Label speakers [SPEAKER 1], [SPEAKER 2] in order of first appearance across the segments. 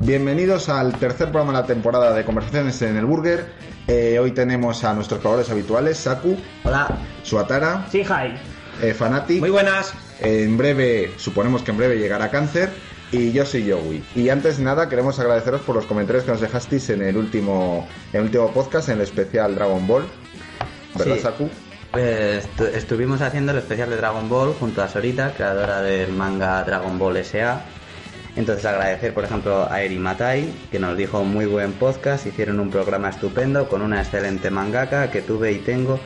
[SPEAKER 1] Bienvenidos al tercer programa de la temporada de Conversaciones en el Burger. Eh, hoy tenemos a nuestros jugadores habituales, Saku,
[SPEAKER 2] Hola.
[SPEAKER 1] Suatara,
[SPEAKER 2] Sí, hi.
[SPEAKER 1] eh, Fanatic.
[SPEAKER 2] Muy buenas.
[SPEAKER 1] En breve, suponemos que en breve llegará cáncer. Y yo soy Joey. Y antes de nada, queremos agradeceros por los comentarios que nos dejasteis en el último, en el último podcast, en el especial Dragon Ball. ¿Verdad,
[SPEAKER 3] Sí.
[SPEAKER 1] Saku?
[SPEAKER 3] Eh, estu- estuvimos haciendo el especial de Dragon Ball junto a Sorita, creadora del manga Dragon Ball S.A. Entonces agradecer, por ejemplo, a Eri Matai, que nos dijo muy buen podcast, hicieron un programa estupendo con una excelente mangaka que tuve y tengo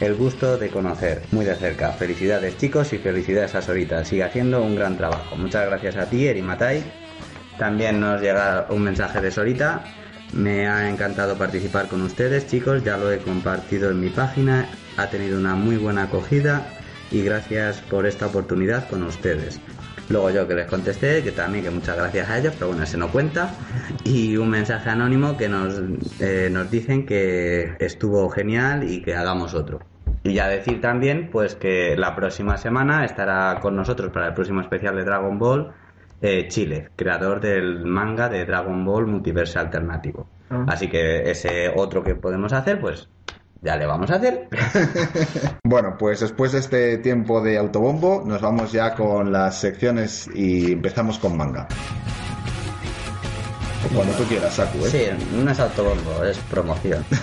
[SPEAKER 3] el gusto de conocer muy de cerca. Felicidades chicos y felicidades a Sorita, sigue haciendo un gran trabajo. Muchas gracias a ti, Eri Matai. También nos llega un mensaje de Sorita. Me ha encantado participar con ustedes, chicos. Ya lo he compartido en mi página. Ha tenido una muy buena acogida y gracias por esta oportunidad con ustedes. Luego yo que les contesté, que también que muchas gracias a ellos, pero bueno, se no cuenta. Y un mensaje anónimo que nos, eh, nos dicen que estuvo genial y que hagamos otro. Y ya decir también, pues que la próxima semana estará con nosotros para el próximo especial de Dragon Ball eh, Chile, creador del manga de Dragon Ball Multiverse Alternativo.
[SPEAKER 2] Ah.
[SPEAKER 3] Así que ese otro que podemos hacer, pues ya le vamos a hacer.
[SPEAKER 1] Bueno, pues después de este tiempo de autobombo, nos vamos ya con las secciones y empezamos con manga. O Cuando tú quieras, Saku, ¿eh?
[SPEAKER 3] Sí, no es autobombo, Pues, es promoción.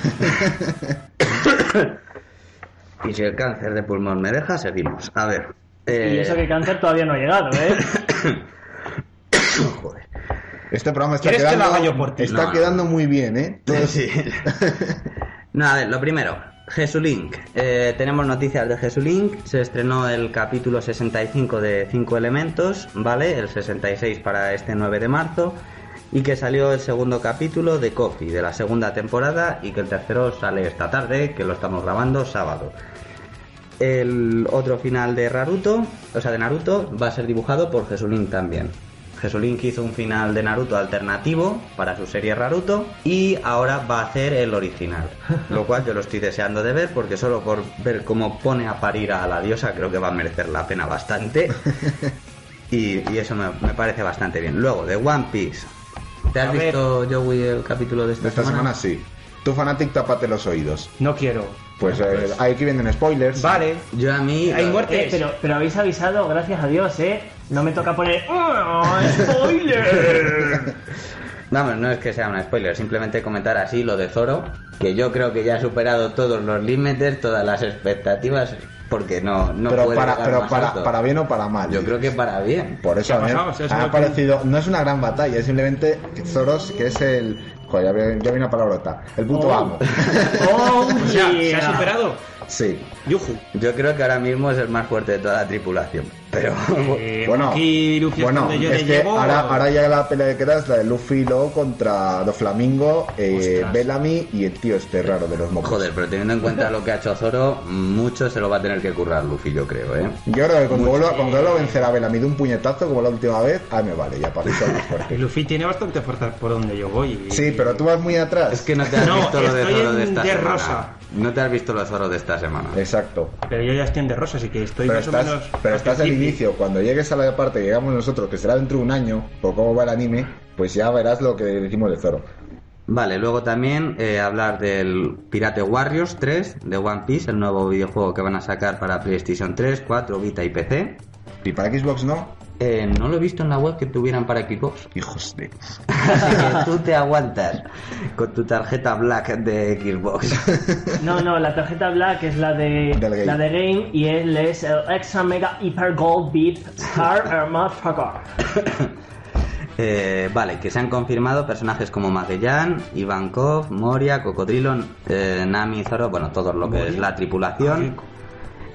[SPEAKER 3] y si el cáncer de pulmón me deja, seguimos. A ver. eh,
[SPEAKER 2] Y eso que cáncer todavía no ha llegado, ¿eh?
[SPEAKER 3] joder.
[SPEAKER 1] Este programa está
[SPEAKER 2] ¿Quieres que
[SPEAKER 1] quedando,
[SPEAKER 2] lo haga yo por ti?
[SPEAKER 1] está
[SPEAKER 3] No,
[SPEAKER 1] quedando muy bien, ¿eh?
[SPEAKER 3] Sí. no, a ver, lo primero. Jesulink. Eh, tenemos noticias de Jesulink. Se estrenó el capítulo 65 de 5 elementos, ¿vale? El 66 para este 9 de marzo. Y que salió el segundo capítulo de Coffee, de la segunda temporada. Y que el tercero sale esta tarde, que lo estamos grabando sábado. El otro final de Naruto, o sea, de Naruto, va a ser dibujado por Jesulín también. Jesulín hizo un final de Naruto alternativo para su serie Naruto y ahora va a hacer el original. Lo cual yo lo estoy deseando de ver porque solo por ver cómo pone a parir a la diosa creo que va a merecer la pena bastante. Y, y eso me, me parece bastante bien. Luego, de One Piece. ¿Te has
[SPEAKER 2] A ver.
[SPEAKER 3] visto, Joey, el capítulo de esta,
[SPEAKER 1] De esta semana sí. Tú, Fanatic, tápate los oídos.
[SPEAKER 4] No quiero.
[SPEAKER 1] Pues eh, aquí vienen spoilers.
[SPEAKER 4] Vale.
[SPEAKER 3] Yo a mí...
[SPEAKER 4] Hay
[SPEAKER 3] lo-
[SPEAKER 4] muerte.
[SPEAKER 2] Eh, pero, pero habéis avisado, gracias a Dios, ¿eh? No me toca poner... "Ah, ¡Spoiler!
[SPEAKER 3] Vamos, no es que sea un spoiler, simplemente comentar así lo de Zoro, que yo creo que ya ha superado todos los límites, todas las expectativas, porque no, no
[SPEAKER 1] pero
[SPEAKER 3] puede
[SPEAKER 1] para,
[SPEAKER 3] llegar
[SPEAKER 1] pero
[SPEAKER 3] más
[SPEAKER 1] para,
[SPEAKER 3] alto.
[SPEAKER 1] para bien o para mal.
[SPEAKER 3] Yo creo que para bien.
[SPEAKER 1] Por eso
[SPEAKER 4] ¿Qué ha
[SPEAKER 1] a mí
[SPEAKER 4] pasado? O sea, es
[SPEAKER 1] ha
[SPEAKER 4] una-
[SPEAKER 1] aparecido. No es una gran batalla, es simplemente que Zoros, que es el. Joder, ya vi- ya vi una palabrota. El puto
[SPEAKER 2] Oh.
[SPEAKER 1] amo.
[SPEAKER 2] ¡Oh,
[SPEAKER 4] O sea, se
[SPEAKER 2] yeah!
[SPEAKER 4] ha superado.
[SPEAKER 1] Sí.
[SPEAKER 4] Yuju.
[SPEAKER 3] Yo creo que ahora mismo es el más fuerte de toda la tripulación. Pero
[SPEAKER 4] Eh,
[SPEAKER 1] Bueno,
[SPEAKER 4] aquí Luffy
[SPEAKER 1] bueno,
[SPEAKER 4] es donde yo le
[SPEAKER 1] es que
[SPEAKER 4] llevo.
[SPEAKER 1] ahora, ahora ya la pelea que queda es la de Luffy Lo contra Doflamingo, eh,
[SPEAKER 4] Ostras.
[SPEAKER 1] Bellamy y el tío este raro de los mocos.
[SPEAKER 3] joder, pero teniendo en cuenta lo que ha hecho Zoro, mucho se lo va a tener que currar Luffy, yo creo, ¿eh?
[SPEAKER 1] Yo creo que cuando vuelva, cuando vuelva a vencer a Bellamy de un puñetazo como la última vez, ah, me vale, ya parece más
[SPEAKER 4] Y
[SPEAKER 1] fuerte.
[SPEAKER 4] Luffy tiene bastante fuerza por donde yo voy. y-
[SPEAKER 1] pues. Sí, pero tú vas muy atrás.
[SPEAKER 3] Es que no te has
[SPEAKER 4] No,
[SPEAKER 3] visto lo de
[SPEAKER 4] estoy
[SPEAKER 3] Zoro
[SPEAKER 4] en
[SPEAKER 3] de esta
[SPEAKER 4] de
[SPEAKER 3] semana.
[SPEAKER 4] rosa.
[SPEAKER 3] No te has visto lo de Zoro de esta semana.
[SPEAKER 1] Exacto.
[SPEAKER 4] Pero yo ya estoy en de rosa, así que estoy
[SPEAKER 1] Pero
[SPEAKER 4] más
[SPEAKER 1] estás,
[SPEAKER 4] o menos.
[SPEAKER 1] pero
[SPEAKER 4] hasta
[SPEAKER 1] estás al
[SPEAKER 4] hippie.
[SPEAKER 1] inicio. Cuando llegues a la parte que llegamos nosotros, que será dentro de un año, por cómo va el anime, pues ya verás lo que decimos de Zoro.
[SPEAKER 3] Vale, luego también eh, hablar del Pirate Warriors 3 de One Piece, el nuevo videojuego que van a sacar para PlayStation 3, 4, Vita y PC.
[SPEAKER 1] Y para Xbox no.
[SPEAKER 3] Eh, no lo he visto en la web que tuvieran para Xbox.
[SPEAKER 1] Hijos de.
[SPEAKER 3] Así que tú te aguantas con tu tarjeta black de Xbox.
[SPEAKER 2] No, no, la tarjeta black es la de
[SPEAKER 1] Del game.
[SPEAKER 2] la de game y él es el Exa Mega Hyper Gold Beat Star Armored Fucker.
[SPEAKER 3] Eh, vale, que se han confirmado personajes como Magellan, Ivankov, Moria, Cocodrilo, eh, Nami, Zoro, bueno, todo lo que es la tripulación.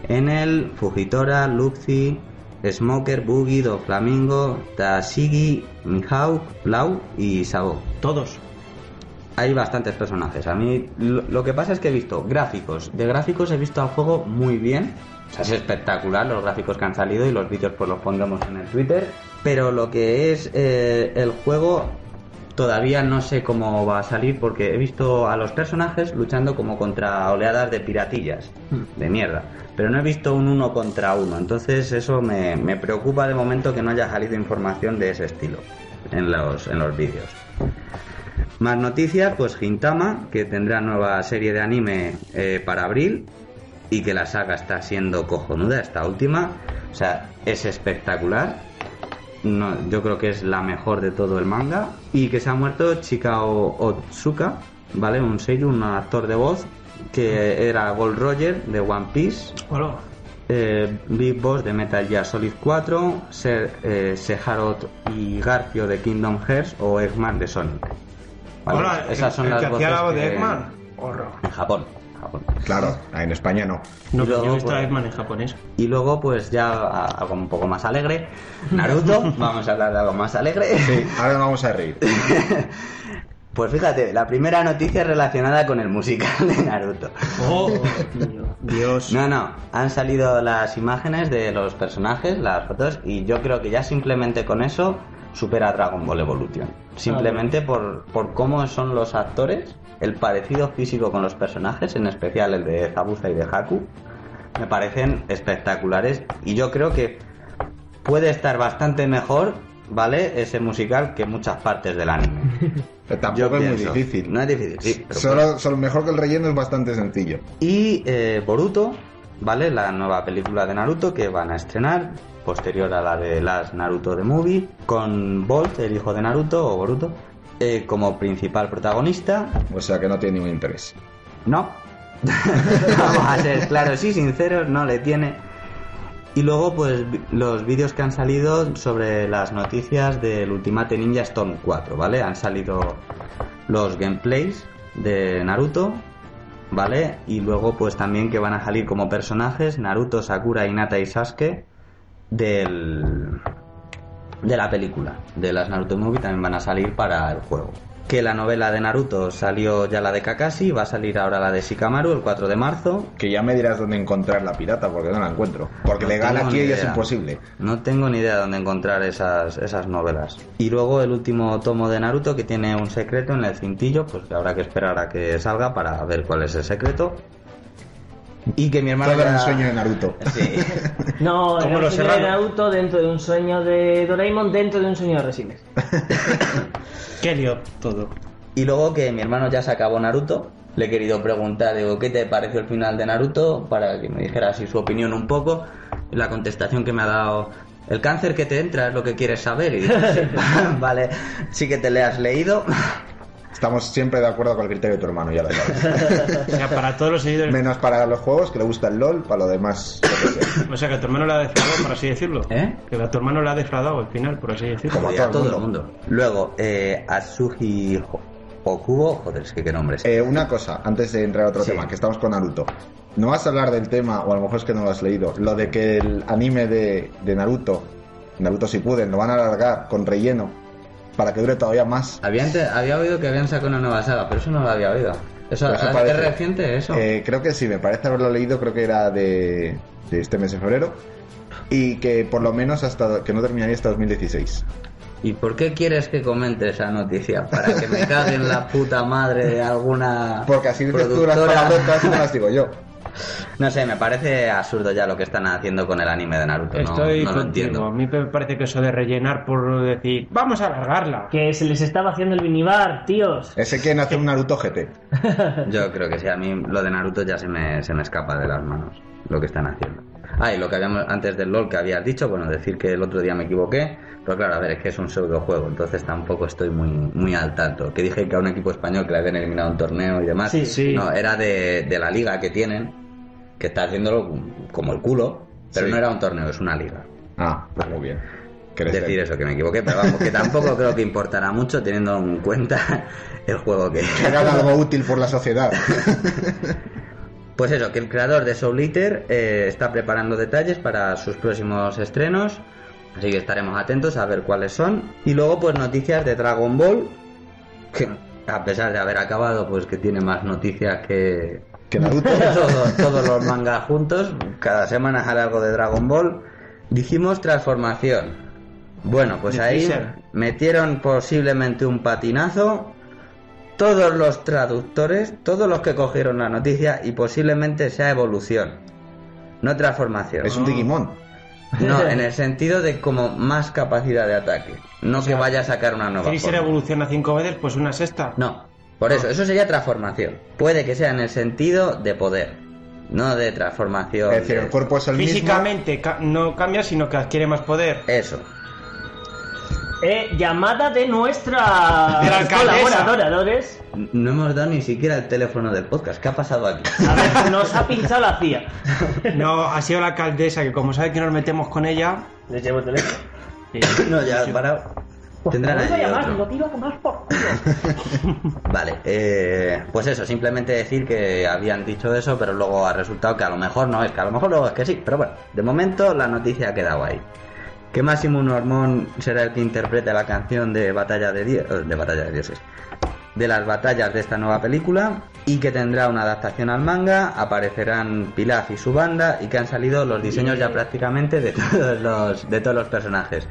[SPEAKER 3] En el Fujitora, Luffy, Smoker, Boogie, Doflamingo, Tashigi, Mihawk, Blau y Sabo.
[SPEAKER 4] Todos.
[SPEAKER 3] Hay bastantes personajes. A mí lo, lo que pasa es que he visto gráficos. De gráficos he visto al juego muy bien. O sea, es espectacular los gráficos que han salido y los vídeos pues los pondremos en el Twitter. Pero lo que es eh, el juego todavía no sé cómo va a salir porque he visto a los personajes luchando como contra oleadas de piratillas, de mierda. Pero no he visto un uno contra uno, entonces eso me, me preocupa de momento que no haya salido información de ese estilo en los, en los vídeos. Más noticias, pues Gintama, que tendrá nueva serie de anime eh, para abril y que la saga está siendo cojonuda, esta última. O sea, es espectacular. No, yo creo que es la mejor de todo el manga. Y que se ha muerto Chikao Otsuka, ¿vale? Un seiyuu, un actor de voz, que era Gold Roger de One Piece,
[SPEAKER 4] Hola.
[SPEAKER 3] eh, Big Boss de Metal Gear Solid 4, Ser, eh, Seharot y Garfio de Kingdom Hearts o Eggman de Sonic. ¿Vale?
[SPEAKER 4] Hola,
[SPEAKER 3] Esas son
[SPEAKER 4] el,
[SPEAKER 3] las
[SPEAKER 4] el que hacía la voz
[SPEAKER 3] voces
[SPEAKER 4] de
[SPEAKER 3] que-
[SPEAKER 4] Eggman. Horror.
[SPEAKER 3] En Japón. Japón.
[SPEAKER 1] Claro, ah, en España no.
[SPEAKER 4] No,
[SPEAKER 3] Y
[SPEAKER 4] pero
[SPEAKER 3] luego,
[SPEAKER 4] yo he visto a
[SPEAKER 3] pues-
[SPEAKER 4] Eggman en japonés.
[SPEAKER 3] Y luego, pues ya a- algo un poco más alegre. Naruto, vamos a hablar de algo más alegre.
[SPEAKER 1] Sí, ahora nos vamos a reír.
[SPEAKER 3] Pues fíjate, la primera noticia es relacionada con el musical de Naruto.
[SPEAKER 4] Oh, tío, Dios.
[SPEAKER 3] No, no, han salido las imágenes de los personajes, las fotos, y yo creo que ya simplemente con eso supera a Dragon Ball Evolution. Simplemente por, por cómo son los actores, el parecido físico con los personajes, en especial el de Zabuza y de Haku, me parecen espectaculares y yo creo que puede estar bastante mejor, ¿vale? Ese musical que muchas partes del anime.
[SPEAKER 1] Pero
[SPEAKER 3] Yo
[SPEAKER 1] Tampoco es muy
[SPEAKER 3] pienso.
[SPEAKER 1] difícil.
[SPEAKER 3] No es difícil, sí. pero
[SPEAKER 1] Solo, solo mejor que el relleno es bastante sencillo.
[SPEAKER 3] Y eh, Boruto, ¿vale? La nueva película de Naruto que van a estrenar, posterior a la de las Naruto de Movie, con Bolt, el hijo de Naruto, o Boruto, eh, como principal protagonista.
[SPEAKER 1] O sea que no tiene ningún interés.
[SPEAKER 3] No. Vamos a ser claros y sinceros, no le tiene. Y luego, pues, vi- los vídeos que han salido sobre las noticias del Ultimate Ninja Storm 4, ¿vale? Han salido los gameplays de Naruto, ¿vale? Y luego, pues, también que van a salir como personajes Naruto, Sakura, Hinata y Sasuke del, de la película, de las Naruto Movie, también van a salir para el juego. Que la novela de Naruto salió ya la de Kakashi, va a salir ahora la de Shikamaru el 4 de marzo.
[SPEAKER 1] Que ya me dirás dónde encontrar la pirata porque no la encuentro. Porque
[SPEAKER 3] No
[SPEAKER 1] legal
[SPEAKER 3] tengo
[SPEAKER 1] aquí
[SPEAKER 3] ni
[SPEAKER 1] es
[SPEAKER 3] idea.
[SPEAKER 1] imposible.
[SPEAKER 3] No tengo ni idea dónde encontrar esas, esas novelas. Y luego el último tomo de Naruto que tiene un secreto en el cintillo, pues que habrá que esperar a que salga para ver cuál es el secreto. Y que mi hermano...
[SPEAKER 1] Todo era
[SPEAKER 3] ya-
[SPEAKER 1] un sueño de Naruto.
[SPEAKER 3] Sí.
[SPEAKER 2] No,
[SPEAKER 4] Como
[SPEAKER 2] el resumen
[SPEAKER 4] los
[SPEAKER 2] de
[SPEAKER 4] serranos.
[SPEAKER 2] Naruto dentro de un sueño de Doraemon dentro de un sueño de Resines.
[SPEAKER 4] Qué lío todo.
[SPEAKER 3] Y luego que mi hermano ya se acabó Naruto, le he querido preguntar, digo, ¿qué te pareció el final de Naruto? Para que me dijera así su opinión un poco. La contestación que me ha dado, el cáncer que te entra es lo que quieres saber. Y digo, sí, vale, sí que te le has leído.
[SPEAKER 1] Estamos siempre de acuerdo con el criterio de tu hermano, ya lo sabes.
[SPEAKER 4] O sea, para todos los seguidores.
[SPEAKER 1] Menos para los juegos que le gusta el LOL, para lo demás. lo que sea.
[SPEAKER 4] O sea, que a tu hermano la ha defraudado, por así decirlo.
[SPEAKER 3] ¿Eh?
[SPEAKER 4] Que a tu hermano la ha defraudado al final, por así decirlo.
[SPEAKER 1] Como
[SPEAKER 3] Y
[SPEAKER 1] a
[SPEAKER 3] a todo el mundo. Luego, eh, Atsuhi Ho- Okubo, joder, es que qué nombre es.
[SPEAKER 1] Eh, una cosa, antes de entrar a otro
[SPEAKER 3] Sí.
[SPEAKER 1] tema, que estamos con Naruto. No vas a hablar del tema, o a lo mejor es que no lo has leído, lo de que el anime de, de Naruto, Naruto si pueden, lo van a alargar con relleno para que dure todavía más.
[SPEAKER 3] Había, ante- había oído que habían sacado una nueva saga, pero eso no lo había oído. Eso,
[SPEAKER 1] Pero eso
[SPEAKER 3] ¿Es
[SPEAKER 1] parece-
[SPEAKER 3] reciente eso?
[SPEAKER 1] Eh, creo que sí, me parece haberlo leído, creo que era de, de este mes de febrero. Y que por lo menos hasta que no terminaría hasta 2016.
[SPEAKER 3] ¿Y por qué quieres que comente esa noticia? ¿Para que me caguen la puta madre de alguna
[SPEAKER 1] Porque así dices tú las
[SPEAKER 3] productora?
[SPEAKER 1] palabras no las digo yo.
[SPEAKER 3] No sé, me parece absurdo ya lo que están haciendo con el anime de Naruto. no-
[SPEAKER 4] Estoy
[SPEAKER 3] no, lo
[SPEAKER 4] contigo. A
[SPEAKER 3] entiendo.
[SPEAKER 4] mí me parece que eso de rellenar por decir, vamos a alargarla.
[SPEAKER 2] Que se les estaba haciendo el minibar, tíos.
[SPEAKER 1] Ese que nace un Naruto GT.
[SPEAKER 3] Yo creo que sí, a mí lo de Naruto ya se me, se me escapa de las manos, lo que están haciendo. Ah, y lo que habíamos antes del LOL que habías dicho, bueno, decir que el otro día me equivoqué, pero claro, a ver, es que es un pseudojuego, entonces tampoco estoy muy, muy al tanto. Que dije que a un equipo español que le habían eliminado un torneo y demás,
[SPEAKER 2] Sí,
[SPEAKER 4] sí.
[SPEAKER 3] no, era de, de la liga que tienen, que está haciéndolo como el culo, pero
[SPEAKER 1] Sí.
[SPEAKER 3] no era un torneo, es una liga.
[SPEAKER 1] Ah, muy bien. Crecer.
[SPEAKER 3] Decir eso, que me equivoqué, pero vamos, que tampoco creo que importará mucho teniendo en cuenta el juego que,
[SPEAKER 1] Que hagan algo útil por la sociedad.
[SPEAKER 3] Pues eso, que el creador de Soul Eater eh, está preparando detalles para sus próximos estrenos, así que estaremos atentos a ver cuáles son. Y luego, pues noticias de Dragon Ball, que a pesar de haber acabado, pues que tiene más noticias que
[SPEAKER 1] Que Naruto.
[SPEAKER 3] todos, todos los mangas juntos. Cada semana sale algo de Dragon Ball. Dijimos transformación. Bueno, pues
[SPEAKER 2] De
[SPEAKER 3] ahí
[SPEAKER 2] Freezer.
[SPEAKER 3] metieron posiblemente un patinazo todos los traductores, todos los que cogieron la noticia y posiblemente sea evolución, no transformación.
[SPEAKER 1] es un Digimon.
[SPEAKER 3] No, en el sentido de como más capacidad de ataque, no que vaya a sacar una nueva.
[SPEAKER 4] Freezer
[SPEAKER 3] forma.
[SPEAKER 4] evoluciona cinco veces, pues una sexta.
[SPEAKER 3] No, por eso, eso sería transformación. Puede que sea en el sentido de poder, no de transformación.
[SPEAKER 1] Es decir,
[SPEAKER 3] de-
[SPEAKER 1] el cuerpo es el
[SPEAKER 4] Físicamente ca- no cambia, sino que adquiere más poder.
[SPEAKER 3] Eso.
[SPEAKER 2] Eh, llamada de nuestra
[SPEAKER 4] De la alcaldesa.
[SPEAKER 2] colaboradores.
[SPEAKER 3] No hemos dado ni siquiera el teléfono del podcast. ¿Qué ha pasado aquí?
[SPEAKER 2] A ver, nos ha pinchado la CIA.
[SPEAKER 4] No, ha sido la alcaldesa que como sabe que nos metemos con ella...
[SPEAKER 2] Les llevo el teléfono.
[SPEAKER 3] No, ya has parado. Tendrán
[SPEAKER 2] Pues Vuelvo a
[SPEAKER 3] allí
[SPEAKER 2] llamar,
[SPEAKER 3] otro.
[SPEAKER 2] lo tiro a tomar por culo.
[SPEAKER 3] Vale, eh, pues eso, simplemente decir que habían dicho eso, pero luego ha resultado que a lo mejor no es, que a lo mejor luego es que sí, pero bueno, de momento la noticia ha quedado ahí. Que Máximo Normón será el que interprete la canción de Batalla de, Die- eh, de Batalla de Dioses, de las batallas de esta nueva película, y que tendrá una adaptación al manga, aparecerán Pilaf y su banda, y que han salido los diseños ya prácticamente de todos los, de todos los personajes.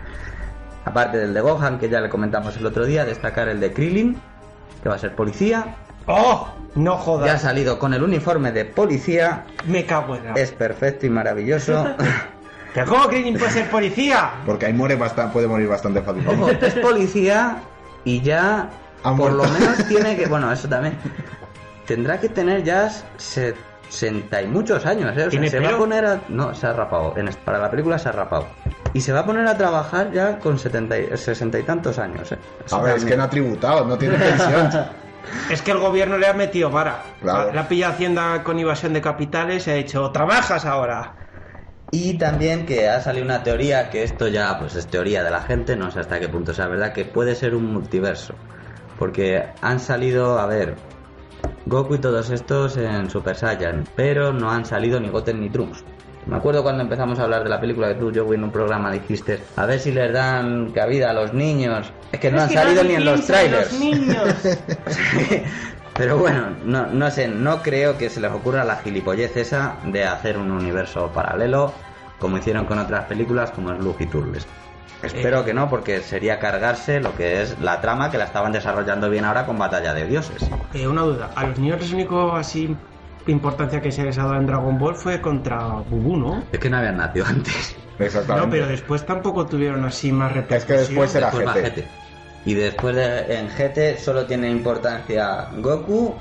[SPEAKER 3] Aparte del de Gohan, que ya le comentamos el otro día, destacar el de Krillin, que va a ser policía.
[SPEAKER 4] ¡Oh!
[SPEAKER 3] Ya
[SPEAKER 4] No
[SPEAKER 3] ha
[SPEAKER 4] jodas.
[SPEAKER 3] salido con el uniforme de policía,
[SPEAKER 4] Me cago en la...
[SPEAKER 3] es perfecto y maravilloso.
[SPEAKER 4] ¿Pero cómo que puede ser policía?
[SPEAKER 1] Porque ahí muere bastante, puede morir bastante
[SPEAKER 3] Ojo,
[SPEAKER 1] fácilmente.
[SPEAKER 3] es policía y ya
[SPEAKER 1] Ha
[SPEAKER 3] por
[SPEAKER 1] muerto.
[SPEAKER 3] lo menos tiene que, bueno, eso también. Tendrá que tener ya 60 y muchos años, ¿eh? O sea,
[SPEAKER 4] ¿Tiene
[SPEAKER 3] se va
[SPEAKER 4] pelo?
[SPEAKER 3] a poner a no, se ha rapado, en es- para la película se ha rapado. Y se va a poner a trabajar ya con 70 y, 60 y tantos años, ¿eh? Eso
[SPEAKER 1] A ver, es
[SPEAKER 3] también.
[SPEAKER 1] que no ha tributado, no tiene pensión.
[SPEAKER 4] Es que el gobierno le ha metido vara.
[SPEAKER 1] Claro.
[SPEAKER 4] La pilla Hacienda con invasión de capitales y ha dicho, trabajas ahora.
[SPEAKER 3] Y también que ha salido una teoría, que esto ya pues es teoría de la gente, no sé hasta qué punto sea verdad, que puede ser un multiverso. Porque han salido, a ver, Goku y todos estos en Super Saiyan, pero no han salido ni Goten ni Trunks. Me acuerdo cuando empezamos a hablar de la película que tú, yo en un programa dijiste, a ver si les dan cabida a los niños. Es que no
[SPEAKER 2] Es
[SPEAKER 3] han
[SPEAKER 2] que
[SPEAKER 3] salido
[SPEAKER 2] nadie
[SPEAKER 3] ni en los
[SPEAKER 2] piensa en
[SPEAKER 3] trailers.
[SPEAKER 2] Los niños.
[SPEAKER 3] Pero bueno, no, no sé, no creo que se les ocurra la gilipollez esa de hacer un universo paralelo, como hicieron con otras películas como es Luke y Turles. Espero
[SPEAKER 4] Eh.
[SPEAKER 3] que no, porque sería cargarse lo que es la trama que la estaban desarrollando bien ahora con Batalla de Dioses.
[SPEAKER 4] Eh, una duda, a los niños lo único así importancia que se les ha dado en Dragon Ball fue contra Bubu, ¿no?
[SPEAKER 3] Es que no habían nacido antes.
[SPEAKER 1] Exactamente.
[SPEAKER 4] No, pero después tampoco tuvieron así más
[SPEAKER 1] Es que
[SPEAKER 4] repercusión.
[SPEAKER 1] después era
[SPEAKER 3] Después va
[SPEAKER 1] GT.
[SPEAKER 3] GT. Y después de, en GT solo tiene importancia Goku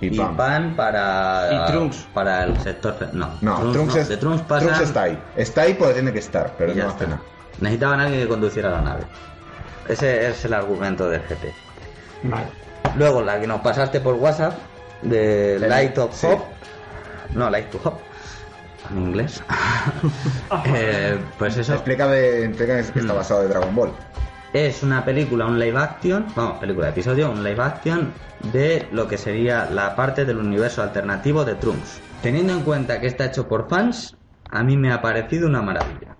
[SPEAKER 1] Y
[SPEAKER 3] y,
[SPEAKER 1] Pan.
[SPEAKER 3] Pan. para,
[SPEAKER 4] Y Trunks.
[SPEAKER 3] para el sector... fe- No,
[SPEAKER 1] No, Trunks,
[SPEAKER 3] no,
[SPEAKER 1] es-
[SPEAKER 3] de Trunks pasan-
[SPEAKER 1] Trunks está ahí. Está ahí porque tiene que estar, pero
[SPEAKER 3] Y ya
[SPEAKER 1] no hace
[SPEAKER 3] está.
[SPEAKER 1] nada.
[SPEAKER 3] Necesitaban alguien que conduciera la nave. Ese es el argumento del GT.
[SPEAKER 4] Vale.
[SPEAKER 3] Luego, la que nos pasaste por WhatsApp, de
[SPEAKER 1] Sí.
[SPEAKER 3] Light of
[SPEAKER 1] Sí.
[SPEAKER 3] Hop. No, Light to Hop. En inglés. Eh, pues eso.
[SPEAKER 1] Explica, de, explica que está
[SPEAKER 3] Mm.
[SPEAKER 1] basado de Dragon Ball.
[SPEAKER 3] Es una película, un live action. Vamos, película, episodio, un live action de lo que sería la parte del universo alternativo de Trunks. Teniendo en cuenta que está hecho por fans, a mí me ha parecido una maravilla.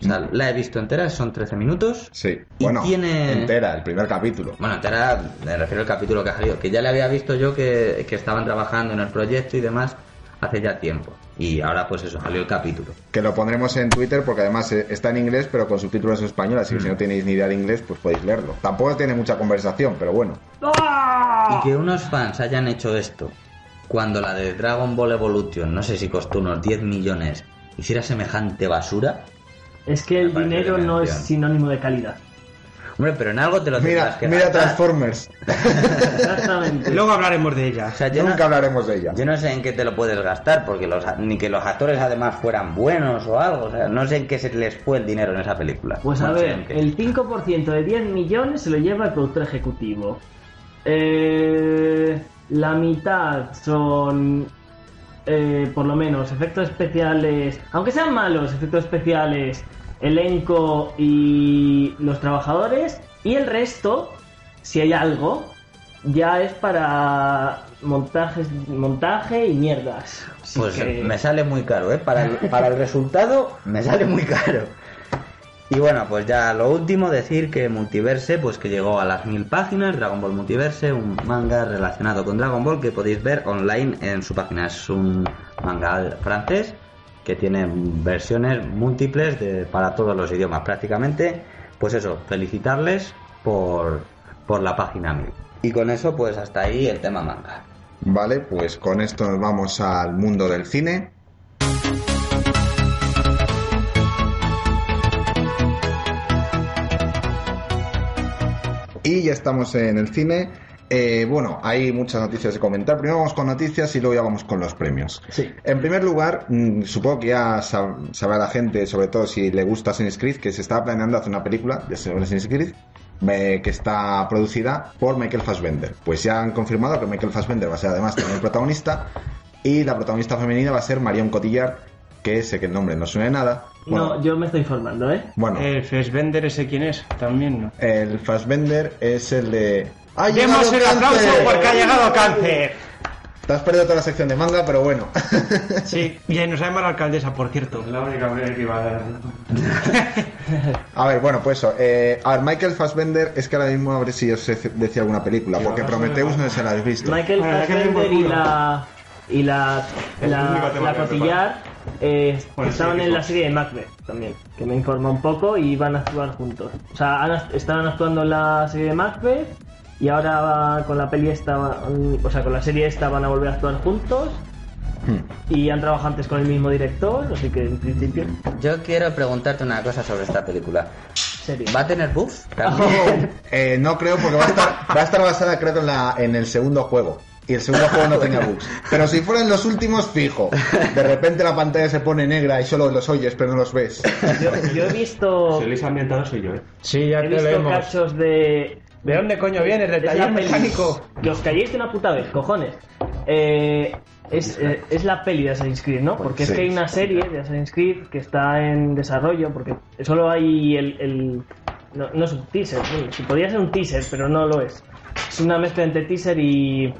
[SPEAKER 3] O sea, la he visto entera, son 13 minutos.
[SPEAKER 1] Sí.
[SPEAKER 3] Y
[SPEAKER 1] Bueno,
[SPEAKER 3] tiene-
[SPEAKER 1] entera, el primer capítulo.
[SPEAKER 3] Bueno, entera, me refiero al capítulo que ha salido, que ya le había visto yo que, que estaban trabajando en el proyecto y demás hace ya tiempo. Y ahora pues eso, salió el capítulo.
[SPEAKER 1] Que lo pondremos en Twitter porque además eh, está en inglés, pero con subtítulos en español. Así que si no tenéis ni idea de inglés, pues podéis leerlo. Tampoco tiene mucha conversación, pero bueno.
[SPEAKER 2] ¡Ah!
[SPEAKER 3] Y que unos fans hayan hecho esto, cuando la de Dragon Ball Evolution, no sé si costó unos 10 millones, hiciera semejante basura.
[SPEAKER 2] Es que el
[SPEAKER 3] Me parece
[SPEAKER 2] dinero no es
[SPEAKER 3] demencial.
[SPEAKER 2] sinónimo de calidad.
[SPEAKER 3] Hombre, pero en algo te lo tendrás
[SPEAKER 1] Mira,
[SPEAKER 3] que
[SPEAKER 1] mira
[SPEAKER 3] gastar.
[SPEAKER 1] Transformers. Eh,
[SPEAKER 2] Exactamente.
[SPEAKER 4] Luego hablaremos de ella.
[SPEAKER 3] O sea, yo no-
[SPEAKER 1] Nunca hablaremos de ella.
[SPEAKER 3] Yo no sé en qué te lo puedes gastar, porque los, ni que los actores además fueran buenos o algo, o sea, no sé en qué se les fue el dinero en esa película.
[SPEAKER 2] Pues a
[SPEAKER 3] No sé en
[SPEAKER 2] ver,
[SPEAKER 3] qué.
[SPEAKER 2] el 5% de 10 millones se lo lleva el productor ejecutivo. Eh, la mitad son, eh, por lo menos, efectos especiales, aunque sean malos, efectos especiales, elenco y los trabajadores. Y el resto, si hay algo,
[SPEAKER 5] ya es para montajes, montaje y mierdas. Así
[SPEAKER 3] Pues
[SPEAKER 5] que-
[SPEAKER 3] me sale muy caro, ¿eh? Para el, para el resultado me sale muy caro. Y bueno, pues ya lo último, decir que Multiverse, pues que llegó a las mil páginas, Dragon Ball Multiverse, un manga relacionado con Dragon Ball que podéis ver online en su página. Es un manga francés que tiene versiones múltiples de- para todos los idiomas prácticamente. Pues eso, felicitarles por, por la página 1000. Y con eso, pues hasta ahí el tema manga.
[SPEAKER 1] Vale, pues con esto nos vamos al mundo del cine. Y ya estamos en el cine. Eh, bueno, hay muchas noticias que comentar. Primero vamos con noticias y luego ya vamos con los premios.
[SPEAKER 3] Sí.
[SPEAKER 1] En primer lugar, mm, supongo que ya sab- sabrá la gente, sobre todo si le gusta Assassin's Creed, que se está planeando hacer una película de sobre Assassin's Creed eh, que está producida por Michael Fassbender. Pues ya han confirmado que Michael Fassbender va a ser además también el protagonista y la protagonista femenina va a ser Marion Cotillard, que sé que el nombre no suena de nada. Bueno,
[SPEAKER 5] No, yo me estoy informando, ¿eh?
[SPEAKER 1] bueno,
[SPEAKER 4] El Fassbender ese quién es, también no.
[SPEAKER 1] el Fassbender es el de... ¡Ha
[SPEAKER 4] Demos
[SPEAKER 1] llegado
[SPEAKER 4] el aplauso
[SPEAKER 1] Cáncer!
[SPEAKER 4] porque ha llegado cáncer.
[SPEAKER 1] Te has perdido toda la sección de manga, pero bueno.
[SPEAKER 4] Sí, y ahí nos ha llamado la alcaldesa, por cierto. La única mujer que iba a dar.
[SPEAKER 1] A ver, bueno, pues eso. eh, a ver, Michael Fassbender es que ahora mismo a ver si os he- decía alguna película, porque
[SPEAKER 4] ahora
[SPEAKER 1] Prometheus no se la habéis visto.
[SPEAKER 5] Michael
[SPEAKER 4] Bueno, la que tengo
[SPEAKER 5] Fassbender
[SPEAKER 4] por
[SPEAKER 5] y
[SPEAKER 4] culo.
[SPEAKER 5] la y la
[SPEAKER 6] El único
[SPEAKER 5] la,
[SPEAKER 6] tema
[SPEAKER 5] la
[SPEAKER 6] que me
[SPEAKER 5] Cotillar eh,
[SPEAKER 6] Bueno,
[SPEAKER 5] estaban
[SPEAKER 6] sí,
[SPEAKER 5] en la
[SPEAKER 6] Xbox.
[SPEAKER 5] serie de Macbeth también, que me informa un poco y van a actuar juntos. O sea, han act- estaban actuando en la serie de Macbeth y ahora va- con la peli esta, van- o sea, con la serie esta van a volver a actuar juntos y han trabajado antes con el mismo director, así que en principio
[SPEAKER 3] Yo quiero preguntarte una cosa sobre esta película.
[SPEAKER 5] serie.
[SPEAKER 3] ¿Va a tener buffs? También.
[SPEAKER 1] Eh, no creo, porque va a estar, va a estar basada, creo, en, la, en el segundo juego. Y el segundo juego no tenía bugs. Pero si fueran los últimos, fijo. De repente la pantalla se pone negra y solo los oyes, pero no los ves.
[SPEAKER 5] Yo, yo he visto
[SPEAKER 6] Si Luis ha ambientado soy yo, ¿eh?
[SPEAKER 4] Sí, ya
[SPEAKER 5] he
[SPEAKER 4] te
[SPEAKER 5] visto
[SPEAKER 4] leemos.
[SPEAKER 5] cachos de
[SPEAKER 4] ¿De dónde coño vienes? ¿Del
[SPEAKER 5] Es
[SPEAKER 4] taller
[SPEAKER 5] la peli-
[SPEAKER 4] mecánico?
[SPEAKER 5] Que os calléis de una puta vez, cojones. Eh, es, eh, es la peli de Assassin's Creed, ¿no? Porque
[SPEAKER 1] Sí.
[SPEAKER 5] es que hay una serie de Assassin's Creed que está en desarrollo, porque solo hay el... el- no, no es un teaser, sí, sí, podría ser un teaser, pero no lo es. Es una mezcla entre teaser y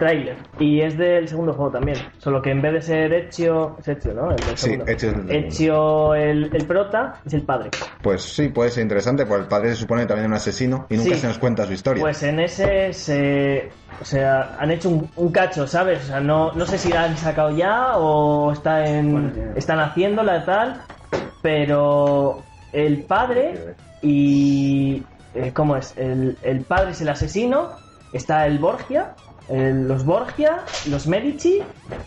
[SPEAKER 5] tráiler. Y es del segundo juego también. Solo que en vez de ser Ezio... Es Ezio, ¿no? El del
[SPEAKER 1] Sí,
[SPEAKER 5] segundo.
[SPEAKER 1] Ezio es el del segundo.
[SPEAKER 5] Ezio, el, el prota, es el padre.
[SPEAKER 1] Pues sí, puede ser interesante, porque el padre se supone que también es un asesino y nunca
[SPEAKER 5] Sí.
[SPEAKER 1] se nos cuenta su historia.
[SPEAKER 5] Pues en ese se. O sea, han hecho un, un cacho, ¿sabes? O sea, no, no sé si la han sacado ya o está en, están haciéndola tal, pero el padre y. eh, ¿Cómo es? El, el padre es el asesino, está el Borgia, el- los Borgia, los Medici,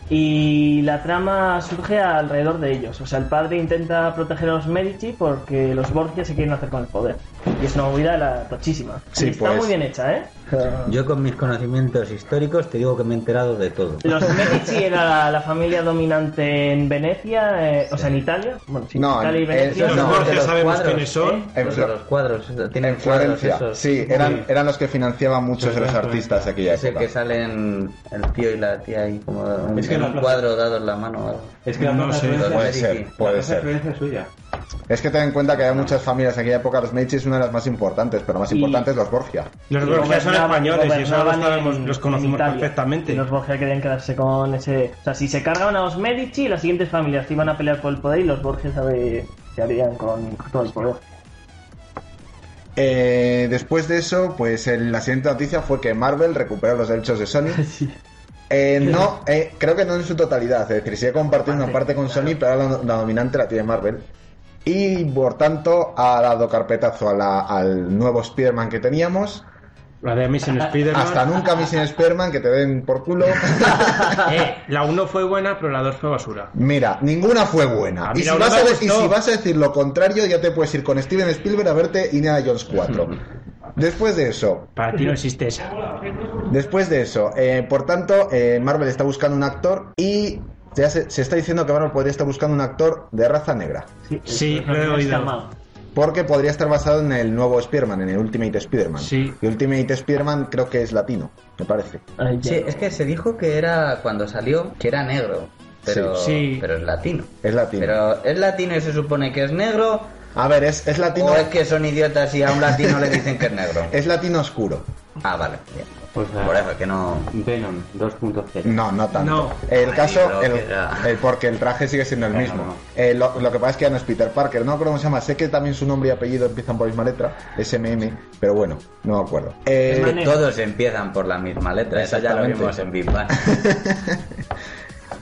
[SPEAKER 5] y la trama surge alrededor de ellos. O sea, el padre intenta proteger a los Medici porque los Borgia se quieren hacer con el poder. Y es una movida de la tochísima.
[SPEAKER 1] Sí,
[SPEAKER 5] Y está
[SPEAKER 1] pues.
[SPEAKER 5] muy bien hecha, ¿eh?
[SPEAKER 3] Yo con mis conocimientos históricos te digo que me he enterado de todo.
[SPEAKER 5] Los Medici era la, la familia dominante en Venecia, eh, o sea, en Italia. Bueno, sí,
[SPEAKER 1] No,
[SPEAKER 5] Italia y
[SPEAKER 1] en-
[SPEAKER 5] Venecia.
[SPEAKER 1] en-
[SPEAKER 4] Los
[SPEAKER 1] No,
[SPEAKER 4] Borges
[SPEAKER 3] de los
[SPEAKER 4] sabemos
[SPEAKER 3] cuadros,
[SPEAKER 4] quiénes son.
[SPEAKER 3] ¿eh?
[SPEAKER 1] En
[SPEAKER 3] Los,
[SPEAKER 1] Fla-
[SPEAKER 3] de los cuadros, esos- tienen
[SPEAKER 1] en Florencia.
[SPEAKER 3] cuadros esos.
[SPEAKER 1] Sí, eran, eran los que financiaban muchos de los
[SPEAKER 6] Exacto.
[SPEAKER 1] artistas de aquella
[SPEAKER 3] Es el
[SPEAKER 1] época.
[SPEAKER 3] que salen el tío y la tía ahí como un,
[SPEAKER 6] Es que
[SPEAKER 3] en
[SPEAKER 6] la
[SPEAKER 3] un
[SPEAKER 6] plaza-
[SPEAKER 3] cuadro dado en la mano. o algo.
[SPEAKER 6] Es que la
[SPEAKER 4] No
[SPEAKER 6] plaza
[SPEAKER 4] sé,
[SPEAKER 6] de Florencia-
[SPEAKER 1] Puede
[SPEAKER 3] sí, sí.
[SPEAKER 1] ser,
[SPEAKER 6] la
[SPEAKER 1] puede
[SPEAKER 6] plaza de
[SPEAKER 1] ser.
[SPEAKER 6] Florencia es suya.
[SPEAKER 1] Es que ten en cuenta que había muchas familias en aquella época. Los Medici es una de las más importantes, pero más
[SPEAKER 5] Y-
[SPEAKER 1] importante es los Borgia.
[SPEAKER 4] Los
[SPEAKER 5] Y
[SPEAKER 4] Borgia son
[SPEAKER 5] gobernaban-
[SPEAKER 4] españoles y eso lo
[SPEAKER 5] gobernaban
[SPEAKER 4] sabemos,
[SPEAKER 5] en-
[SPEAKER 4] los conocemos
[SPEAKER 5] en Italia.
[SPEAKER 4] perfectamente.
[SPEAKER 5] Y los Borgia querían quedarse con ese. O sea, si se cargaban a los Medici, las siguientes familias se iban a pelear por el poder y los Borgia sabe- se harían con todo el poder.
[SPEAKER 1] Eh, después de eso, pues el- la siguiente noticia fue que Marvel recuperó los derechos de Sony. Eh, no, eh, creo que no en su totalidad, es decir, sigue compartiendo una parte con Sony, pero ahora la, la dominante la tiene Marvel. Y por tanto, ha dado carpetazo a la- al nuevo Spider-Man que teníamos.
[SPEAKER 4] La de Mission Spider-Man.
[SPEAKER 1] Hasta nunca Missing Spider-Man, que te den por culo.
[SPEAKER 4] Eh, la 1 fue buena, pero la 2 fue basura.
[SPEAKER 1] Mira, ninguna fue buena.
[SPEAKER 4] A mí
[SPEAKER 1] Y si,
[SPEAKER 4] la una
[SPEAKER 1] vas
[SPEAKER 4] me
[SPEAKER 1] a, de- y
[SPEAKER 4] gustó.
[SPEAKER 1] si vas a decir lo contrario, ya te puedes ir con Steven Spielberg a verte Indiana Jones 4. Después de eso,
[SPEAKER 4] Para ti no existe esa.
[SPEAKER 1] Después de eso, eh, por tanto, eh, Marvel está buscando un actor y ya se, se está diciendo que Marvel podría estar buscando un actor de raza negra.
[SPEAKER 4] Sí,
[SPEAKER 5] eso
[SPEAKER 4] lo he
[SPEAKER 5] es
[SPEAKER 4] oído.
[SPEAKER 5] calmado.
[SPEAKER 1] Porque podría estar basado en el nuevo Spider-Man, en el Ultimate Spider-Man.
[SPEAKER 4] Sí.
[SPEAKER 1] Y Ultimate Spider-Man creo que es latino, me parece.
[SPEAKER 5] Ay, ya
[SPEAKER 3] Sí,
[SPEAKER 5] no.
[SPEAKER 3] es que se dijo que era cuando salió que era negro, pero,
[SPEAKER 4] Sí. Sí.
[SPEAKER 3] pero es latino.
[SPEAKER 1] Es latino.
[SPEAKER 3] Pero es latino y se supone que es negro.
[SPEAKER 1] A ver, es, es latino.
[SPEAKER 3] O es que son idiotas y a un latino le dicen que es negro.
[SPEAKER 1] Es latino oscuro.
[SPEAKER 3] Ah, vale. bien.
[SPEAKER 7] O sea,
[SPEAKER 3] Por eso, que no.
[SPEAKER 7] Venom 2.0.
[SPEAKER 1] No, no tanto.
[SPEAKER 4] No.
[SPEAKER 7] Ah,
[SPEAKER 1] El
[SPEAKER 3] Ay,
[SPEAKER 1] caso,
[SPEAKER 3] creo
[SPEAKER 1] el,
[SPEAKER 3] que era.
[SPEAKER 1] el- porque el traje sigue siendo el
[SPEAKER 7] Claro,
[SPEAKER 1] mismo.
[SPEAKER 7] no.
[SPEAKER 1] Eh, lo, lo que pasa es que ya no es Peter Parker, no me acuerdo cómo se llama. Sé que también su nombre y apellido empiezan por la misma letra, SMM, pero bueno, no me acuerdo. Eh,
[SPEAKER 3] Es que
[SPEAKER 5] manera.
[SPEAKER 3] todos empiezan por la misma letra, eso ya lo
[SPEAKER 1] Exactamente.
[SPEAKER 3] vimos en Big Bang.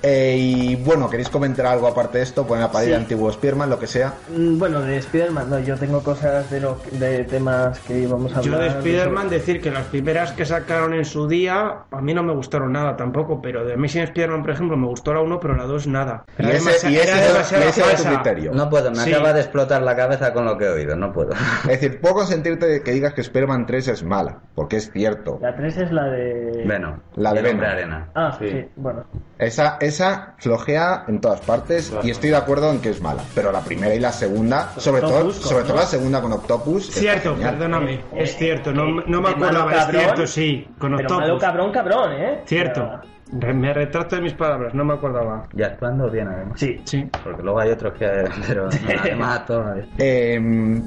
[SPEAKER 1] eh, y bueno, ¿queréis comentar algo aparte de esto? Pueden aparecer
[SPEAKER 5] Sí.
[SPEAKER 1] antiguos Spiderman, lo que sea.
[SPEAKER 5] Mm, Bueno, de Spider-Man, no, yo tengo cosas de, lo, de temas que íbamos a
[SPEAKER 4] Yo
[SPEAKER 5] hablar.
[SPEAKER 4] de Spider-Man decir que las primeras que sacaron en su día a mí no me gustaron nada tampoco, pero de Amazing Spider-Man, por ejemplo, me gustó la 1, pero la 2 nada.
[SPEAKER 1] Y
[SPEAKER 4] Era
[SPEAKER 1] ese,
[SPEAKER 4] demasi-
[SPEAKER 1] y ese,
[SPEAKER 4] era
[SPEAKER 1] es-
[SPEAKER 4] demasiado
[SPEAKER 1] y ese es tu
[SPEAKER 4] falsa.
[SPEAKER 1] criterio.
[SPEAKER 3] No puedo, me
[SPEAKER 4] Sí.
[SPEAKER 3] acaba de explotar la cabeza con lo que he oído, no puedo.
[SPEAKER 1] Es decir, puedo consentirte que digas que Spider-Man 3 es mala, porque es cierto.
[SPEAKER 5] La 3 es la de...
[SPEAKER 3] Venom.
[SPEAKER 1] La de
[SPEAKER 3] El hombre
[SPEAKER 1] Venom.
[SPEAKER 3] arena.
[SPEAKER 5] Ah, sí.
[SPEAKER 7] Sí.
[SPEAKER 5] bueno.
[SPEAKER 1] Esa, esa flojea en todas partes
[SPEAKER 7] Claro.
[SPEAKER 1] y estoy de acuerdo en que es mala. Pero la primera y la segunda, sobre todo,
[SPEAKER 5] Octopus,
[SPEAKER 1] sobre
[SPEAKER 5] ¿no?
[SPEAKER 1] todo la segunda con Octopus. está
[SPEAKER 4] Cierto,
[SPEAKER 1] genial.
[SPEAKER 4] perdóname, es cierto, no, no me
[SPEAKER 5] De Eh, malo
[SPEAKER 4] acordaba, es
[SPEAKER 5] cabrón,
[SPEAKER 4] cierto, sí, con
[SPEAKER 5] Pero malo
[SPEAKER 4] Octopus.
[SPEAKER 5] cabrón, cabrón, ¿eh?
[SPEAKER 4] Cierto,
[SPEAKER 5] O sea,
[SPEAKER 4] Re- me retracto de mis palabras, no me acordaba.
[SPEAKER 3] Y actuando bien, además.
[SPEAKER 5] Sí.
[SPEAKER 4] Sí.
[SPEAKER 3] Porque luego hay otros que. Pero además, todo.
[SPEAKER 1] Eh,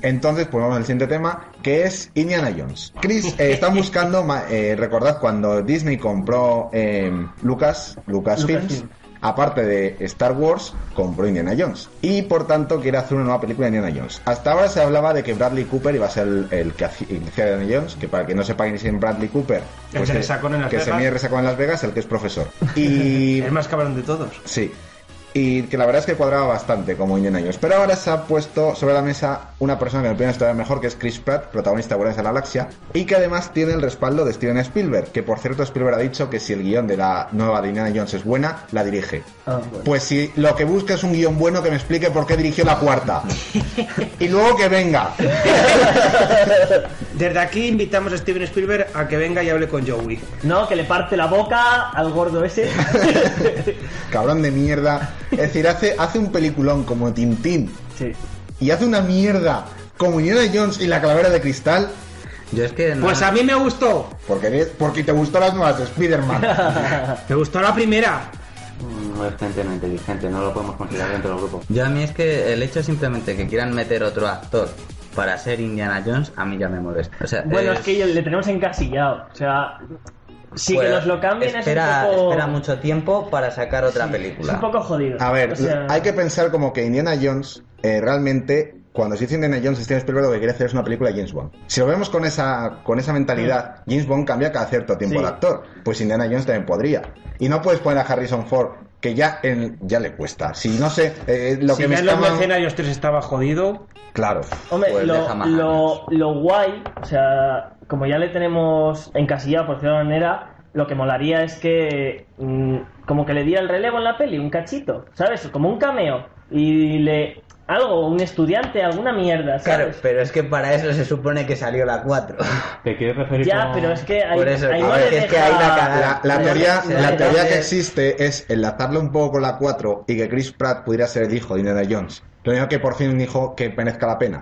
[SPEAKER 1] entonces, pues vamos al siguiente tema, que es Indiana Jones. Chris, eh, están buscando, ma- eh, recordad cuando Disney compró eh, Lucas, Lucas Films,
[SPEAKER 5] Lucasfilm.
[SPEAKER 1] aparte de Star Wars, compró Indiana Jones. Y por tanto quiere hacer una nueva película de Indiana Jones. Hasta ahora se hablaba de que Bradley Cooper iba a ser el, el que hacía el que hacía de Indiana Jones, que para que no sepa quién es Bradley Cooper, pues
[SPEAKER 4] El que
[SPEAKER 1] que,
[SPEAKER 4] le sacó en Las
[SPEAKER 1] que se
[SPEAKER 4] Vegas.
[SPEAKER 1] mide resacó en Las Vegas, el que es profesor. Y
[SPEAKER 4] El más cabrón de todos.
[SPEAKER 1] Sí. Y que la verdad es que cuadraba bastante como Indiana Jones. Pero ahora se ha puesto sobre la mesa una persona que me opinión es todavía mejor, que es Chris Pratt, protagonista de Guardianes de la Galaxia, y que además tiene el respaldo de Steven Spielberg, que por cierto Spielberg ha dicho que si el guión de la nueva de Indiana Jones es buena, la dirige.
[SPEAKER 5] Ah, bueno.
[SPEAKER 1] Pues si lo que busca es un guión bueno, que me explique por qué dirigió la cuarta. y luego que venga.
[SPEAKER 4] Desde aquí invitamos a Steven Spielberg a que venga y hable con Joey.
[SPEAKER 5] No, que le parte la boca al gordo ese.
[SPEAKER 1] Cabrón de mierda. Es decir, hace, hace un peliculón como Tintín
[SPEAKER 5] sí.
[SPEAKER 1] y hace una mierda como Indiana Jones y la calavera de cristal.
[SPEAKER 3] Yo es que. no-
[SPEAKER 4] Pues a mí me gustó,
[SPEAKER 1] Porque, eres- porque te gustó las nuevas de Spider-Man.
[SPEAKER 4] me gustó la primera.
[SPEAKER 7] Mm, es gente no inteligente, no lo podemos considerar dentro del grupo.
[SPEAKER 3] Yo a mí es que el hecho simplemente que quieran meter otro actor para ser Indiana Jones, a mí ya me molesta. O sea,
[SPEAKER 5] Bueno, es que le tenemos encasillado. O sea, sí
[SPEAKER 3] pues,
[SPEAKER 5] que nos lo cambien
[SPEAKER 3] espera,
[SPEAKER 5] es un poco...
[SPEAKER 3] espera mucho tiempo para sacar otra película.
[SPEAKER 5] Es un poco jodido.
[SPEAKER 1] A ver,
[SPEAKER 5] O sea,
[SPEAKER 1] hay que pensar como que Indiana Jones eh, realmente, cuando se dice Indiana Jones, Steven Spielberg lo que quiere hacer es una película de James Bond. Si lo vemos con esa, con esa mentalidad, James Bond cambia cada cierto tiempo
[SPEAKER 5] Sí.
[SPEAKER 1] de actor. Pues Indiana Jones también podría. Y no puedes poner a Harrison Ford, que ya, en- ya le cuesta. Si no sé, eh, lo
[SPEAKER 4] si
[SPEAKER 1] que me
[SPEAKER 4] ya en los
[SPEAKER 1] estaban-
[SPEAKER 4] mercenarios 3 estaba jodido,
[SPEAKER 1] Claro.
[SPEAKER 5] Hombre,
[SPEAKER 3] Pues
[SPEAKER 5] lo,
[SPEAKER 3] deja más
[SPEAKER 5] lo, lo guay, o sea, como ya le tenemos encasillado por cierta manera, lo que molaría es que mm, como que le diera el relevo en la peli, un cachito, ¿sabes? Como un cameo. Y le... Algo, un estudiante, alguna mierda,
[SPEAKER 3] Claro,
[SPEAKER 5] ¿sabes?
[SPEAKER 3] pero es que para eso se supone que salió la 4.
[SPEAKER 7] ¿Te quieres referir
[SPEAKER 5] ya,
[SPEAKER 7] como-
[SPEAKER 5] pero es que ahí,
[SPEAKER 3] Por eso,
[SPEAKER 5] ahí
[SPEAKER 3] a
[SPEAKER 5] no
[SPEAKER 3] ver,
[SPEAKER 5] le
[SPEAKER 3] es que
[SPEAKER 5] deja-
[SPEAKER 3] ahí la cagada.
[SPEAKER 5] Ah,
[SPEAKER 1] La, la
[SPEAKER 3] No,
[SPEAKER 1] teoría,
[SPEAKER 3] no, no,
[SPEAKER 1] la
[SPEAKER 3] no,
[SPEAKER 1] teoría
[SPEAKER 3] no,
[SPEAKER 1] que
[SPEAKER 3] no.
[SPEAKER 1] existe es enlazarlo un poco con la 4 y que Chris Pratt pudiera ser el hijo de Indiana Jones. Lo único que por fin un hijo que merezca la pena.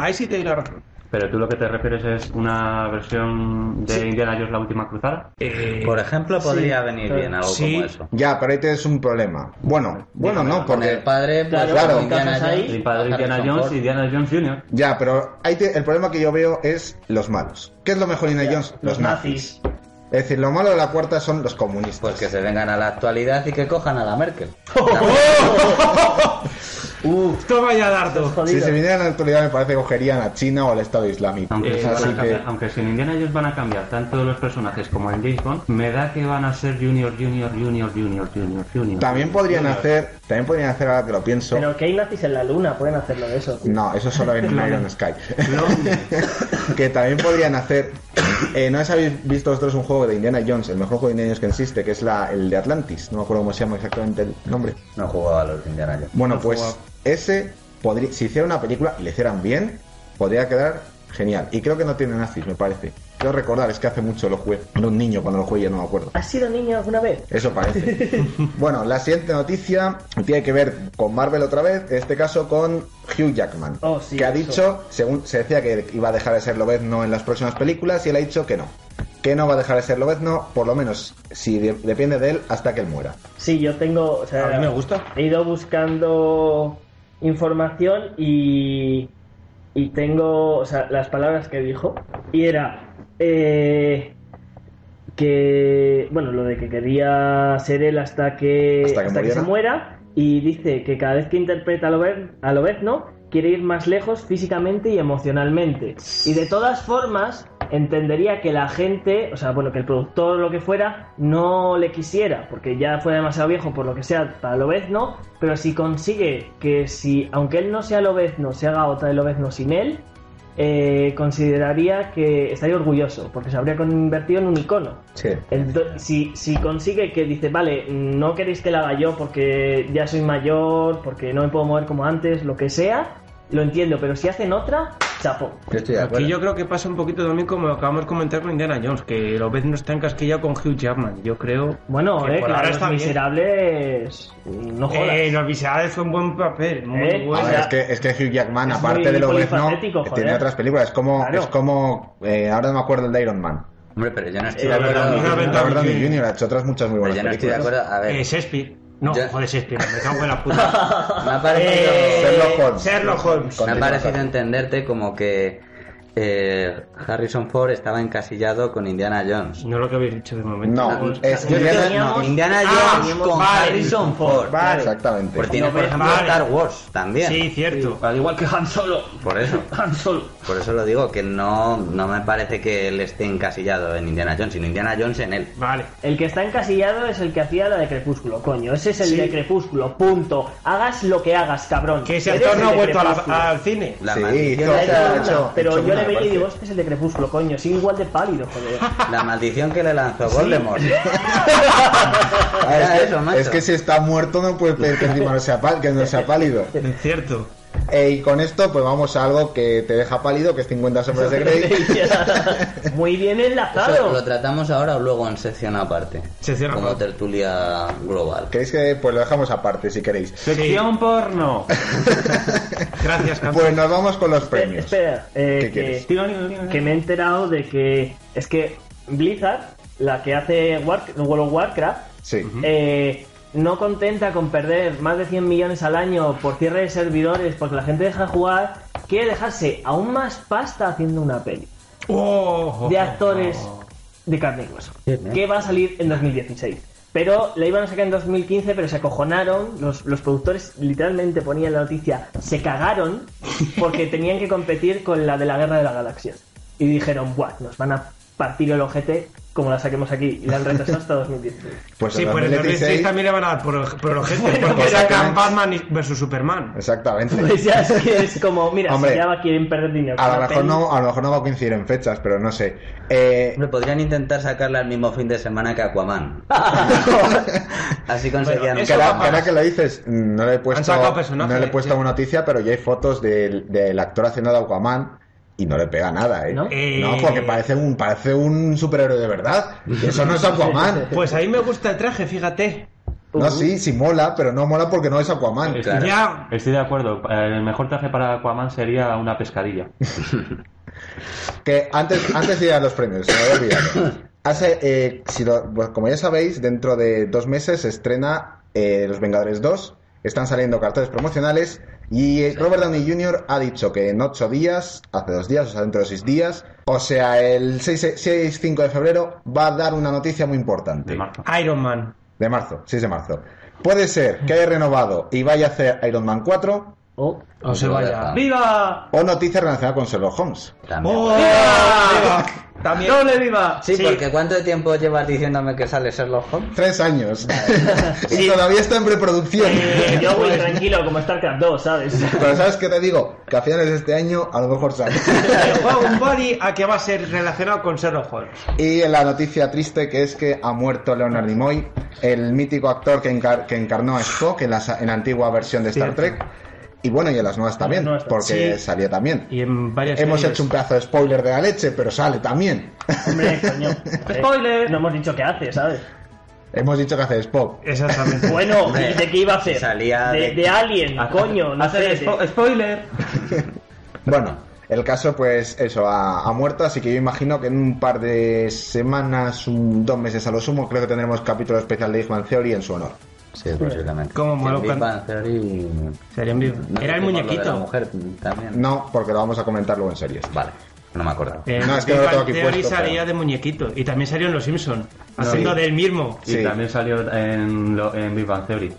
[SPEAKER 4] ahí sí te doy la razón.
[SPEAKER 7] Pero tú lo que te refieres es una versión de Indiana Jones la última cruzada.
[SPEAKER 5] Eh,
[SPEAKER 3] Por ejemplo, podría venir
[SPEAKER 5] claro.
[SPEAKER 3] bien algo
[SPEAKER 4] Sí.
[SPEAKER 3] como eso.
[SPEAKER 1] Ya, pero ahí tienes un problema. Bueno, bueno, no,
[SPEAKER 3] Con
[SPEAKER 1] porque.
[SPEAKER 3] el padre, pues,
[SPEAKER 5] Claro,
[SPEAKER 1] claro.
[SPEAKER 3] Indiana
[SPEAKER 5] encajas ahí.
[SPEAKER 3] Jones.
[SPEAKER 7] Mi padre Indiana
[SPEAKER 3] Harrison
[SPEAKER 7] Jones
[SPEAKER 3] Ford.
[SPEAKER 7] y Indiana Jones Jr.
[SPEAKER 1] Ya, pero ahí te- el problema que yo veo es los malos. ¿Qué es lo mejor de Indiana Jones?
[SPEAKER 5] Los nazis.
[SPEAKER 1] Es decir, lo malo de la cuarta son los comunistas.
[SPEAKER 3] Pues que se vengan a la actualidad y que cojan a la Merkel.
[SPEAKER 4] Toma ya dardo.
[SPEAKER 1] si
[SPEAKER 5] Pues Jodido.
[SPEAKER 1] se viniera en la actualidad, me parece que cogerían a China o al Estado Islámico.
[SPEAKER 7] Aunque,
[SPEAKER 1] Es
[SPEAKER 7] Eh, van a
[SPEAKER 1] así
[SPEAKER 7] cambiar-
[SPEAKER 1] que-
[SPEAKER 7] aunque si en Indiana Jones van a cambiar tanto los personajes como en James Bond, me da que van a ser Junior, Junior, Junior, Junior, Junior, Junior.
[SPEAKER 1] También podrían hacer, también podrían hacer ahora que lo pienso.
[SPEAKER 5] Pero que hay nazis en la luna, pueden hacerlo de eso. tío.
[SPEAKER 1] No, eso solo en Iron Sky. que también podrían hacer. eh, ¿No os habéis visto vosotros un juego de Indiana Jones? El mejor juego de Indiana Jones que existe, que es la, el de Atlantis. No me acuerdo cómo se llama exactamente el nombre.
[SPEAKER 3] No jugaba a los Indiana Jones.
[SPEAKER 1] Bueno,
[SPEAKER 4] No he
[SPEAKER 1] pues
[SPEAKER 4] jugado.
[SPEAKER 1] ese, podría, si hiciera una película y le hicieran bien, podría quedar genial. Y creo que no tiene nazis, me parece. Quiero recordar, es que hace mucho lo jugué. Era un niño cuando lo jugué, ya no me acuerdo.
[SPEAKER 5] ¿Has sido niño alguna vez?
[SPEAKER 1] Eso parece. bueno, la siguiente noticia tiene que ver con Marvel otra vez, en este caso con Hugh Jackman,
[SPEAKER 5] Oh, sí,
[SPEAKER 1] que ha
[SPEAKER 5] eso.
[SPEAKER 1] dicho, según se decía que iba a dejar de ser Lobezno en las próximas películas y él ha dicho que no, que no va a dejar de ser Lobezno, por lo menos si de- depende de él hasta que él muera.
[SPEAKER 5] Sí, yo tengo... O sea,
[SPEAKER 4] A mí me gusta.
[SPEAKER 5] he ido buscando información y, y tengo o sea, las palabras que dijo. Y era, eh, que, bueno, lo de que quería ser él hasta que,
[SPEAKER 1] Hasta que muriera.
[SPEAKER 5] se muera y dice que cada vez que interpreta a Lober- a Lobezno quiere ir más lejos físicamente y emocionalmente. Y de todas formas, entendería que la gente, o sea, bueno, que el productor lo que fuera, no le quisiera, porque ya fue demasiado viejo por lo que sea para Lobezno, pero si consigue que si, aunque él no sea Lobezno, se haga otra de Lobezno sin él, eh, consideraría que estaría orgulloso, porque se habría convertido en un icono.
[SPEAKER 1] Sí.
[SPEAKER 5] Ento- si, si consigue que dice, vale, no queréis que la haga yo porque ya soy mayor, porque no me puedo mover como antes, lo que sea, lo entiendo, pero si hacen otra, chapo.
[SPEAKER 1] Yo estoy de
[SPEAKER 4] Aquí
[SPEAKER 1] acuerdo.
[SPEAKER 4] yo creo que pasa un poquito también como lo acabamos de comentar con Indiana Jones, que Lobez no está encasquillado con Hugh Jackman. Yo creo.
[SPEAKER 5] Bueno,
[SPEAKER 4] Que
[SPEAKER 5] eh,
[SPEAKER 4] por
[SPEAKER 5] que
[SPEAKER 4] ahora
[SPEAKER 5] los
[SPEAKER 4] está bien.
[SPEAKER 5] miserables. No jodas.
[SPEAKER 4] Eh, Los Miserables fue un buen papel, muy
[SPEAKER 5] Eh,
[SPEAKER 4] bueno.
[SPEAKER 1] A ver,
[SPEAKER 5] o sea,
[SPEAKER 1] es, que, es que Hugh Jackman,
[SPEAKER 5] es
[SPEAKER 1] aparte
[SPEAKER 5] muy
[SPEAKER 1] de Lobezno,
[SPEAKER 5] polifacético, joder.
[SPEAKER 1] tiene otras películas. Es como,
[SPEAKER 5] Claro.
[SPEAKER 1] es como eh, ahora no me acuerdo el de Iron Man.
[SPEAKER 3] Hombre, pero yo no estoy
[SPEAKER 4] Eh,
[SPEAKER 3] de
[SPEAKER 4] la verdad,
[SPEAKER 3] acuerdo.
[SPEAKER 4] una
[SPEAKER 3] Yo
[SPEAKER 4] venta-
[SPEAKER 1] Robert
[SPEAKER 4] Downey
[SPEAKER 1] Downey
[SPEAKER 4] Jr.
[SPEAKER 1] Jr. ha hecho otras muchas muy buenas
[SPEAKER 3] no estoy de
[SPEAKER 1] películas.
[SPEAKER 3] acuerdo. A ver,
[SPEAKER 4] Eh, Shakespeare. No,
[SPEAKER 3] Ya.
[SPEAKER 4] joder, Shakespeare, me cago en la puta.
[SPEAKER 3] me ha parecido.
[SPEAKER 5] Eh.
[SPEAKER 1] Sherlock Holmes.
[SPEAKER 4] Sherlock Holmes.
[SPEAKER 3] Me ha
[SPEAKER 1] Continúa,
[SPEAKER 3] parecido
[SPEAKER 1] Carlos.
[SPEAKER 3] entenderte como que eh, Harrison Ford estaba encasillado con Indiana Jones.
[SPEAKER 4] No lo que habéis dicho de momento.
[SPEAKER 1] No, es
[SPEAKER 5] Yo
[SPEAKER 1] Indiana-
[SPEAKER 5] tenía-
[SPEAKER 3] No,
[SPEAKER 5] teníamos-
[SPEAKER 3] Indiana
[SPEAKER 4] Ah,
[SPEAKER 3] Jones con
[SPEAKER 4] vale.
[SPEAKER 3] Harrison Ford.
[SPEAKER 1] Vale, exactamente.
[SPEAKER 3] Porque tiene, por
[SPEAKER 4] Vale.
[SPEAKER 3] ejemplo, Star Wars también.
[SPEAKER 4] Sí, cierto.
[SPEAKER 8] Al igual que Han Solo.
[SPEAKER 3] Por eso.
[SPEAKER 8] Han Solo.
[SPEAKER 3] Por eso lo digo, que no, no me parece que él esté encasillado en Indiana Jones, sino Indiana Jones en él.
[SPEAKER 4] Vale.
[SPEAKER 5] El que está encasillado es el que hacía la de Crepúsculo, coño. Ese es el de Crepúsculo, punto. Hagas lo que hagas, cabrón.
[SPEAKER 4] Que ese
[SPEAKER 5] Eres
[SPEAKER 4] actor
[SPEAKER 5] el
[SPEAKER 4] no ha
[SPEAKER 5] de
[SPEAKER 4] vuelto a la-
[SPEAKER 5] Crepúsculo.
[SPEAKER 4] al cine.
[SPEAKER 3] La
[SPEAKER 1] Sí,
[SPEAKER 3] maldición,
[SPEAKER 1] hizo-
[SPEAKER 5] Ya
[SPEAKER 1] sea,
[SPEAKER 5] está,
[SPEAKER 1] ha hecho-
[SPEAKER 5] pero
[SPEAKER 1] ha hecho
[SPEAKER 5] yo
[SPEAKER 1] una
[SPEAKER 5] le veía y
[SPEAKER 1] parte.
[SPEAKER 5] digo, este es el de Crepúsculo, coño. Sigue igual de pálido, joder.
[SPEAKER 3] la maldición que le lanzó Voldemort. Era eso, macho.
[SPEAKER 1] Es que si está muerto no puede pedir que encima no sea, pál- que no sea pálido.
[SPEAKER 4] Es cierto.
[SPEAKER 1] Eh, y con esto pues vamos a algo que te deja pálido, que es 50 sombras de Grey.
[SPEAKER 5] Muy bien
[SPEAKER 3] Eso lo
[SPEAKER 5] enlazado.
[SPEAKER 3] tratamos ahora o luego en sección aparte.
[SPEAKER 4] Sección
[SPEAKER 3] Como
[SPEAKER 4] aparte.
[SPEAKER 3] tertulia global.
[SPEAKER 1] ¿Queréis que pues lo dejamos aparte si queréis?
[SPEAKER 8] Sección porno.
[SPEAKER 4] Gracias, Campos.
[SPEAKER 1] Pues nos vamos con los
[SPEAKER 5] Espera,
[SPEAKER 1] premios.
[SPEAKER 5] espera, eh,
[SPEAKER 1] ¿Qué quieres?
[SPEAKER 5] que, que me he enterado de que es que Blizzard, la que hace War- World of Warcraft,
[SPEAKER 1] Sí.
[SPEAKER 5] eh, no contenta con perder más de 100 millones al año por cierre de servidores porque la gente deja de jugar, quiere dejarse aún más pasta haciendo una peli
[SPEAKER 4] Oh,
[SPEAKER 5] de actores de carne y hueso, que va a salir en 2016. Pero la iban a sacar en 2015, pero se acojonaron. Los, los productores literalmente ponían la noticia, se cagaron porque tenían que competir con la de la Guerra de las Galaxias. Y dijeron, buah, nos van a partir el ojete como la saquemos aquí. Y la han retrasado hasta 2016.
[SPEAKER 1] Pues
[SPEAKER 4] Sí,
[SPEAKER 1] en
[SPEAKER 4] pues en
[SPEAKER 1] 2016
[SPEAKER 4] 2016 también le van a dar por, el- por el ojete, porque
[SPEAKER 1] pues
[SPEAKER 4] sacan
[SPEAKER 1] exactamente.
[SPEAKER 4] Batman y- versus Superman.
[SPEAKER 1] Exactamente.
[SPEAKER 5] Pues ya es que es como, mira,
[SPEAKER 1] Hombre,
[SPEAKER 5] si ya quieren perder dinero.
[SPEAKER 1] A
[SPEAKER 5] con
[SPEAKER 1] lo,
[SPEAKER 5] la
[SPEAKER 1] mejor
[SPEAKER 5] peli,
[SPEAKER 1] no, a lo mejor no va a coincidir en fechas, pero no sé. Eh,
[SPEAKER 3] Hombre, podrían intentar sacarla el mismo fin de semana que Aquaman. Así conseguían
[SPEAKER 4] Bueno,
[SPEAKER 1] que
[SPEAKER 4] eso
[SPEAKER 1] ahora,
[SPEAKER 4] va
[SPEAKER 1] que ahora
[SPEAKER 4] más.
[SPEAKER 1] que lo dices, mm, no le he puesto,
[SPEAKER 4] sacado personaje,
[SPEAKER 1] no le he puesto
[SPEAKER 4] sí.
[SPEAKER 1] una noticia, pero ya hay fotos del, del actor haciendo de Aquaman y no le pega nada, ¿eh?
[SPEAKER 5] ¿No?
[SPEAKER 4] Eh.
[SPEAKER 1] porque parece un, parece un superhéroe de verdad. Y eso no es Aquaman.
[SPEAKER 4] Pues a mí me gusta el traje, fíjate.
[SPEAKER 1] No, sí, sí mola, pero no mola porque no es Aquaman.
[SPEAKER 7] Es-
[SPEAKER 3] Claro.
[SPEAKER 4] Ya.
[SPEAKER 7] Estoy de acuerdo. Eh, El mejor traje para Aquaman sería una pescadilla.
[SPEAKER 1] Que antes, antes de ir a los premios, se me había olvidado. Hace, eh, si lo- pues como ya sabéis, dentro de dos meses se estrena eh, Los Vengadores 2. Están saliendo carteles promocionales. Y eh, Robert Downey Jr. ha dicho que en ocho días, hace dos días, o sea, dentro de seis días, o sea, el 6-5 de febrero, va a dar una noticia muy importante.
[SPEAKER 7] De marzo.
[SPEAKER 4] Iron Man.
[SPEAKER 1] De marzo, 6 de marzo. Puede ser que haya renovado y vaya a hacer Iron Man 4
[SPEAKER 5] oh,
[SPEAKER 4] O se vaya.
[SPEAKER 8] ¡Viva!
[SPEAKER 1] o noticia relacionada con Sherlock Holmes.
[SPEAKER 3] También.
[SPEAKER 4] ¡Oh! También.
[SPEAKER 8] ¡Doble viva!
[SPEAKER 3] Sí,
[SPEAKER 4] Sí.
[SPEAKER 3] porque ¿cuánto tiempo llevas diciéndome que sale Sherlock Holmes?
[SPEAKER 1] Tres años. y todavía está en preproducción.
[SPEAKER 5] eh, yo voy tranquilo como StarCraft 2, ¿sabes?
[SPEAKER 1] Pero ¿sabes qué te digo? Que a finales de este año a lo mejor sale.
[SPEAKER 4] Le juego un body a que va a ser relacionado con Sherlock Holmes.
[SPEAKER 1] Y la noticia triste que es que ha muerto Leonard Nimoy, el mítico actor que, encar- que encarnó a Spock en la, sa- en la antigua versión de Star
[SPEAKER 4] Cierto.
[SPEAKER 1] Trek. Y bueno, y en las nuevas también,
[SPEAKER 5] nuevas también.
[SPEAKER 1] porque
[SPEAKER 4] Sí.
[SPEAKER 1] salía también.
[SPEAKER 4] Y en varias
[SPEAKER 1] Hemos
[SPEAKER 4] series.
[SPEAKER 1] hecho un pedazo de spoiler de la leche, pero sale también.
[SPEAKER 5] Hombre, coño.
[SPEAKER 8] Spoiler.
[SPEAKER 5] No hemos dicho qué hace, ¿sabes?
[SPEAKER 1] Hemos dicho que hace Spock.
[SPEAKER 4] Exactamente.
[SPEAKER 5] Bueno,
[SPEAKER 3] Hombre,
[SPEAKER 5] ¿y de qué iba a hacer?
[SPEAKER 3] salía
[SPEAKER 5] de,
[SPEAKER 3] de-
[SPEAKER 5] de Alien, coño, no sé.
[SPEAKER 8] Hacer
[SPEAKER 7] Oh,
[SPEAKER 5] de-
[SPEAKER 8] spo- spoiler.
[SPEAKER 1] Bueno, el caso, pues eso, ha, ha muerto, así que yo imagino que en un par de semanas, un- dos meses a lo sumo, creo que tendremos capítulo especial de Igman Theory en su honor.
[SPEAKER 3] Sí, posiblemente.
[SPEAKER 4] ¿Cómo
[SPEAKER 3] Sí,
[SPEAKER 4] moló
[SPEAKER 3] Big
[SPEAKER 4] cuando-
[SPEAKER 3] Bang Theory-
[SPEAKER 4] Sería en vivo.
[SPEAKER 3] No,
[SPEAKER 4] Era el
[SPEAKER 3] por lo de la
[SPEAKER 4] muñequito.
[SPEAKER 3] mujer también.
[SPEAKER 1] No, porque lo vamos a comentar luego en series.
[SPEAKER 3] Vale. No me acuerdo.
[SPEAKER 4] Eh,
[SPEAKER 1] No, es que no lo tengo aquí
[SPEAKER 4] Big Bang Theory
[SPEAKER 1] puesto, pero-
[SPEAKER 4] salía de muñequito y también salió en Los Simpsons,
[SPEAKER 1] Ah,
[SPEAKER 4] haciendo
[SPEAKER 1] sí.
[SPEAKER 4] del mismo.
[SPEAKER 7] Y
[SPEAKER 1] Sí.
[SPEAKER 7] también salió en, lo, en Big Bang Theory.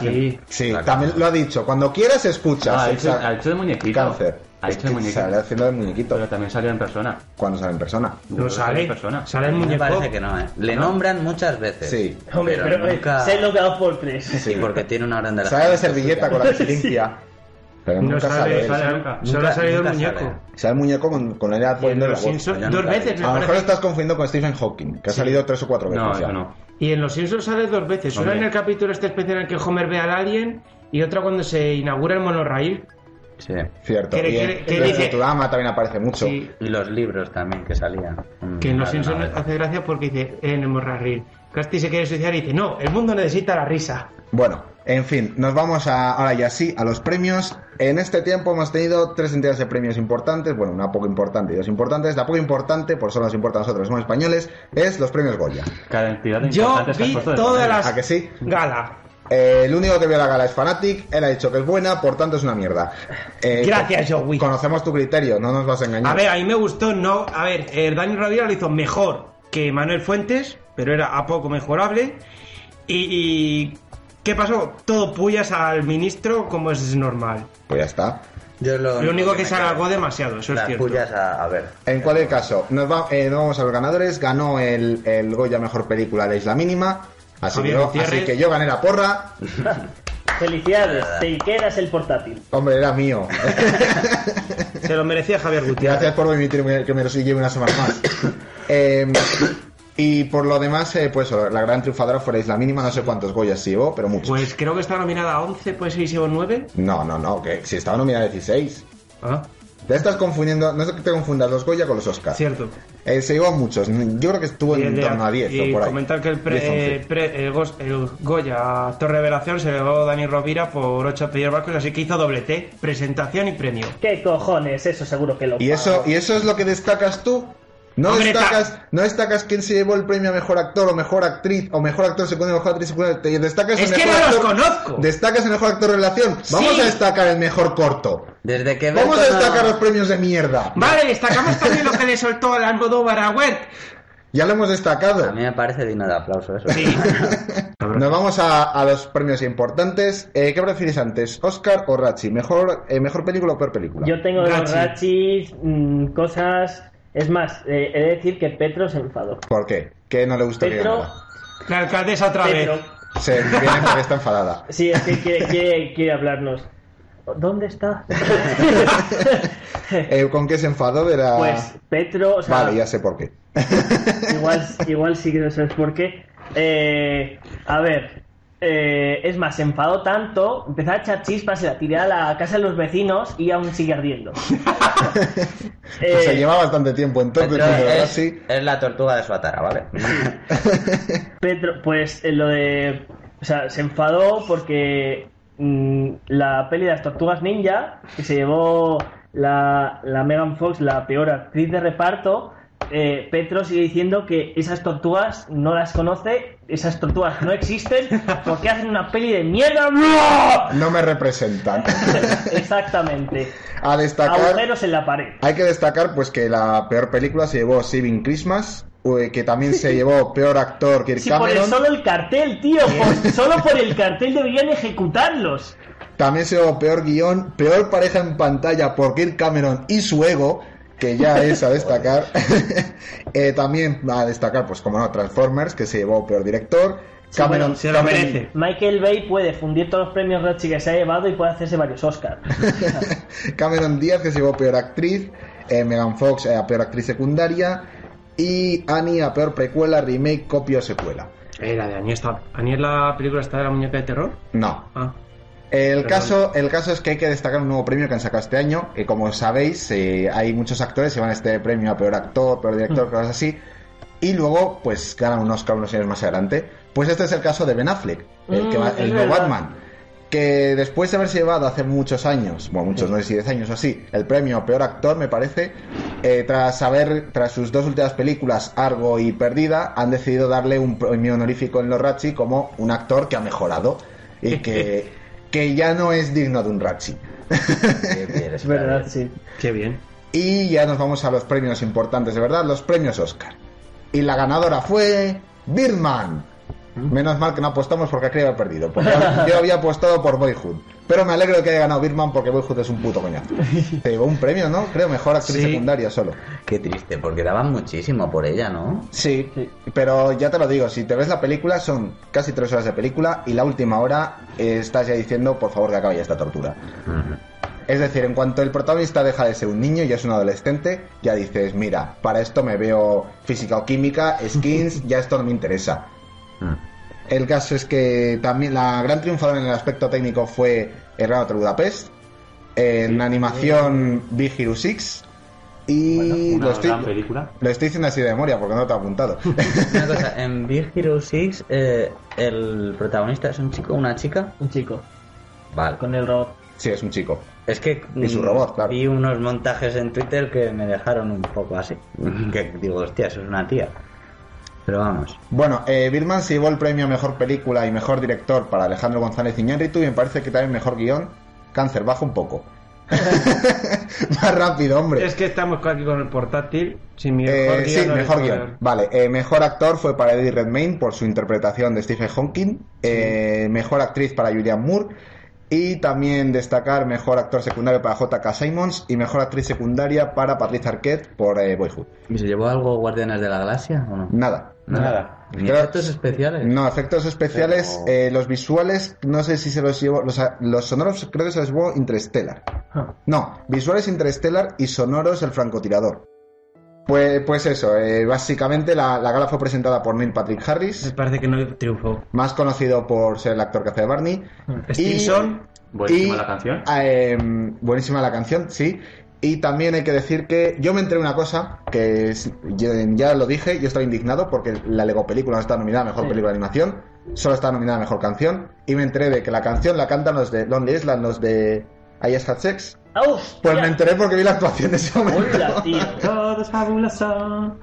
[SPEAKER 4] Sí.
[SPEAKER 1] Sí,
[SPEAKER 3] Claro.
[SPEAKER 1] también lo ha dicho. Cuando quieras, escuchas.
[SPEAKER 7] No, Ah, ha, hecho,
[SPEAKER 1] Exacto.
[SPEAKER 7] ha hecho de muñequito.
[SPEAKER 1] Cáncer.
[SPEAKER 7] Ha
[SPEAKER 1] Es
[SPEAKER 7] hecho de
[SPEAKER 1] que sale
[SPEAKER 7] muñequito.
[SPEAKER 1] haciendo de muñequito
[SPEAKER 7] Pero también salió en persona.
[SPEAKER 1] cuando sale en persona.
[SPEAKER 4] No sale,
[SPEAKER 7] persona.
[SPEAKER 4] sale el
[SPEAKER 3] Me
[SPEAKER 4] muñeco.
[SPEAKER 3] parece que no, ¿eh? Le nombran muchas veces.
[SPEAKER 1] Sí.
[SPEAKER 5] Hombre, pero, eh,
[SPEAKER 3] nunca...
[SPEAKER 5] se lo he dado por tres.
[SPEAKER 3] Sí, porque tiene una orden de la
[SPEAKER 1] Sale de servilleta con la que se limpia. Pero
[SPEAKER 4] No
[SPEAKER 1] nunca sale.
[SPEAKER 4] sale,
[SPEAKER 1] él.
[SPEAKER 4] sale,
[SPEAKER 1] Sale,
[SPEAKER 7] nunca.
[SPEAKER 4] solo
[SPEAKER 3] Nunca-
[SPEAKER 4] ha salido el
[SPEAKER 3] nunca
[SPEAKER 4] muñeco.
[SPEAKER 3] sale.
[SPEAKER 1] el muñeco con, con la edad
[SPEAKER 4] Y en
[SPEAKER 1] poniendo Pues la
[SPEAKER 4] Los
[SPEAKER 1] voz.
[SPEAKER 4] Simpsons
[SPEAKER 3] yo
[SPEAKER 4] dos
[SPEAKER 3] nunca he
[SPEAKER 4] veces, me
[SPEAKER 1] A lo mejor lo
[SPEAKER 4] parece.
[SPEAKER 1] estás confundiendo con Stephen Hawking, que ha salido tres o cuatro veces.
[SPEAKER 7] No,
[SPEAKER 1] ya.
[SPEAKER 7] eso no.
[SPEAKER 4] Y en Los Simpsons sale dos veces. Una
[SPEAKER 7] Hombre.
[SPEAKER 4] en el capítulo este especial en el que Homer ve al alien y otra cuando se inaugura el monorraíl.
[SPEAKER 3] Sí.
[SPEAKER 1] Cierto.
[SPEAKER 4] ¿Qué-
[SPEAKER 1] y
[SPEAKER 4] qué-
[SPEAKER 1] en-
[SPEAKER 4] qué
[SPEAKER 1] en
[SPEAKER 4] dice?
[SPEAKER 1] Futurama también aparece mucho.
[SPEAKER 4] Sí,
[SPEAKER 3] Y los libros también que salían. Mm,
[SPEAKER 4] que en Los
[SPEAKER 3] vale,
[SPEAKER 4] Simpsons
[SPEAKER 3] vale.
[SPEAKER 4] hace gracia porque dice "Eh, en el monorraíl. Casti se quiere suicidar y dice, no, el mundo necesita la risa.
[SPEAKER 1] Bueno, en fin, nos vamos a, ahora ya sí a los premios. En este tiempo hemos tenido tres entidades de premios importantes, bueno, una poco importante y dos importantes. La poco importante, por solo nos importa a nosotros, somos españoles, es los premios Goya.
[SPEAKER 7] Cada entidad
[SPEAKER 4] Yo
[SPEAKER 7] importante se ha
[SPEAKER 4] vi
[SPEAKER 7] puesto de
[SPEAKER 4] todas
[SPEAKER 7] poner.
[SPEAKER 4] las
[SPEAKER 1] ¿A que sí?
[SPEAKER 4] gala.
[SPEAKER 1] Eh, el único que vio la gala es Fanatic, él ha dicho que es buena, por tanto es una mierda. Eh,
[SPEAKER 4] Gracias,
[SPEAKER 1] con-
[SPEAKER 4] Joey.
[SPEAKER 1] Conocemos tu criterio, no nos vas a engañar.
[SPEAKER 4] A ver, a mí me gustó, no. A ver, eh, Dani Rovira lo hizo mejor que Manuel Fuentes, pero era a poco mejorable. Y. y ¿Qué pasó? Todo pullas al ministro, como es normal.
[SPEAKER 1] Pues ya está.
[SPEAKER 3] Yo es
[SPEAKER 4] Lo único que
[SPEAKER 3] me
[SPEAKER 4] se
[SPEAKER 3] queda.
[SPEAKER 4] alargó demasiado, eso es
[SPEAKER 3] Las
[SPEAKER 4] cierto.
[SPEAKER 3] pullas a, a ver.
[SPEAKER 1] En cualquier caso, nos, va- eh, nos vamos a los ganadores. Ganó el, el Goya Mejor Película de Isla Mínima. Así que,
[SPEAKER 4] Javier
[SPEAKER 1] yo,
[SPEAKER 4] Gutiérrez.
[SPEAKER 1] así que yo gané la porra.
[SPEAKER 5] Felicidades, te quedas el portátil.
[SPEAKER 1] Hombre, era mío.
[SPEAKER 4] Se lo merecía Javier Gutiérrez.
[SPEAKER 1] Gracias por permitirme que me lo lleve una semana más. Eh, y por lo demás, eh, pues la gran triunfadora fue la Isla Mínima. No sé cuántos Goyas se llevó, pero muchos.
[SPEAKER 4] Pues creo que está nominada a 11, puede ser o 9.
[SPEAKER 1] No, no, no, que si estaba nominada 16.
[SPEAKER 4] Ah,
[SPEAKER 1] Te estás confundiendo, no sé que te confundas los Goya con los Oscars.
[SPEAKER 4] cierto.
[SPEAKER 1] se llevó a muchos, yo creo que estuvo
[SPEAKER 4] Y
[SPEAKER 1] Ah, pues en
[SPEAKER 4] el de-
[SPEAKER 1] torno a 10
[SPEAKER 4] y
[SPEAKER 1] o por ahí.
[SPEAKER 4] comentar que
[SPEAKER 1] 10,
[SPEAKER 4] el, pre,
[SPEAKER 1] 11.
[SPEAKER 4] eh, pre- el, gos- el Goya a Torre Revelación se le dio a Dani Rovira por 8 apellidos vascos, así que hizo doblete, presentación y premio.
[SPEAKER 5] ¿Qué cojones? Eso seguro que lo
[SPEAKER 1] ¿Y eso, ¿Y eso es lo que destacas tú? ¿No,
[SPEAKER 4] Hombre,
[SPEAKER 1] destacas, ¿No destacas quién se llevó el premio a mejor actor o mejor actriz o mejor actor secundario o mejor actriz secundaria? Te destacas
[SPEAKER 4] Es
[SPEAKER 1] el
[SPEAKER 4] que
[SPEAKER 1] mejor
[SPEAKER 4] no los
[SPEAKER 1] actor-
[SPEAKER 4] conozco.
[SPEAKER 1] Destacas el mejor actor relación. Vamos a destacar el mejor corto.
[SPEAKER 3] Desde que
[SPEAKER 1] Vamos a
[SPEAKER 3] Berto no-
[SPEAKER 1] destacar los premios de mierda.
[SPEAKER 4] Vale, destacamos también lo que le soltó al Almodóvar a Wert.
[SPEAKER 1] Ya lo hemos destacado.
[SPEAKER 3] A mí me parece digno de aplauso eso.
[SPEAKER 4] Sí.
[SPEAKER 1] Nos vamos a, a los premios importantes. Eh, ¿Qué prefieres antes, Oscar o Rachi? ¿Mejor, eh, mejor película o peor película?
[SPEAKER 5] Yo tengo de los
[SPEAKER 4] Gachi.
[SPEAKER 5] rachis, mm, cosas. Es más, eh, he de decir que Petro se enfadó.
[SPEAKER 1] ¿Por qué? ¿Qué no le gusta que
[SPEAKER 5] Petro,
[SPEAKER 1] ganara?
[SPEAKER 4] La alcaldesa otra
[SPEAKER 5] Petro,
[SPEAKER 4] vez.
[SPEAKER 1] Se viene porque está enfadada.
[SPEAKER 5] sí, es que quiere, quiere, quiere hablarnos. ¿Dónde está?
[SPEAKER 1] Eh, ¿Con qué se enfadó? De la...
[SPEAKER 5] pues Petro, o sea,
[SPEAKER 1] Vale, ya sé por qué.
[SPEAKER 5] igual, igual sí que no sabes por qué. Eh, a ver, eh, es más, se enfadó tanto, empezó a echar chispas, se la tiré a la casa de los vecinos y aún sigue ardiendo. Eh,
[SPEAKER 1] Pues se lleva bastante tiempo entonces,
[SPEAKER 3] Pero
[SPEAKER 1] pero ahora
[SPEAKER 3] es,
[SPEAKER 1] sí.
[SPEAKER 3] es la tortuga de su atara, ¿vale?
[SPEAKER 5] Petro, pues eh, lo de. O sea, se enfadó porque mm, la peli de las tortugas ninja, que se llevó la, la Megan Fox, la peor actriz de reparto, eh, Petro sigue diciendo que esas tortugas no las conoce, esas tortugas no existen, porque hacen una peli de mierda.
[SPEAKER 1] No me representan.
[SPEAKER 5] Exactamente.
[SPEAKER 1] A destacar.
[SPEAKER 5] Agujeros en la pared.
[SPEAKER 1] Hay que destacar pues que la peor película se llevó Saving Christmas, eh, que también se llevó peor actor Kirk
[SPEAKER 5] Sí, por el,
[SPEAKER 1] Cameron.
[SPEAKER 5] solo el cartel, tío. por- solo por el cartel deberían ejecutarlos.
[SPEAKER 1] También se llevó peor guión, peor pareja en pantalla por Kirk Cameron y su ego, que ya es a destacar. Eh, también a destacar, pues como no, Transformers, que se llevó peor director.
[SPEAKER 5] Sí,
[SPEAKER 1] Cameron,
[SPEAKER 5] bueno,
[SPEAKER 4] Se lo
[SPEAKER 1] Cameron-
[SPEAKER 4] merece.
[SPEAKER 5] Michael Bay puede fundir todos los premios Rochi que se ha llevado y puede hacerse varios Oscars.
[SPEAKER 1] Cameron Díaz, que se llevó peor actriz. eh, Megan Fox eh, a peor actriz secundaria. Y Annie a peor precuela, remake, copia o secuela.
[SPEAKER 4] Eh, la de Aniel está. Aniel la película está de la muñeca de terror.
[SPEAKER 1] No,
[SPEAKER 4] Ah.
[SPEAKER 1] El
[SPEAKER 4] Perdón.
[SPEAKER 1] caso, el caso es que hay que destacar un nuevo premio que han sacado este año. Que como sabéis, eh, hay muchos actores que van a este premio a peor actor, peor
[SPEAKER 5] Mm.
[SPEAKER 1] director, cosas así. Y luego, pues ganan un Oscar unos años más adelante. Pues este es el caso de Ben Affleck, el, que va-
[SPEAKER 5] Mm, es
[SPEAKER 1] el nuevo
[SPEAKER 5] verdad.
[SPEAKER 1] Batman. Que después de haberse llevado hace muchos años, bueno, muchos, no sé si 10 años o así, el premio a peor actor, me parece, eh, tras haber, tras sus dos últimas películas, Argo y Perdida, han decidido darle un premio honorífico en los Ratchi como un actor que ha mejorado y que, que ya no es digno de un Ratchi.
[SPEAKER 3] ¿Qué quieres?
[SPEAKER 5] Es verdad, sí.
[SPEAKER 4] Qué bien.
[SPEAKER 1] Y ya nos vamos a los premios importantes, de verdad, los premios Oscar. Y la ganadora fue Birdman. Menos mal que no apostamos porque aquí había perdido. Porque yo había apostado por Boyhood. Pero me alegro de que haya ganado Birdman porque Boyhood es un puto coñazo. Se llevó un premio, ¿no? Creo, mejor actriz
[SPEAKER 4] Sí.
[SPEAKER 1] secundaria solo.
[SPEAKER 3] Qué triste, porque daban muchísimo por ella, ¿no?
[SPEAKER 1] Sí, pero ya te lo digo, si te ves la película, son casi tres horas de película y la última hora eh, estás ya diciendo, por favor, que acabe ya esta tortura. Es decir, en cuanto el protagonista deja de ser un niño y ya es un adolescente, ya dices, mira, para esto me veo física o química, skins, ya esto no me interesa. Mm. El caso es que también la gran triunfadora en el aspecto técnico fue El Gran Hotel Budapest, en animación Big Hero 6 y
[SPEAKER 7] Bueno,
[SPEAKER 1] lo
[SPEAKER 7] una
[SPEAKER 1] estoy-
[SPEAKER 7] gran película.
[SPEAKER 1] lo estoy diciendo así de memoria porque no te he apuntado.
[SPEAKER 3] Una cosa, en Big Hero 6 eh, el protagonista es un chico o una chica.
[SPEAKER 2] Un chico,
[SPEAKER 3] Vale.
[SPEAKER 2] con el robot.
[SPEAKER 1] sí, es un chico.
[SPEAKER 3] Es que
[SPEAKER 1] Y su
[SPEAKER 3] mm,
[SPEAKER 1] robot, claro.
[SPEAKER 3] vi unos montajes en Twitter que me dejaron un poco así.
[SPEAKER 1] Mm.
[SPEAKER 3] Que digo, hostia, eso es una tía. Pero vamos.
[SPEAKER 1] Bueno, eh, Birdman se llevó el premio a Mejor Película y Mejor Director para Alejandro González Iñárritu y me parece que también Mejor Guión. Cáncer, baja un poco. Más rápido, hombre.
[SPEAKER 4] Es que estamos aquí con el portátil. Sin mi
[SPEAKER 1] Eh,
[SPEAKER 4] mejor guión,
[SPEAKER 1] sí,
[SPEAKER 4] no
[SPEAKER 1] mejor
[SPEAKER 4] les puedo
[SPEAKER 1] guión. Vale, eh, mejor actor fue para Eddie Redmayne por su interpretación de Stephen Hawking. Eh, Mejor actriz para Julianne Moore. Y también destacar mejor actor secundario para J.K. Simons y mejor actriz secundaria para Patricia Arquette por eh, Boyhood.
[SPEAKER 3] ¿Y se llevó algo Guardianes de la Galaxia o no?
[SPEAKER 1] Nada.
[SPEAKER 3] Nada. Ni
[SPEAKER 1] Creo-
[SPEAKER 3] efectos especiales.
[SPEAKER 1] No, efectos especiales,
[SPEAKER 3] Pero-
[SPEAKER 1] eh, los visuales, no sé si se los llevó, los, los sonoros creo que se los llevó Interstellar.
[SPEAKER 3] Ah.
[SPEAKER 1] No, visuales Interstellar y sonoros el francotirador. Pues, pues eso, eh, básicamente la, la gala fue presentada por Neil Patrick
[SPEAKER 4] Me
[SPEAKER 1] Harris,
[SPEAKER 4] parece que no triunfó.
[SPEAKER 1] más conocido por ser el actor que hace de Barney.
[SPEAKER 4] Stinson.
[SPEAKER 7] Buenísima
[SPEAKER 1] Y-
[SPEAKER 7] la canción.
[SPEAKER 1] Ah, eh, buenísima la canción, sí. Y también hay que decir que yo me entré en una cosa, que es- yo- ya lo dije, yo estaba indignado porque la Lego Película no está nominada a Mejor
[SPEAKER 2] Sí.
[SPEAKER 1] Película de Animación, solo está nominada a Mejor Canción, y me enteré de que la canción la cantan los de Lonely Island, los de I Just Had Sex.
[SPEAKER 2] ¡Ah, hostia!
[SPEAKER 1] Pues me enteré porque vi la actuación de ese momento.
[SPEAKER 2] Hola, tío.
[SPEAKER 9] Todo es fabuloso.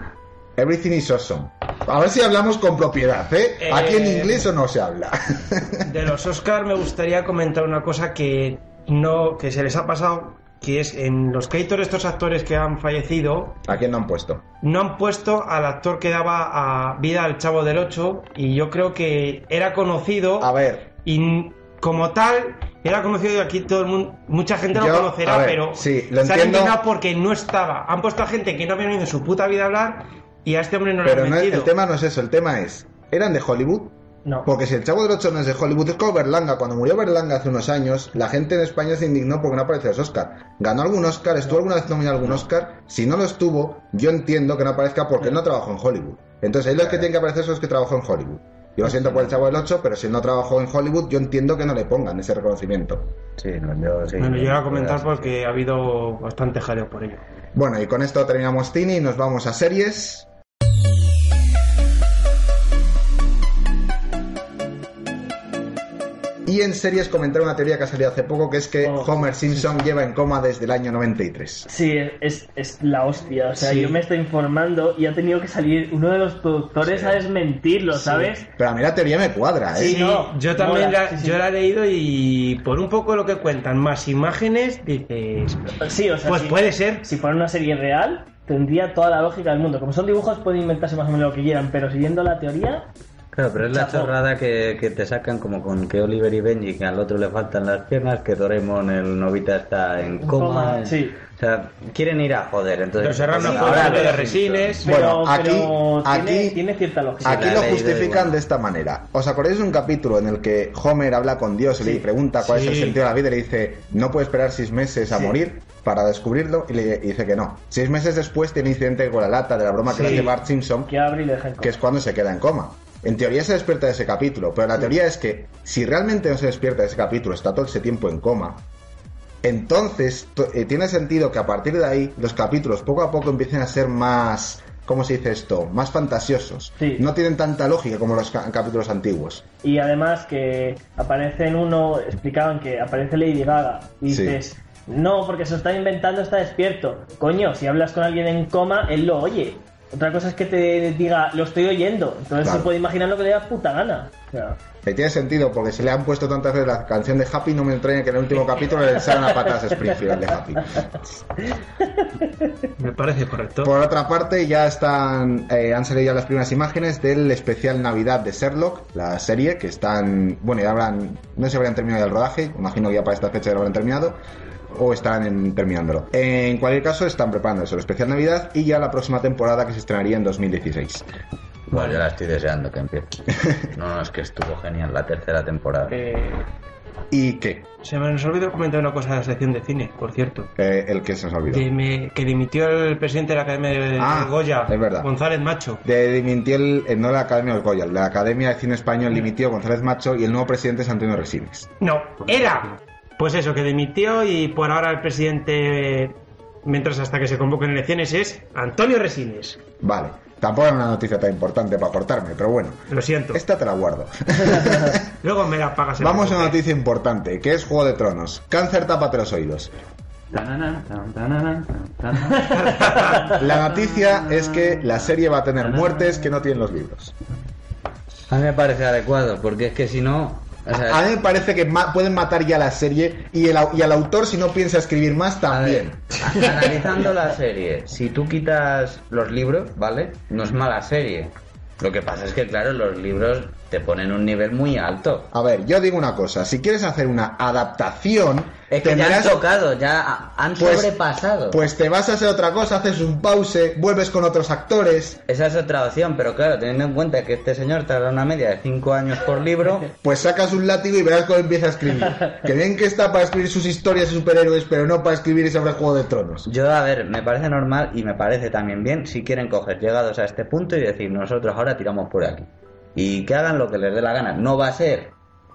[SPEAKER 1] Everything is awesome. A ver si hablamos con propiedad, ¿eh?
[SPEAKER 4] Eh.
[SPEAKER 1] Aquí en inglés o no se habla.
[SPEAKER 4] De los Oscar me gustaría comentar una cosa que no que se les ha pasado, que es en los créditos de estos actores que han fallecido,
[SPEAKER 1] ¿A quién no han puesto?
[SPEAKER 4] no han puesto al actor que daba a vida al Chavo del 8 y yo creo que era conocido
[SPEAKER 1] A ver,
[SPEAKER 4] y n- como tal era conocido y aquí todo el mundo mucha gente lo
[SPEAKER 1] Yo, a
[SPEAKER 4] conocerá
[SPEAKER 1] ver,
[SPEAKER 4] pero
[SPEAKER 1] sí, lo
[SPEAKER 4] se han
[SPEAKER 1] entiendo.
[SPEAKER 4] indignado porque no estaba han puesto a gente que no había venido en su puta vida a hablar y a este hombre no
[SPEAKER 1] pero
[SPEAKER 4] le han
[SPEAKER 1] no es-
[SPEAKER 4] metido
[SPEAKER 1] el tema no es eso, el tema es, ¿eran de Hollywood?
[SPEAKER 2] No.
[SPEAKER 1] Porque si el Chavo del Ocho no es de Hollywood, es como Berlanga. Cuando murió Berlanga hace unos años, la gente en España se indignó porque no apareció en los Oscar. ¿Ganó algún Oscar? ¿Estuvo alguna vez nominado a algún Oscar? Si no lo estuvo, yo entiendo que no aparezca porque él no trabajó en Hollywood. Entonces, ahí los que tienen que aparecer son los que trabajó en Hollywood. Yo lo siento por el Chavo del Ocho, pero si él no trabajó en Hollywood, yo entiendo que no le pongan ese reconocimiento.
[SPEAKER 3] Sí, no, yo sí.
[SPEAKER 4] bueno yo lo voy a comentar porque ha habido bastante jaleo por ello
[SPEAKER 1] Bueno, y con esto terminamos Tini y nos vamos a series. Y en series comentar una teoría que ha salido hace poco, que es que
[SPEAKER 2] Oh,
[SPEAKER 1] Homer Simpson lleva en coma desde el año 93.
[SPEAKER 2] Sí, es, es la hostia. O sea,
[SPEAKER 4] Sí.
[SPEAKER 2] yo me estoy informando y ha tenido que salir uno de los productores a desmentirlo, ¿sabes?
[SPEAKER 1] Pero a mí la teoría me cuadra, ¿eh?
[SPEAKER 2] Sí, no,
[SPEAKER 4] yo también
[SPEAKER 2] mola,
[SPEAKER 4] la,
[SPEAKER 2] sí, sí.
[SPEAKER 4] yo la he leído y por un poco lo que cuentan más imágenes dices
[SPEAKER 2] Sí, o sea,
[SPEAKER 4] pues
[SPEAKER 2] sí.
[SPEAKER 4] puede ser
[SPEAKER 2] si fuera una serie real, tendría toda la lógica del mundo. Como son dibujos, pueden inventarse más o menos lo que quieran, pero siguiendo la teoría,
[SPEAKER 3] Claro, pero es la
[SPEAKER 2] Chapo.
[SPEAKER 3] chorrada que, que te sacan como con que Oliver y Benji, que al otro le faltan las piernas, que Doraemon, el novita, está en coma.
[SPEAKER 2] coma, sí.
[SPEAKER 3] O sea, quieren ir a joder, entonces...
[SPEAKER 4] los serranos
[SPEAKER 2] Sí,
[SPEAKER 4] fueron
[SPEAKER 2] ahora
[SPEAKER 4] de
[SPEAKER 3] los
[SPEAKER 4] resines
[SPEAKER 1] Bueno,
[SPEAKER 2] pero,
[SPEAKER 1] aquí-
[SPEAKER 2] pero tiene,
[SPEAKER 1] aquí-
[SPEAKER 2] tiene cierta lógica.
[SPEAKER 1] Aquí
[SPEAKER 3] la
[SPEAKER 1] lo
[SPEAKER 3] ley da
[SPEAKER 1] justifican
[SPEAKER 3] igual.
[SPEAKER 1] de esta manera. ¿Os acordáis de un capítulo en el que Homer habla con Dios y le pregunta cuál es el
[SPEAKER 4] Sí.
[SPEAKER 1] sentido de la vida y le dice, no puede esperar seis meses a morir para descubrirlo? Y le y dice que no. Seis meses después tiene incidente con la lata de la broma que le
[SPEAKER 4] Sí.
[SPEAKER 1] hace Bart Simpson,
[SPEAKER 2] Que abre y le deja en
[SPEAKER 1] que
[SPEAKER 2] coma.
[SPEAKER 1] es cuando se queda en coma. En teoría se despierta de ese capítulo, pero la teoría es que si realmente no se despierta de ese capítulo, está todo ese tiempo en coma, entonces to- eh, tiene sentido que a partir de ahí los capítulos poco a poco empiecen a ser más, ¿cómo se dice esto? Más fantasiosos.
[SPEAKER 2] Sí.
[SPEAKER 1] No tienen tanta lógica como los ca- capítulos antiguos.
[SPEAKER 2] Y además que aparece en uno, explicaban que aparece Lady Gaga y
[SPEAKER 1] Sí.
[SPEAKER 2] dices, no, porque se lo está inventando, está despierto. Coño, si hablas con alguien en coma, él lo oye.
[SPEAKER 5] Otra cosa es que te diga, lo estoy oyendo. Entonces
[SPEAKER 1] Claro.
[SPEAKER 5] se puede imaginar lo que le da puta gana. O sea,
[SPEAKER 1] Que Eh, tiene sentido, porque si le han puesto tantas veces la canción de Happy, no me extraña que en el último capítulo le echaran a patas a Springfield al de Happy.
[SPEAKER 4] Me parece correcto.
[SPEAKER 1] Por otra parte, ya están eh, han salido ya las primeras imágenes del especial Navidad de Sherlock, la serie, que están, bueno, ya habrán, no se habrán terminado el rodaje, imagino que ya para esta fecha ya lo habrán terminado, o estarán en- terminándolo. En cualquier caso, están preparando eso, el especial Navidad y ya la próxima temporada que se estrenaría en 2016.
[SPEAKER 3] Bueno, yo la estoy deseando que empiece. No, no, es que estuvo genial la tercera temporada.
[SPEAKER 4] Eh,
[SPEAKER 1] ¿Y qué?
[SPEAKER 4] se me nos olvidó comentar una cosa de la sección de cine, por cierto.
[SPEAKER 1] Eh, el que se nos olvidó.
[SPEAKER 4] Que, me- que dimitió el presidente de la Academia de
[SPEAKER 1] Ah,
[SPEAKER 4] Goya,
[SPEAKER 1] es verdad.
[SPEAKER 4] González Macho.
[SPEAKER 1] De dimitió el, eh, no la Academia del Goya, la Academia de Cine Español dimitió González Macho y el nuevo presidente es Antonio Resines.
[SPEAKER 4] No, era. Pues eso, que dimitió y por ahora el presidente, eh, mientras hasta que se convoquen elecciones, es Antonio Resines.
[SPEAKER 1] Vale, tampoco era una noticia tan importante para aportarme, pero bueno.
[SPEAKER 4] Lo siento.
[SPEAKER 1] Esta te la guardo.
[SPEAKER 4] Luego me la pagas. en
[SPEAKER 1] Vamos a
[SPEAKER 4] la
[SPEAKER 1] una noticia importante, que es Juego de Tronos. Cáncer tápate los oídos.
[SPEAKER 7] Tanana, tan, tanana, tan, tanana.
[SPEAKER 1] La noticia es que la serie va a tener muertes que no tienen los libros.
[SPEAKER 3] A mí me parece adecuado, porque es que si no. o sea,
[SPEAKER 1] A mí me parece que ma- pueden matar ya la serie y, el, au- y al autor, si no piensa escribir más,
[SPEAKER 3] a
[SPEAKER 1] también.
[SPEAKER 3] ver, analizando la serie, si tú quitas los libros, ¿vale? No es mala serie. Lo que pasa es que, claro, los libros te ponen un nivel muy alto.
[SPEAKER 1] A ver, yo digo una cosa. Si quieres hacer una adaptación,
[SPEAKER 3] Es que ya han
[SPEAKER 1] tendrás-
[SPEAKER 3] tocado, ya han
[SPEAKER 1] Pues-
[SPEAKER 3] sobrepasado.
[SPEAKER 1] pues te vas a hacer otra cosa, haces un pause, vuelves con otros actores.
[SPEAKER 3] Esa es otra opción, pero claro, teniendo en cuenta que este señor tarda una media de 5 años por libro,
[SPEAKER 1] Pues sacas un látigo y verás cómo empieza a escribir. Que bien que está para escribir sus historias y superhéroes, pero no para escribir sobre el Juego de Tronos.
[SPEAKER 3] yo a ver, me parece normal y me parece también bien si quieren coger llegados a este punto y decir, nosotros ahora tiramos por aquí. Y que hagan lo que les dé la gana. No va a ser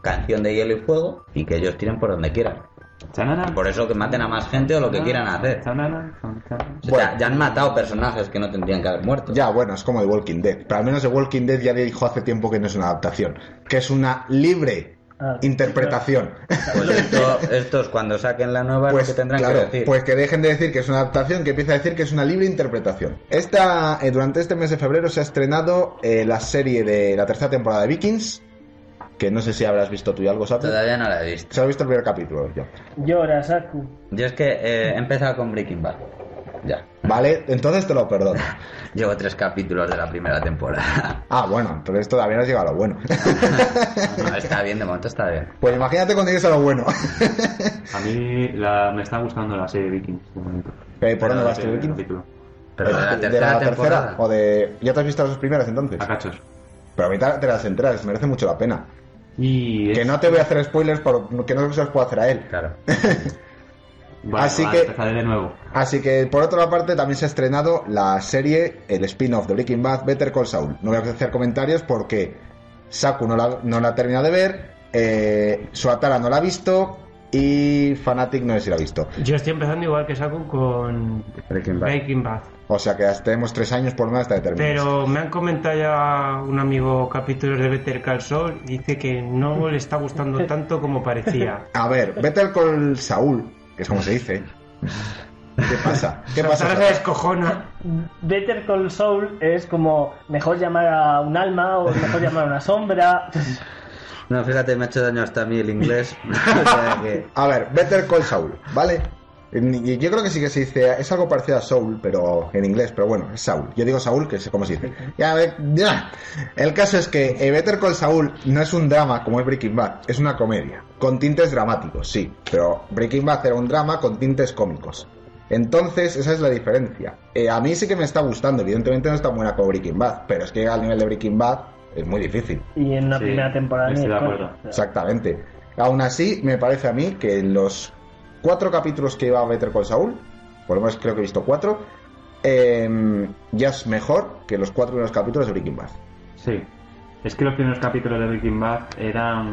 [SPEAKER 3] canción de hielo y fuego y que ellos tiren por donde quieran.
[SPEAKER 7] Tanana,
[SPEAKER 3] Por eso que maten a más gente o
[SPEAKER 1] Ah.
[SPEAKER 3] lo que quieran hacer.
[SPEAKER 7] tanana, tan, tan.
[SPEAKER 3] O sea, ya han matado personajes que no tendrían que haber muerto.
[SPEAKER 1] Ya, bueno, es como The Walking Dead. Pero al menos The Walking Dead ya dijo hace tiempo que no es una adaptación. Que es una libre
[SPEAKER 5] Ah,
[SPEAKER 1] interpretación.
[SPEAKER 3] Pues esto- estos cuando saquen la nueva es lo
[SPEAKER 1] Pues
[SPEAKER 3] que tendrán
[SPEAKER 1] claro,
[SPEAKER 3] que decir.
[SPEAKER 1] pues que dejen de decir que es una adaptación, que empiece a decir que es una libre interpretación. Esta, eh, durante este mes de febrero se ha estrenado eh, la serie de la tercera temporada de Vikings, que no sé si habrás visto tú ya algo, ¿sabes?
[SPEAKER 3] Todavía no la he visto.
[SPEAKER 1] Se ha visto el primer capítulo ya.
[SPEAKER 5] Llora, Saku.
[SPEAKER 3] Yo es que eh, he empezado con Breaking Bad. Ya.
[SPEAKER 1] Vale, entonces te lo perdono.
[SPEAKER 3] Llevo tres capítulos de la primera temporada.
[SPEAKER 1] Ah, bueno, entonces todavía no has llegado a lo bueno.
[SPEAKER 3] No, está bien, de momento está bien.
[SPEAKER 1] Pues imagínate cuando llegues a lo bueno.
[SPEAKER 7] A mí la, me está gustando la serie Vikings. de momento.
[SPEAKER 1] Eh, ¿Por dónde
[SPEAKER 7] Pero
[SPEAKER 1] vas
[SPEAKER 7] de-
[SPEAKER 1] tú,
[SPEAKER 7] de
[SPEAKER 1] Vikings?
[SPEAKER 7] capítulo.
[SPEAKER 3] Pero de la tercera temporada.
[SPEAKER 1] o de ya te has visto las dos primeras entonces
[SPEAKER 7] A cachos.
[SPEAKER 1] pero ahorita te las enteras merece mucho la pena
[SPEAKER 7] Y
[SPEAKER 1] que
[SPEAKER 7] es-
[SPEAKER 1] no te voy a hacer spoilers por, que no se los puedo hacer a él
[SPEAKER 3] Claro.
[SPEAKER 7] Bueno,
[SPEAKER 1] así
[SPEAKER 7] va,
[SPEAKER 1] que-
[SPEAKER 7] empezaré de nuevo.
[SPEAKER 1] así que por otra parte también se ha estrenado la serie el spin-off de Breaking Bad Better Call Saul no voy a hacer comentarios porque Saku no la, no la ha terminado de ver eh, Suatara no la ha visto y Fanatic no sé si la ha visto
[SPEAKER 4] Yo estoy empezando igual que Saku con
[SPEAKER 3] Breaking Bad.
[SPEAKER 4] Breaking Bad.
[SPEAKER 1] o sea que hasta tenemos tres años por lo menos hasta que termine
[SPEAKER 4] Pero me han comentado ya un amigo capítulos de Better Call Saul y dice que no le está gustando tanto como parecía.
[SPEAKER 1] a ver Better Call Saul que es como se dice ¿qué pasa? ¿qué pasa?
[SPEAKER 4] Ahora se
[SPEAKER 1] Saul?
[SPEAKER 4] descojona.
[SPEAKER 5] Better Call Saul es como mejor llamar a un alma o mejor llamar a una sombra.
[SPEAKER 3] No, fíjate, me ha hecho daño hasta a mí el inglés. O sea que-
[SPEAKER 1] A ver, Better Call Saul, ¿vale? Y Yo creo que sí que se dice, es algo parecido a Saul, pero en inglés, pero bueno, es Saul. Yo digo Saul, que es como se dice. Ya, ve- ya. El caso es que eh, Better Call Saul no es un drama como es Breaking Bad, es una comedia, con tintes dramáticos, sí, pero Breaking Bad era un drama con tintes cómicos. Entonces, esa es la diferencia. Eh, a mí sí que me está gustando, evidentemente no está buena como Breaking Bad, pero es que al nivel de Breaking Bad es muy difícil.
[SPEAKER 5] Y en una
[SPEAKER 7] Sí,
[SPEAKER 5] primera temporada. ni
[SPEAKER 7] estoy de
[SPEAKER 5] coño.
[SPEAKER 7] acuerdo.
[SPEAKER 5] O sea,
[SPEAKER 1] Exactamente. Aún así, me parece a mí que en los cuatro capítulos que iba a meter con Saúl, por lo menos creo que he visto cuatro, em, ya es mejor que los cuatro primeros capítulos de Breaking Bad.
[SPEAKER 7] Sí. Es que los primeros capítulos de Breaking Bad eran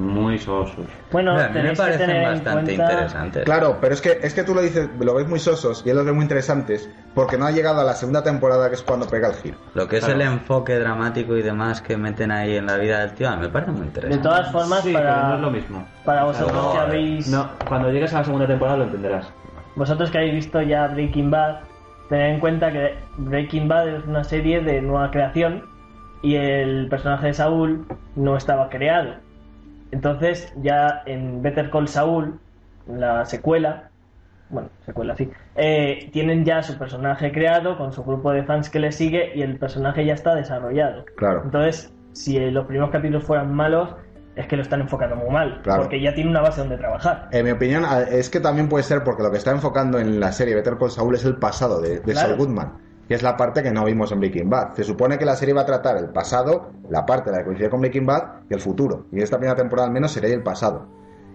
[SPEAKER 7] muy sosos.
[SPEAKER 5] Bueno,
[SPEAKER 3] a mí me
[SPEAKER 5] tenéis que
[SPEAKER 3] parecen
[SPEAKER 5] tener en
[SPEAKER 3] bastante
[SPEAKER 5] cuenta-
[SPEAKER 3] interesantes.
[SPEAKER 1] Claro, pero es que es que tú lo dices, lo ves muy sosos y él los ve muy interesantes porque no ha llegado a la segunda temporada que es cuando pega el giro.
[SPEAKER 3] Lo que es
[SPEAKER 7] Claro.
[SPEAKER 3] el enfoque dramático y demás que meten ahí en la vida del tío, a mí me parece muy
[SPEAKER 5] De
[SPEAKER 3] interesante.
[SPEAKER 5] todas formas,
[SPEAKER 7] Sí, pero no
[SPEAKER 5] para,
[SPEAKER 7] es lo mismo.
[SPEAKER 5] para vosotros
[SPEAKER 3] No,
[SPEAKER 5] que habéis
[SPEAKER 7] No, cuando llegues a la segunda temporada lo entenderás.
[SPEAKER 5] vosotros que habéis visto ya Breaking Bad, Tener en cuenta que Breaking Bad es una serie de nueva creación y el personaje de Saúl no estaba creado. Entonces, ya en Better Call Saúl, la secuela, bueno, secuela sí, eh, tienen ya su personaje creado con su grupo de fans que le sigue y el personaje ya está desarrollado.
[SPEAKER 1] Claro.
[SPEAKER 5] Entonces, si los primeros capítulos fueran malos, es que lo están enfocando muy mal,
[SPEAKER 1] Claro.
[SPEAKER 5] porque ya tiene una base donde trabajar.
[SPEAKER 1] En mi opinión, a- es que también puede ser porque lo que está enfocando en la serie Better Call Saul es el pasado de, de
[SPEAKER 5] Claro.
[SPEAKER 1] Saul Goodman, que es la parte que no vimos en Breaking Bad. Se supone que la serie va a tratar el pasado, la parte de la que coincide con Breaking Bad y el futuro. Y esta primera temporada al menos sería el pasado.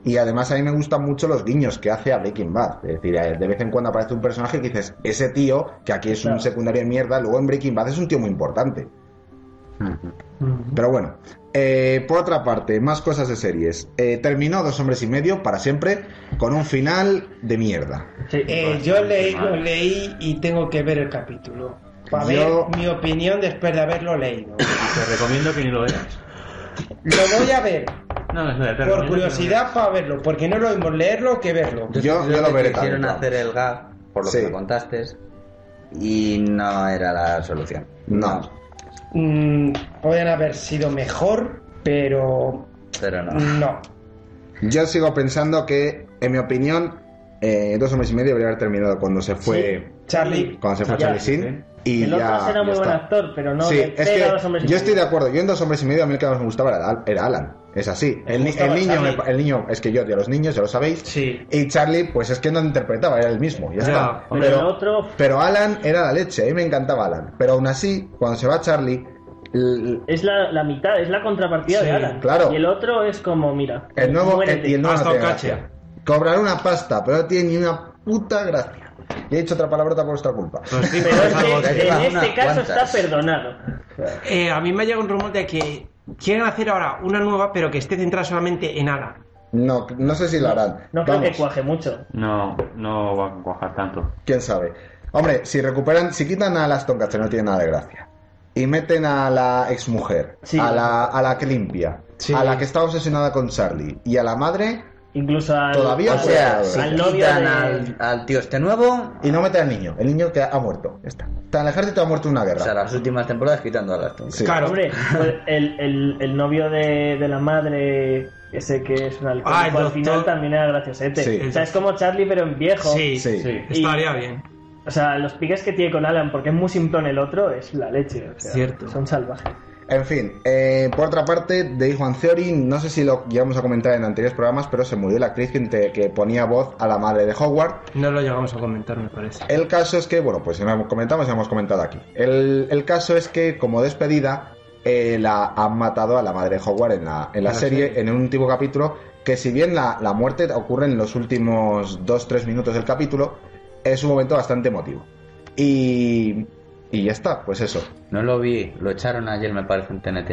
[SPEAKER 1] Y además a mí me gustan mucho los guiños que hace a Breaking Bad. Es decir, eh, de vez en cuando aparece un personaje que dices, ese tío, que aquí es un
[SPEAKER 5] Claro.
[SPEAKER 1] secundario de mierda, luego en Breaking Bad es un tío muy importante. Pero bueno, eh, por otra parte, más cosas de series. Eh, terminó Dos Hombres y Medio para siempre con un final de mierda.
[SPEAKER 5] Sí.
[SPEAKER 4] Eh, yo leí, lo leí y tengo que ver el capítulo. Para
[SPEAKER 1] Yo-
[SPEAKER 4] ver mi opinión después de haberlo leído.
[SPEAKER 7] Te recomiendo que ni lo veas.
[SPEAKER 4] Lo voy a ver,
[SPEAKER 7] No, no, espera, te recomiendo que
[SPEAKER 4] por
[SPEAKER 7] no
[SPEAKER 4] curiosidad, para verlo, porque no lo vimos leerlo que verlo.
[SPEAKER 1] Yo- yo
[SPEAKER 3] creo
[SPEAKER 1] lo
[SPEAKER 3] que
[SPEAKER 1] veré
[SPEAKER 3] Quisieron
[SPEAKER 1] también,
[SPEAKER 3] hacer el gag, por lo
[SPEAKER 1] Sí.
[SPEAKER 3] que me contaste, y no era la solución.
[SPEAKER 1] No.
[SPEAKER 4] Mm, podrían haber sido mejor, pero
[SPEAKER 3] Pero no.
[SPEAKER 4] no.
[SPEAKER 1] Yo sigo pensando que, en mi opinión, eh, Dos Hombres y Medio debería haber terminado cuando se fue,
[SPEAKER 4] Charlie,
[SPEAKER 1] cuando se fue
[SPEAKER 5] Ya,
[SPEAKER 1] Charlie
[SPEAKER 7] sí,
[SPEAKER 1] Sheen. Y
[SPEAKER 5] el otro
[SPEAKER 1] ya,
[SPEAKER 5] era muy
[SPEAKER 1] ya
[SPEAKER 5] buen
[SPEAKER 1] está.
[SPEAKER 5] actor, pero no
[SPEAKER 1] sí,
[SPEAKER 5] le
[SPEAKER 1] es
[SPEAKER 5] pega a los
[SPEAKER 1] que
[SPEAKER 5] hombres
[SPEAKER 1] yo estoy de
[SPEAKER 5] inferiores.
[SPEAKER 1] acuerdo. Yo en Dos Hombres y Medio a mí el que más me gustaba era Al- era Alan. Es así. El, ni- el
[SPEAKER 4] gustaba
[SPEAKER 1] niño, me
[SPEAKER 4] Charlie.
[SPEAKER 1] pa- el niño, es que yo odio a los niños, ya lo sabéis.
[SPEAKER 4] sí.
[SPEAKER 1] Y Charlie, pues es que no interpretaba, era el mismo, ya
[SPEAKER 4] Ya,
[SPEAKER 1] está.
[SPEAKER 5] Pero, el otro,
[SPEAKER 1] Pero Alan era la leche, a mí me encantaba Alan. Pero aún así, cuando se va Charlie, l-
[SPEAKER 5] Es la, la mitad, es la contrapartida
[SPEAKER 4] Sí,
[SPEAKER 5] de Alan.
[SPEAKER 1] claro.
[SPEAKER 5] Y el otro es como, mira,
[SPEAKER 1] el nuevo, el,
[SPEAKER 5] muérete.
[SPEAKER 1] y el nuevo no
[SPEAKER 4] Aston
[SPEAKER 1] tiene
[SPEAKER 4] Catcher.
[SPEAKER 1] gracia. Cobrar una pasta, pero no tiene ni una puta gracia. Y he dicho otra palabrota por vuestra culpa.
[SPEAKER 4] Los cinco
[SPEAKER 5] Pues Pero es
[SPEAKER 4] de
[SPEAKER 5] que
[SPEAKER 4] Salvo-
[SPEAKER 3] que lleva
[SPEAKER 5] en este
[SPEAKER 3] unas
[SPEAKER 5] caso
[SPEAKER 3] cuantas.
[SPEAKER 5] está perdonado.
[SPEAKER 4] Eh, a mí me ha llegado un rumor de que quieren hacer ahora una nueva, pero que esté centrada solamente en Alan.
[SPEAKER 1] No, no sé si lo harán.
[SPEAKER 5] No creo
[SPEAKER 1] Vamos,
[SPEAKER 5] que cuaje mucho.
[SPEAKER 7] veas. No, no va a cuajar tanto.
[SPEAKER 1] quién sabe. Hombre, si recuperan, si quitan a las Aston Catcher, no tiene nada de gracia. Y meten a la exmujer,
[SPEAKER 5] Sí.
[SPEAKER 1] a, la, a la que limpia,
[SPEAKER 4] Sí.
[SPEAKER 1] a la que está obsesionada con Charlie y a la madre
[SPEAKER 5] Incluso al,
[SPEAKER 1] Todavía
[SPEAKER 5] al-
[SPEAKER 3] O sea,
[SPEAKER 1] Al
[SPEAKER 3] si
[SPEAKER 5] novio
[SPEAKER 3] quitan
[SPEAKER 5] de-
[SPEAKER 3] al, al tío este nuevo,
[SPEAKER 1] y no meten al niño. El niño que ha muerto. Ya Está. Está en el ejército, ha muerto en una
[SPEAKER 3] o
[SPEAKER 1] guerra.
[SPEAKER 3] sea, las últimas temporadas quitando a las tontas.
[SPEAKER 1] Sí.
[SPEAKER 4] Claro.
[SPEAKER 5] Hombre, pues, el, el, el novio de, de la madre, ese que es un alcohólico,
[SPEAKER 4] Ah,
[SPEAKER 5] al
[SPEAKER 4] el doctor.
[SPEAKER 5] final también era graciosete.
[SPEAKER 1] Sí.
[SPEAKER 5] O sea, es como Charlie, pero en viejo.
[SPEAKER 4] Sí,
[SPEAKER 1] Sí.
[SPEAKER 7] Sí.
[SPEAKER 4] estaría bien.
[SPEAKER 5] O sea, los piques que tiene con Alan, porque es muy simplón el otro, es la leche. o sea,
[SPEAKER 4] Cierto.
[SPEAKER 5] Son salvajes.
[SPEAKER 1] En fin, eh, por otra parte, de Juan Theory, no sé si lo llevamos a comentar en anteriores programas, pero se murió la actriz que, inte- que ponía voz a la madre de Howard.
[SPEAKER 4] No lo llegamos a comentar, me parece.
[SPEAKER 1] El caso es que, bueno, pues ya lo comentamos, ya hemos comentado aquí. El, el caso es que, como despedida, eh, la, han matado a la madre de Howard en la, en la serie, en un último capítulo, que si bien la, la muerte ocurre en los últimos 2-3 minutos del capítulo, es un momento bastante emotivo. Y, y ya está, pues eso.
[SPEAKER 3] No lo vi, lo echaron ayer, me parece, en TNT.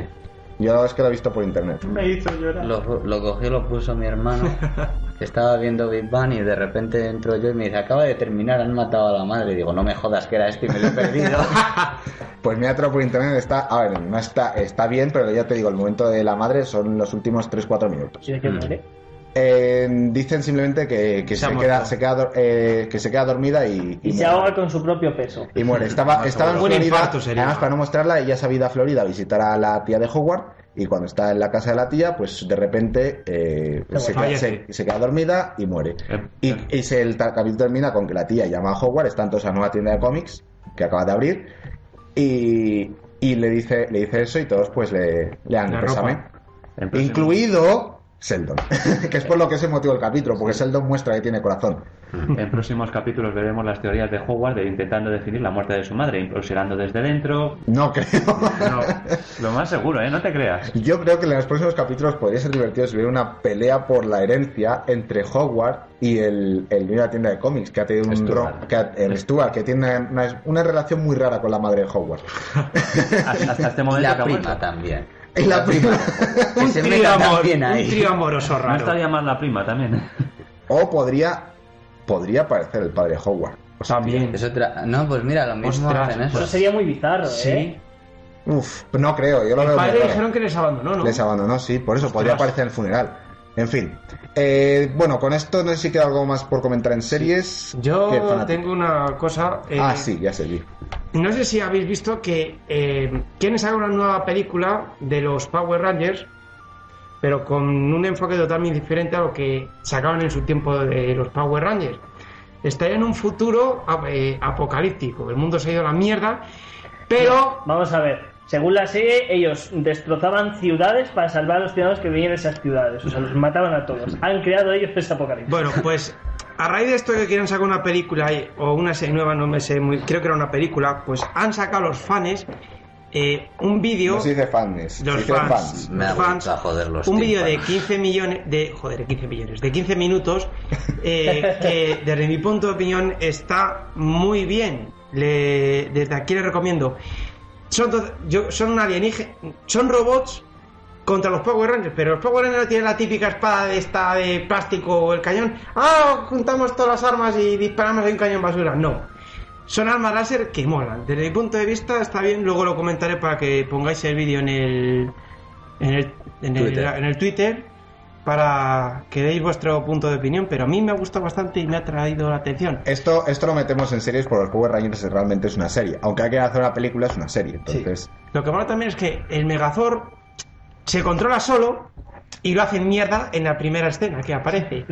[SPEAKER 1] Yo es que lo he visto por internet.
[SPEAKER 5] Me hizo llorar.
[SPEAKER 3] Lo, lo cogió, lo puso mi hermano, que estaba viendo Big Bang y de repente entro yo y me dice, acaba de terminar, han matado a la madre. Y digo, no me jodas que era esto y me lo he perdido.
[SPEAKER 1] Pues me atrapado por internet, está, a ver, no está, está bien, pero ya te digo, el momento de la madre son los últimos 3-4 minutos.
[SPEAKER 5] ¿Y de qué muere?
[SPEAKER 1] Eh, dicen simplemente que, que
[SPEAKER 4] Se ha
[SPEAKER 1] se,
[SPEAKER 4] muerto.
[SPEAKER 1] queda, se queda dor- eh, que se queda dormida y, y
[SPEAKER 5] Y se
[SPEAKER 1] muere.
[SPEAKER 5] ahoga con su propio peso.
[SPEAKER 1] Y muere. Estaba, estaba en
[SPEAKER 4] Un
[SPEAKER 1] Florida,
[SPEAKER 4] infarto sería.
[SPEAKER 1] además para no mostrarla, ella se ha ido a Florida a visitar a la tía de Howard y cuando está en la casa de la tía, pues de repente eh,
[SPEAKER 5] Pero
[SPEAKER 1] se,
[SPEAKER 4] bueno,
[SPEAKER 1] queda,
[SPEAKER 4] fallece.
[SPEAKER 1] se- se queda dormida y muere.
[SPEAKER 7] Eh,
[SPEAKER 1] Y,
[SPEAKER 7] eh,
[SPEAKER 1] y se, el ta- capítulo termina con que la tía llama a Howard, está en toda esa nueva tienda de cómics que acaba de abrir, y, y le dice le dice eso y todos pues le, le dan
[SPEAKER 4] La
[SPEAKER 1] el pésame.
[SPEAKER 4] ropa.
[SPEAKER 7] en próximo.
[SPEAKER 1] Incluido Sheldon, que es por lo que es el motivo del capítulo, porque Sheldon muestra que tiene corazón.
[SPEAKER 7] En próximos capítulos veremos las teorías de Howard de intentando definir la muerte de su madre, impulsionando desde dentro.
[SPEAKER 1] No creo.
[SPEAKER 7] No, lo más seguro, ¿eh? No te creas.
[SPEAKER 1] Yo creo que en los próximos capítulos podría ser divertido si hubiera una pelea por la herencia entre Howard y el, el dueño de la tienda de cómics, que ha tenido un
[SPEAKER 7] Stuart.
[SPEAKER 1] ro- que ha- el Stuart, que tiene una, una relación muy rara con la madre de Howard.
[SPEAKER 7] Hasta, hasta este
[SPEAKER 3] y
[SPEAKER 7] momento que
[SPEAKER 3] la
[SPEAKER 7] ha
[SPEAKER 3] prima
[SPEAKER 7] muerto.
[SPEAKER 3] también.
[SPEAKER 1] Y la prima.
[SPEAKER 3] Que
[SPEAKER 4] Un
[SPEAKER 3] se
[SPEAKER 4] trío,
[SPEAKER 3] meta
[SPEAKER 4] amor-
[SPEAKER 3] también
[SPEAKER 4] un
[SPEAKER 3] ahí.
[SPEAKER 4] trío amoroso
[SPEAKER 7] No
[SPEAKER 4] raro.
[SPEAKER 7] estaría mal la prima también.
[SPEAKER 1] O podría, podría aparecer el padre Howard.
[SPEAKER 4] También.
[SPEAKER 3] Es otra... No, pues mira, lo mismo
[SPEAKER 4] Ostras,
[SPEAKER 3] hacen
[SPEAKER 5] Eso
[SPEAKER 3] eso.
[SPEAKER 5] sería muy bizarro, ¿eh?
[SPEAKER 4] Sí.
[SPEAKER 1] Uf, no creo, yo lo veo
[SPEAKER 4] El
[SPEAKER 1] muy
[SPEAKER 4] padre
[SPEAKER 1] raro.
[SPEAKER 4] dijeron que les abandonó, ¿no?
[SPEAKER 1] Les abandonó, sí, por eso podría aparecer en el funeral. En fin. Eh, bueno, con esto no sé si queda algo más por comentar en series. ¿Qué,
[SPEAKER 4] Yo
[SPEAKER 1] fanático?
[SPEAKER 4] tengo una cosa. eh,
[SPEAKER 1] Ah, sí, ya sé. sí.
[SPEAKER 4] No sé si habéis visto que eh, quieren sacar una nueva película de los Power Rangers, pero con un enfoque totalmente diferente a lo que sacaron en su tiempo de los Power Rangers. Está en un futuro ap- eh, apocalíptico, el mundo se ha ido a la mierda, pero
[SPEAKER 5] Vamos a ver. Según la serie, ellos destrozaban ciudades para salvar a los ciudadanos que vivían en esas ciudades. O sea, los mataban a todos. Han creado ellos ese apocalipsis.
[SPEAKER 4] bueno, pues a raíz de esto que quieren sacar una película eh, o una serie nueva, no me sé muy, creo que era una película, pues han sacado los fans eh, un vídeo
[SPEAKER 1] No se dice fans. se
[SPEAKER 4] Los
[SPEAKER 1] dice
[SPEAKER 4] fans.
[SPEAKER 3] Me
[SPEAKER 4] Los
[SPEAKER 3] ha
[SPEAKER 4] fans,
[SPEAKER 3] gustado joderlos.
[SPEAKER 4] un vídeo de 15 millones de joder 15 millones de 15 minutos eh, que desde mi punto de opinión está muy bien Le- desde aquí les recomiendo son to- yo- son un alienígena son robots contra los Power Rangers pero los Power Rangers no tienen la típica espada de esta de plástico o el cañón ah juntamos todas las armas y disparamos en un cañón basura no son armas láser que molan. Desde mi punto de vista está bien, luego lo comentaré para que pongáis el vídeo en el en el, en, el-
[SPEAKER 3] Twitter.
[SPEAKER 4] en el Twitter para que deis vuestro punto de opinión, pero a mí me ha gustado bastante y me ha traído la atención.
[SPEAKER 1] Esto, esto lo metemos en series porque los Power Rangers realmente es una serie. Aunque hay que hacer una película, es una serie. Entonces,
[SPEAKER 4] Lo que mola también es que el Megazord se controla solo y lo hacen mierda en la primera escena que aparece.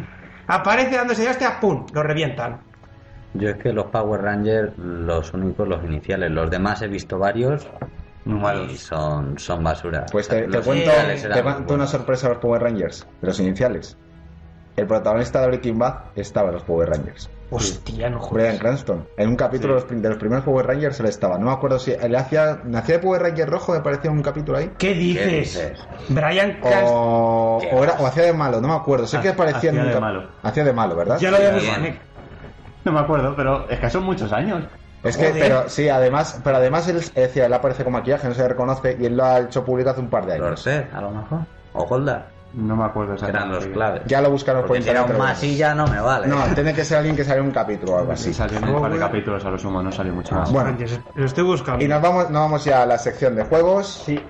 [SPEAKER 4] Aparece dándose de hostias, ¡pum! Lo revientan.
[SPEAKER 3] Yo es que los Power Rangers, los únicos, los iniciales. Los demás he visto varios. Y son, son basura.
[SPEAKER 1] pues te, te
[SPEAKER 3] Los
[SPEAKER 1] cuento,
[SPEAKER 3] iniciales eran
[SPEAKER 1] te
[SPEAKER 3] muy
[SPEAKER 1] cuento una
[SPEAKER 3] buenos.
[SPEAKER 1] sorpresa a los Power Rangers, de los iniciales. El protagonista de Breaking Bad estaba en los Power Rangers.
[SPEAKER 4] Hostia, no jodas.
[SPEAKER 1] Brian Cranston. En un capítulo de, los, prim- de los primeros Power Rangers él estaba. No me acuerdo si él hacía, nacía de Power Ranger rojo, me parecía un capítulo ahí.
[SPEAKER 4] ¿Qué dices?
[SPEAKER 3] dices?
[SPEAKER 4] Brian
[SPEAKER 1] Oh,
[SPEAKER 4] Cranston.
[SPEAKER 1] O,
[SPEAKER 3] Qué
[SPEAKER 1] o, era- o hacía de malo, no me acuerdo. Sé que
[SPEAKER 7] Ha-
[SPEAKER 1] aparecía en
[SPEAKER 7] hacía
[SPEAKER 1] un
[SPEAKER 7] de
[SPEAKER 1] cap-
[SPEAKER 7] malo.
[SPEAKER 1] Hacía de malo, ¿verdad?
[SPEAKER 4] Ya lo eh. habíamos
[SPEAKER 3] Bien.
[SPEAKER 4] conectado.
[SPEAKER 7] No me acuerdo, pero es que son muchos años.
[SPEAKER 1] Es que,
[SPEAKER 4] Joder.
[SPEAKER 1] pero sí, además, pero además él, es decir, él aparece con maquillaje, no se le reconoce y él lo ha hecho público hace un par de años.
[SPEAKER 3] Lorset, a lo mejor. O Golda.
[SPEAKER 7] No me acuerdo
[SPEAKER 3] que Eran los claves.
[SPEAKER 1] Ya lo buscaron por
[SPEAKER 3] Porque si era
[SPEAKER 1] internet.
[SPEAKER 3] un
[SPEAKER 1] pero
[SPEAKER 3] más y ya no me vale.
[SPEAKER 1] bueno. No, tiene que ser alguien que salió en un capítulo o algo así.
[SPEAKER 7] Salió en un par de capítulos a lo sumo, no salió
[SPEAKER 3] Ah,
[SPEAKER 7] mucho más.
[SPEAKER 1] Bueno,
[SPEAKER 4] Lo estoy buscando.
[SPEAKER 1] y nos vamos, nos vamos ya a la sección de juegos.
[SPEAKER 5] Sí.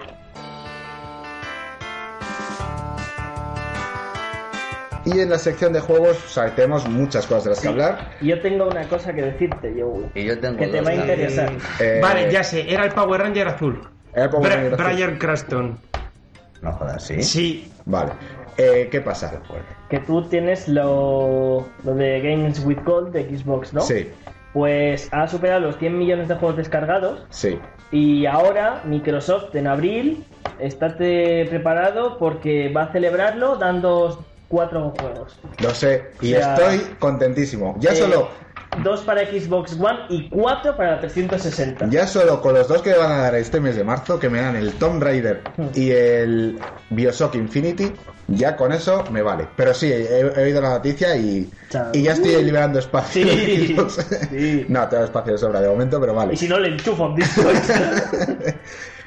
[SPEAKER 1] Y en la sección de juegos o sea, tenemos muchas cosas de las que hablar.
[SPEAKER 5] Yo tengo una cosa que decirte, yo.
[SPEAKER 3] Y yo tengo
[SPEAKER 5] Que te
[SPEAKER 3] dos
[SPEAKER 5] va a
[SPEAKER 3] también.
[SPEAKER 5] interesar.
[SPEAKER 1] Eh,
[SPEAKER 4] Vale, ya sé, era el Power Ranger azul.
[SPEAKER 1] Era el Power
[SPEAKER 4] Bra-
[SPEAKER 1] Ranger azul.
[SPEAKER 4] Brian Cranston.
[SPEAKER 3] No jodas, sí.
[SPEAKER 4] Sí,
[SPEAKER 1] Vale. Eh, ¿Qué pasa?
[SPEAKER 5] Que tú tienes lo, lo de Games with Gold de Xbox, ¿no?
[SPEAKER 1] Sí,
[SPEAKER 5] Pues ha superado los 100 millones de juegos descargados
[SPEAKER 1] sí.
[SPEAKER 5] y ahora Microsoft en abril estate preparado porque va a celebrarlo dando cuatro juegos.
[SPEAKER 1] Lo sé. Y
[SPEAKER 5] O sea,
[SPEAKER 1] estoy contentísimo. Ya
[SPEAKER 5] Eh,
[SPEAKER 1] solo.
[SPEAKER 5] Dos para Xbox One y cuatro para 360.
[SPEAKER 1] Ya solo con los dos que me van a dar este mes de marzo, que me dan el Tomb Raider y el Bioshock Infinity, ya con eso me vale. Pero sí, he, he oído la noticia y,
[SPEAKER 5] Chao.
[SPEAKER 1] y ya estoy liberando espacio.
[SPEAKER 5] Sí,
[SPEAKER 1] en Xbox.
[SPEAKER 5] sí.
[SPEAKER 1] No, tengo espacio de sobra de momento, pero vale.
[SPEAKER 5] Y si no, le enchufo un disco extra.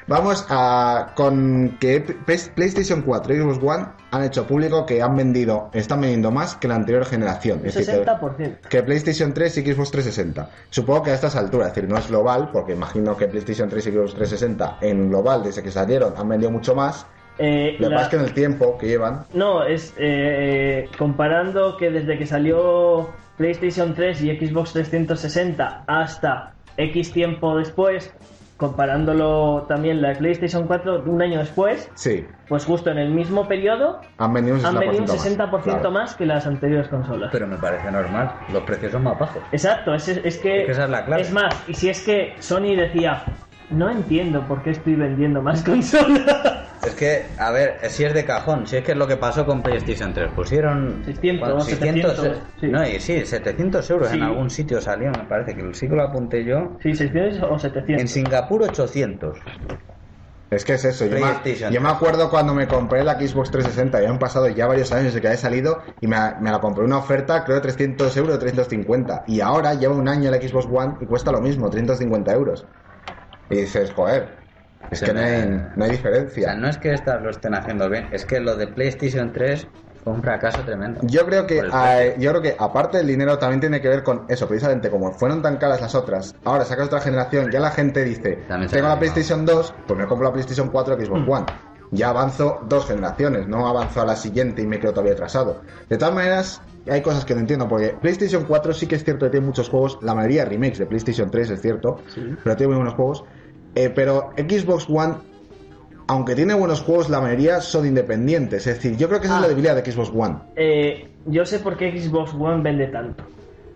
[SPEAKER 1] Vamos a con que P- PlayStation 4 y Xbox One han hecho público que han vendido, están vendiendo más que la anterior generación. Es decir, que-
[SPEAKER 5] 60%.
[SPEAKER 1] que PlayStation 3 y Xbox 360. Supongo que a estas alturas, es decir, no es global, porque imagino que PlayStation 3 y Xbox 360 en global, desde que salieron, han vendido mucho más.
[SPEAKER 5] Eh,
[SPEAKER 1] Lo que
[SPEAKER 5] la-
[SPEAKER 1] pasa es que en el tiempo que llevan,
[SPEAKER 5] No, es eh, comparando que desde que salió PlayStation 3 y Xbox 360 hasta X tiempo después, comparándolo también la de PlayStation 4 un año después,
[SPEAKER 1] sí,
[SPEAKER 5] pues justo en el mismo periodo
[SPEAKER 1] han vendido un 60%,
[SPEAKER 5] han venido un 60%
[SPEAKER 1] más.
[SPEAKER 5] más,
[SPEAKER 1] Claro.
[SPEAKER 5] que las anteriores consolas.
[SPEAKER 3] Pero me parece normal. Los precios son más bajos.
[SPEAKER 5] Exacto, es, es que,
[SPEAKER 3] Es que esa es la clave.
[SPEAKER 5] es más, y si es que Sony decía, no entiendo por qué estoy vendiendo más consolas.
[SPEAKER 3] Es que, a ver, si es de cajón, si es que es lo que pasó con PlayStation 3, pusieron
[SPEAKER 5] 600,
[SPEAKER 3] ¿cuánto?
[SPEAKER 5] 700, sí.
[SPEAKER 3] no, y sí, 700 euros
[SPEAKER 5] Sí.
[SPEAKER 3] en algún sitio salió, me parece que el sitio lo apunté yo.
[SPEAKER 5] sí, 600 o 700.
[SPEAKER 3] En Singapur 800.
[SPEAKER 1] Es que es eso, yo me,
[SPEAKER 3] PlayStation.
[SPEAKER 1] yo me acuerdo cuando me compré la Xbox 360, ya han pasado ya varios años desde que había salido y me, me la compré una oferta, creo de 300 euros, 350. Y ahora lleva un año la Xbox One y cuesta lo mismo, 350 euros. Y dices, joder, es
[SPEAKER 3] Se
[SPEAKER 1] que no
[SPEAKER 3] me-
[SPEAKER 1] hay, no hay
[SPEAKER 3] O sea,
[SPEAKER 1] diferencia.
[SPEAKER 3] no es que estas lo estén haciendo bien, es que lo de PlayStation 3 fue un fracaso tremendo.
[SPEAKER 1] Yo creo que
[SPEAKER 3] Por el
[SPEAKER 1] eh,
[SPEAKER 3] precio.
[SPEAKER 1] yo creo que aparte del dinero también tiene que ver con eso, precisamente como fueron tan caras las otras, ahora sacas otra generación, ya la gente dice,
[SPEAKER 3] También se
[SPEAKER 1] tengo
[SPEAKER 3] ha
[SPEAKER 1] la
[SPEAKER 3] animado.
[SPEAKER 1] PlayStation 2, pues me compro la PlayStation 4 que Xbox One. ya avanzo dos generaciones, no avanzo a la siguiente y me quedo todavía atrasado. De todas maneras, hay cosas que no entiendo, porque PlayStation 4 sí que es cierto que tiene muchos juegos, la mayoría remakes de PlayStation 3 es cierto,
[SPEAKER 3] Sí.
[SPEAKER 1] pero tiene muy buenos juegos. Eh, pero Xbox One, aunque tiene buenos juegos, la mayoría son independientes. Es decir, yo creo que esa
[SPEAKER 5] Ah.
[SPEAKER 1] es la debilidad de Xbox One.
[SPEAKER 5] Eh, yo sé por qué Xbox One vende tanto.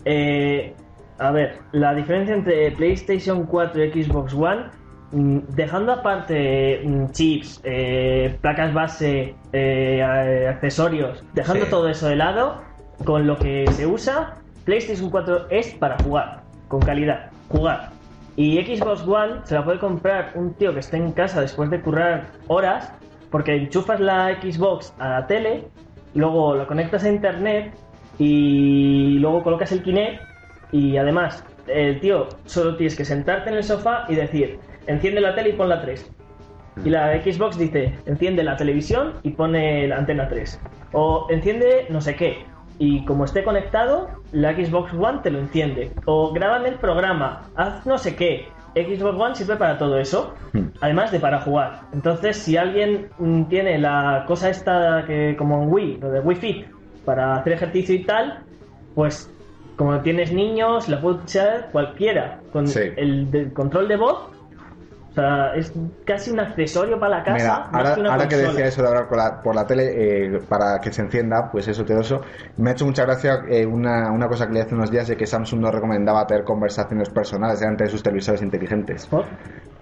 [SPEAKER 5] Eh, a ver, la diferencia entre PlayStation 4 y Xbox One, mm, dejando aparte mm, chips, eh, placas base, eh, a- accesorios, dejando
[SPEAKER 3] Sí.
[SPEAKER 5] todo eso de lado, con lo que se usa, PlayStation 4 es para jugar, con calidad, jugar. Y Xbox One se la puede comprar un tío que esté en casa después de currar horas, porque enchufas la Xbox a la tele, luego lo conectas a internet y luego colocas el Kinect y además, el tío, solo tienes que sentarte en el sofá y decir, enciende la tele y pon la 3. Y la Xbox dice, enciende la televisión y pone la antena 3. O enciende no sé qué. Y como esté conectado, la Xbox One te lo enciende. O grábame el programa, haz no sé qué. Xbox One sirve para todo eso,
[SPEAKER 1] Hmm.
[SPEAKER 5] además de para jugar. Entonces, si alguien mm, tiene la cosa esta que como en Wii, lo de Wii Fit, para hacer ejercicio y tal, pues como tienes niños, la puede usar cualquiera. Con
[SPEAKER 1] Sí.
[SPEAKER 5] el de- control de voz o sea, es casi un accesorio para la casa.
[SPEAKER 1] Mira,
[SPEAKER 5] más
[SPEAKER 1] ahora,
[SPEAKER 5] que una
[SPEAKER 1] ahora que
[SPEAKER 5] consola.
[SPEAKER 1] decía eso de hablar con la- por la tele eh, para que se encienda, pues eso teoso, me ha hecho mucha gracia eh, una, una cosa que leí hace unos días de que Samsung no recomendaba tener conversaciones personales delante de sus televisores inteligentes.
[SPEAKER 5] ¿Por?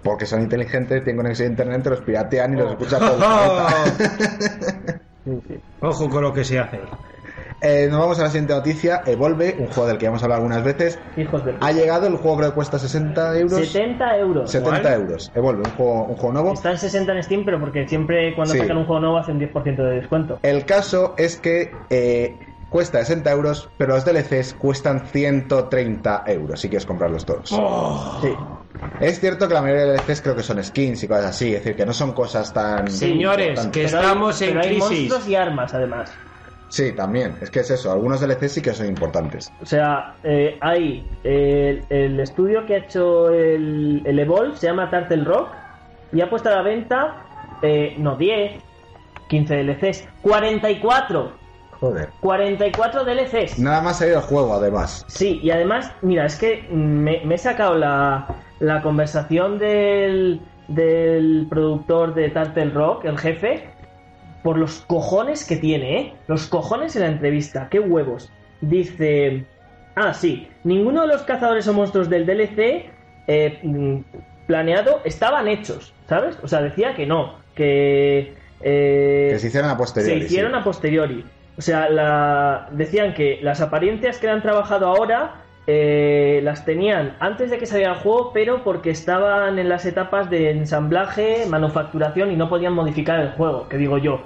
[SPEAKER 1] Porque son inteligentes, tienen conexión a internet, te los piratean y los escuchan por
[SPEAKER 4] Oh,
[SPEAKER 5] Sí, sí.
[SPEAKER 4] Ojo con lo que se hace.
[SPEAKER 1] Eh, Nos vamos a la siguiente noticia. Evolve, un juego del que ya hemos hablado algunas veces.
[SPEAKER 5] Hijos de...
[SPEAKER 1] Ha llegado el juego creo que cuesta 60 euros.
[SPEAKER 5] 70 euros.
[SPEAKER 1] 70
[SPEAKER 4] ¿Cuál?
[SPEAKER 1] euros. Evolve, un juego, un juego nuevo.
[SPEAKER 5] Está en 60 en Steam, pero porque siempre cuando
[SPEAKER 1] Sí.
[SPEAKER 5] sacan un juego nuevo hacen 10% de descuento.
[SPEAKER 1] El caso es que eh, cuesta 60 euros, pero los DLCs cuestan 130 euros si quieres comprarlos todos.
[SPEAKER 5] Oh. Sí.
[SPEAKER 1] Es cierto que la mayoría de DLCs creo que son skins y cosas así, es decir, que no son cosas tan...
[SPEAKER 4] Señores,
[SPEAKER 1] tan-
[SPEAKER 4] que
[SPEAKER 5] Pero hay-
[SPEAKER 4] estamos en
[SPEAKER 5] pero hay
[SPEAKER 4] crisis.
[SPEAKER 5] monstruos y armas, además.
[SPEAKER 1] Sí, también, es que es eso, algunos DLCs sí que son importantes.
[SPEAKER 5] O sea, eh, hay eh, el, el estudio que ha hecho el, el Evolve, se llama Turtle Rock, y ha puesto a la venta, eh, no 10, 15 DLCs, 44,
[SPEAKER 1] Joder.
[SPEAKER 5] 44 DLCs.
[SPEAKER 1] Nada más salir el juego, además.
[SPEAKER 5] Sí, y además, mira, es que me, me he sacado la, la conversación del, del productor de Turtle Rock, el jefe, por los cojones que tiene, ¿eh? Los cojones en la entrevista, qué huevos. Dice, ah, sí, ninguno de los cazadores o monstruos del DLC eh, mm, planeado estaban hechos, ¿sabes? O sea, decía que no, que... eh,
[SPEAKER 1] Que se hicieron a posteriori.
[SPEAKER 5] se hicieron a posteriori. O sea, la... decían que las apariencias que han trabajado ahora eh, las tenían antes de que saliera el juego, pero porque estaban en las etapas de ensamblaje, manufacturación y no podían modificar el juego, que digo yo.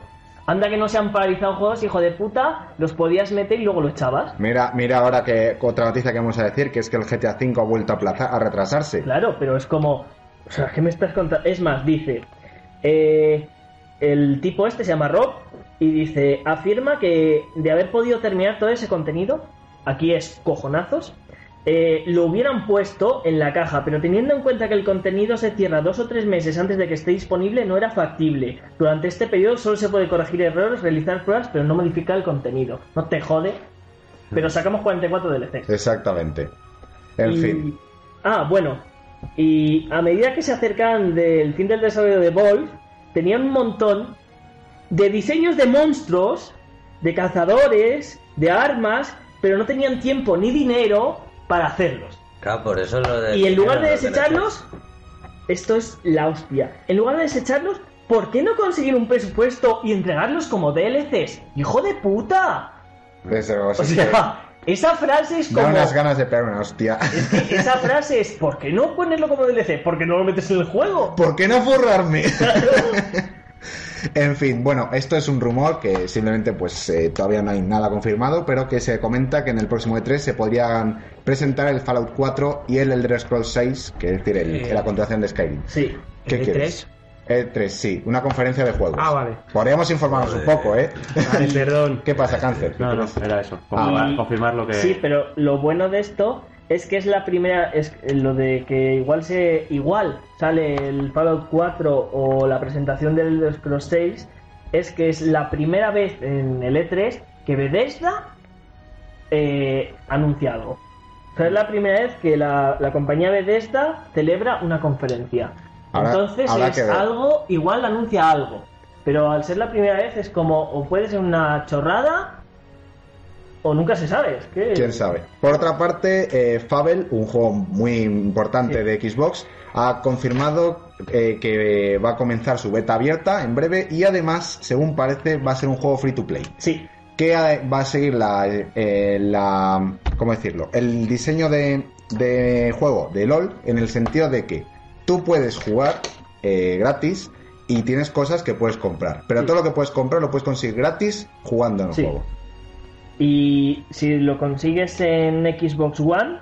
[SPEAKER 5] Anda que no se han paralizado juegos, hijo de puta, los podías meter y luego lo echabas.
[SPEAKER 1] Mira, mira ahora que otra noticia que vamos a decir, que es que el GTA V ha vuelto a, aplaza- a retrasarse.
[SPEAKER 5] Claro, pero es como... O sea, ¿qué me estás contando? Es más, dice... eh, el tipo este se llama Rob y dice... Afirma que de haber podido terminar todo ese contenido... Aquí es cojonazos. eh, lo hubieran puesto en la caja, pero teniendo en cuenta que el contenido se cierra dos o tres meses antes de que esté disponible, no era factible. Durante este periodo solo se puede corregir errores, realizar pruebas, pero no modificar el contenido. No te jode. Pero sacamos 44 DLCs.
[SPEAKER 1] Exactamente. En
[SPEAKER 5] Y-
[SPEAKER 1] fin.
[SPEAKER 5] Ah, bueno. Y a medida que se acercaban del fin del desarrollo de Ball, tenían un montón de diseños de monstruos, de cazadores, de armas, pero no tenían tiempo ni dinero para hacerlos.
[SPEAKER 3] Claro, por eso lo
[SPEAKER 1] Eh,
[SPEAKER 3] de...
[SPEAKER 5] Y en lugar de
[SPEAKER 3] los derechos.
[SPEAKER 5] desecharlos, esto es la hostia. En lugar de desecharlos, ¿por qué no conseguir un presupuesto y entregarlos como DLCs? ¡Hijo de puta!
[SPEAKER 1] Desde luego,
[SPEAKER 5] O
[SPEAKER 1] sí
[SPEAKER 5] sea, esa frase es
[SPEAKER 1] que da
[SPEAKER 5] como...
[SPEAKER 1] unas ganas de pegar una hostia.
[SPEAKER 5] Es que esa frase es ¿por qué no ponerlo como DLC? ¿Por qué no lo metes en el juego?
[SPEAKER 1] ¿Por qué no forrarme? en fin, bueno, esto es un rumor que simplemente pues eh, todavía no hay nada confirmado, pero que se comenta que en el próximo E3 se podrían presentar el Fallout 4 y el Elder Scrolls 6, que es decir, el-
[SPEAKER 4] Eh.
[SPEAKER 1] la continuación de Skyrim.
[SPEAKER 5] Sí.
[SPEAKER 1] ¿Qué
[SPEAKER 4] ¿El E3?
[SPEAKER 1] quieres? E3, sí, una conferencia de juegos.
[SPEAKER 4] Ah, vale.
[SPEAKER 1] Podríamos informarnos un poco, ¿eh?
[SPEAKER 4] Vale, perdón.
[SPEAKER 1] ¿Qué pasa, cáncer?
[SPEAKER 7] No, no, era eso. Confirmar,
[SPEAKER 5] Y-
[SPEAKER 7] confirmar lo que.
[SPEAKER 5] Sí, pero lo bueno de esto es que es la primera, es lo de que igual se igual sale el Fallout 4 o la presentación del Elder Scrolls 6 es que es la primera vez en el E3 que Bethesda eh, anuncia algo. O sea, es la primera vez que la, la compañía Bethesda celebra una conferencia.
[SPEAKER 1] Ahora-
[SPEAKER 5] Entonces
[SPEAKER 1] habrá
[SPEAKER 5] es
[SPEAKER 1] que ver.
[SPEAKER 5] algo, igual anuncia algo. Pero al ser la primera vez es como, o puede ser una chorrada, o nunca se sabe. Es que...
[SPEAKER 1] ¿Quién sabe? Por otra parte, eh, Fable, un juego muy importante
[SPEAKER 5] Sí.
[SPEAKER 1] de Xbox, ha confirmado eh, que va a comenzar su beta abierta en breve y además, según parece, va a ser un juego free to play.
[SPEAKER 5] Sí,
[SPEAKER 1] que eh, va a seguir la, eh, la- ¿cómo decirlo? El diseño de, de juego de LOL en el sentido de que tú puedes jugar eh, gratis y tienes cosas que puedes comprar, pero
[SPEAKER 5] Sí.
[SPEAKER 1] todo lo que puedes comprar lo puedes conseguir gratis jugando en el
[SPEAKER 5] Sí.
[SPEAKER 1] juego.
[SPEAKER 5] Y si lo consigues en Xbox One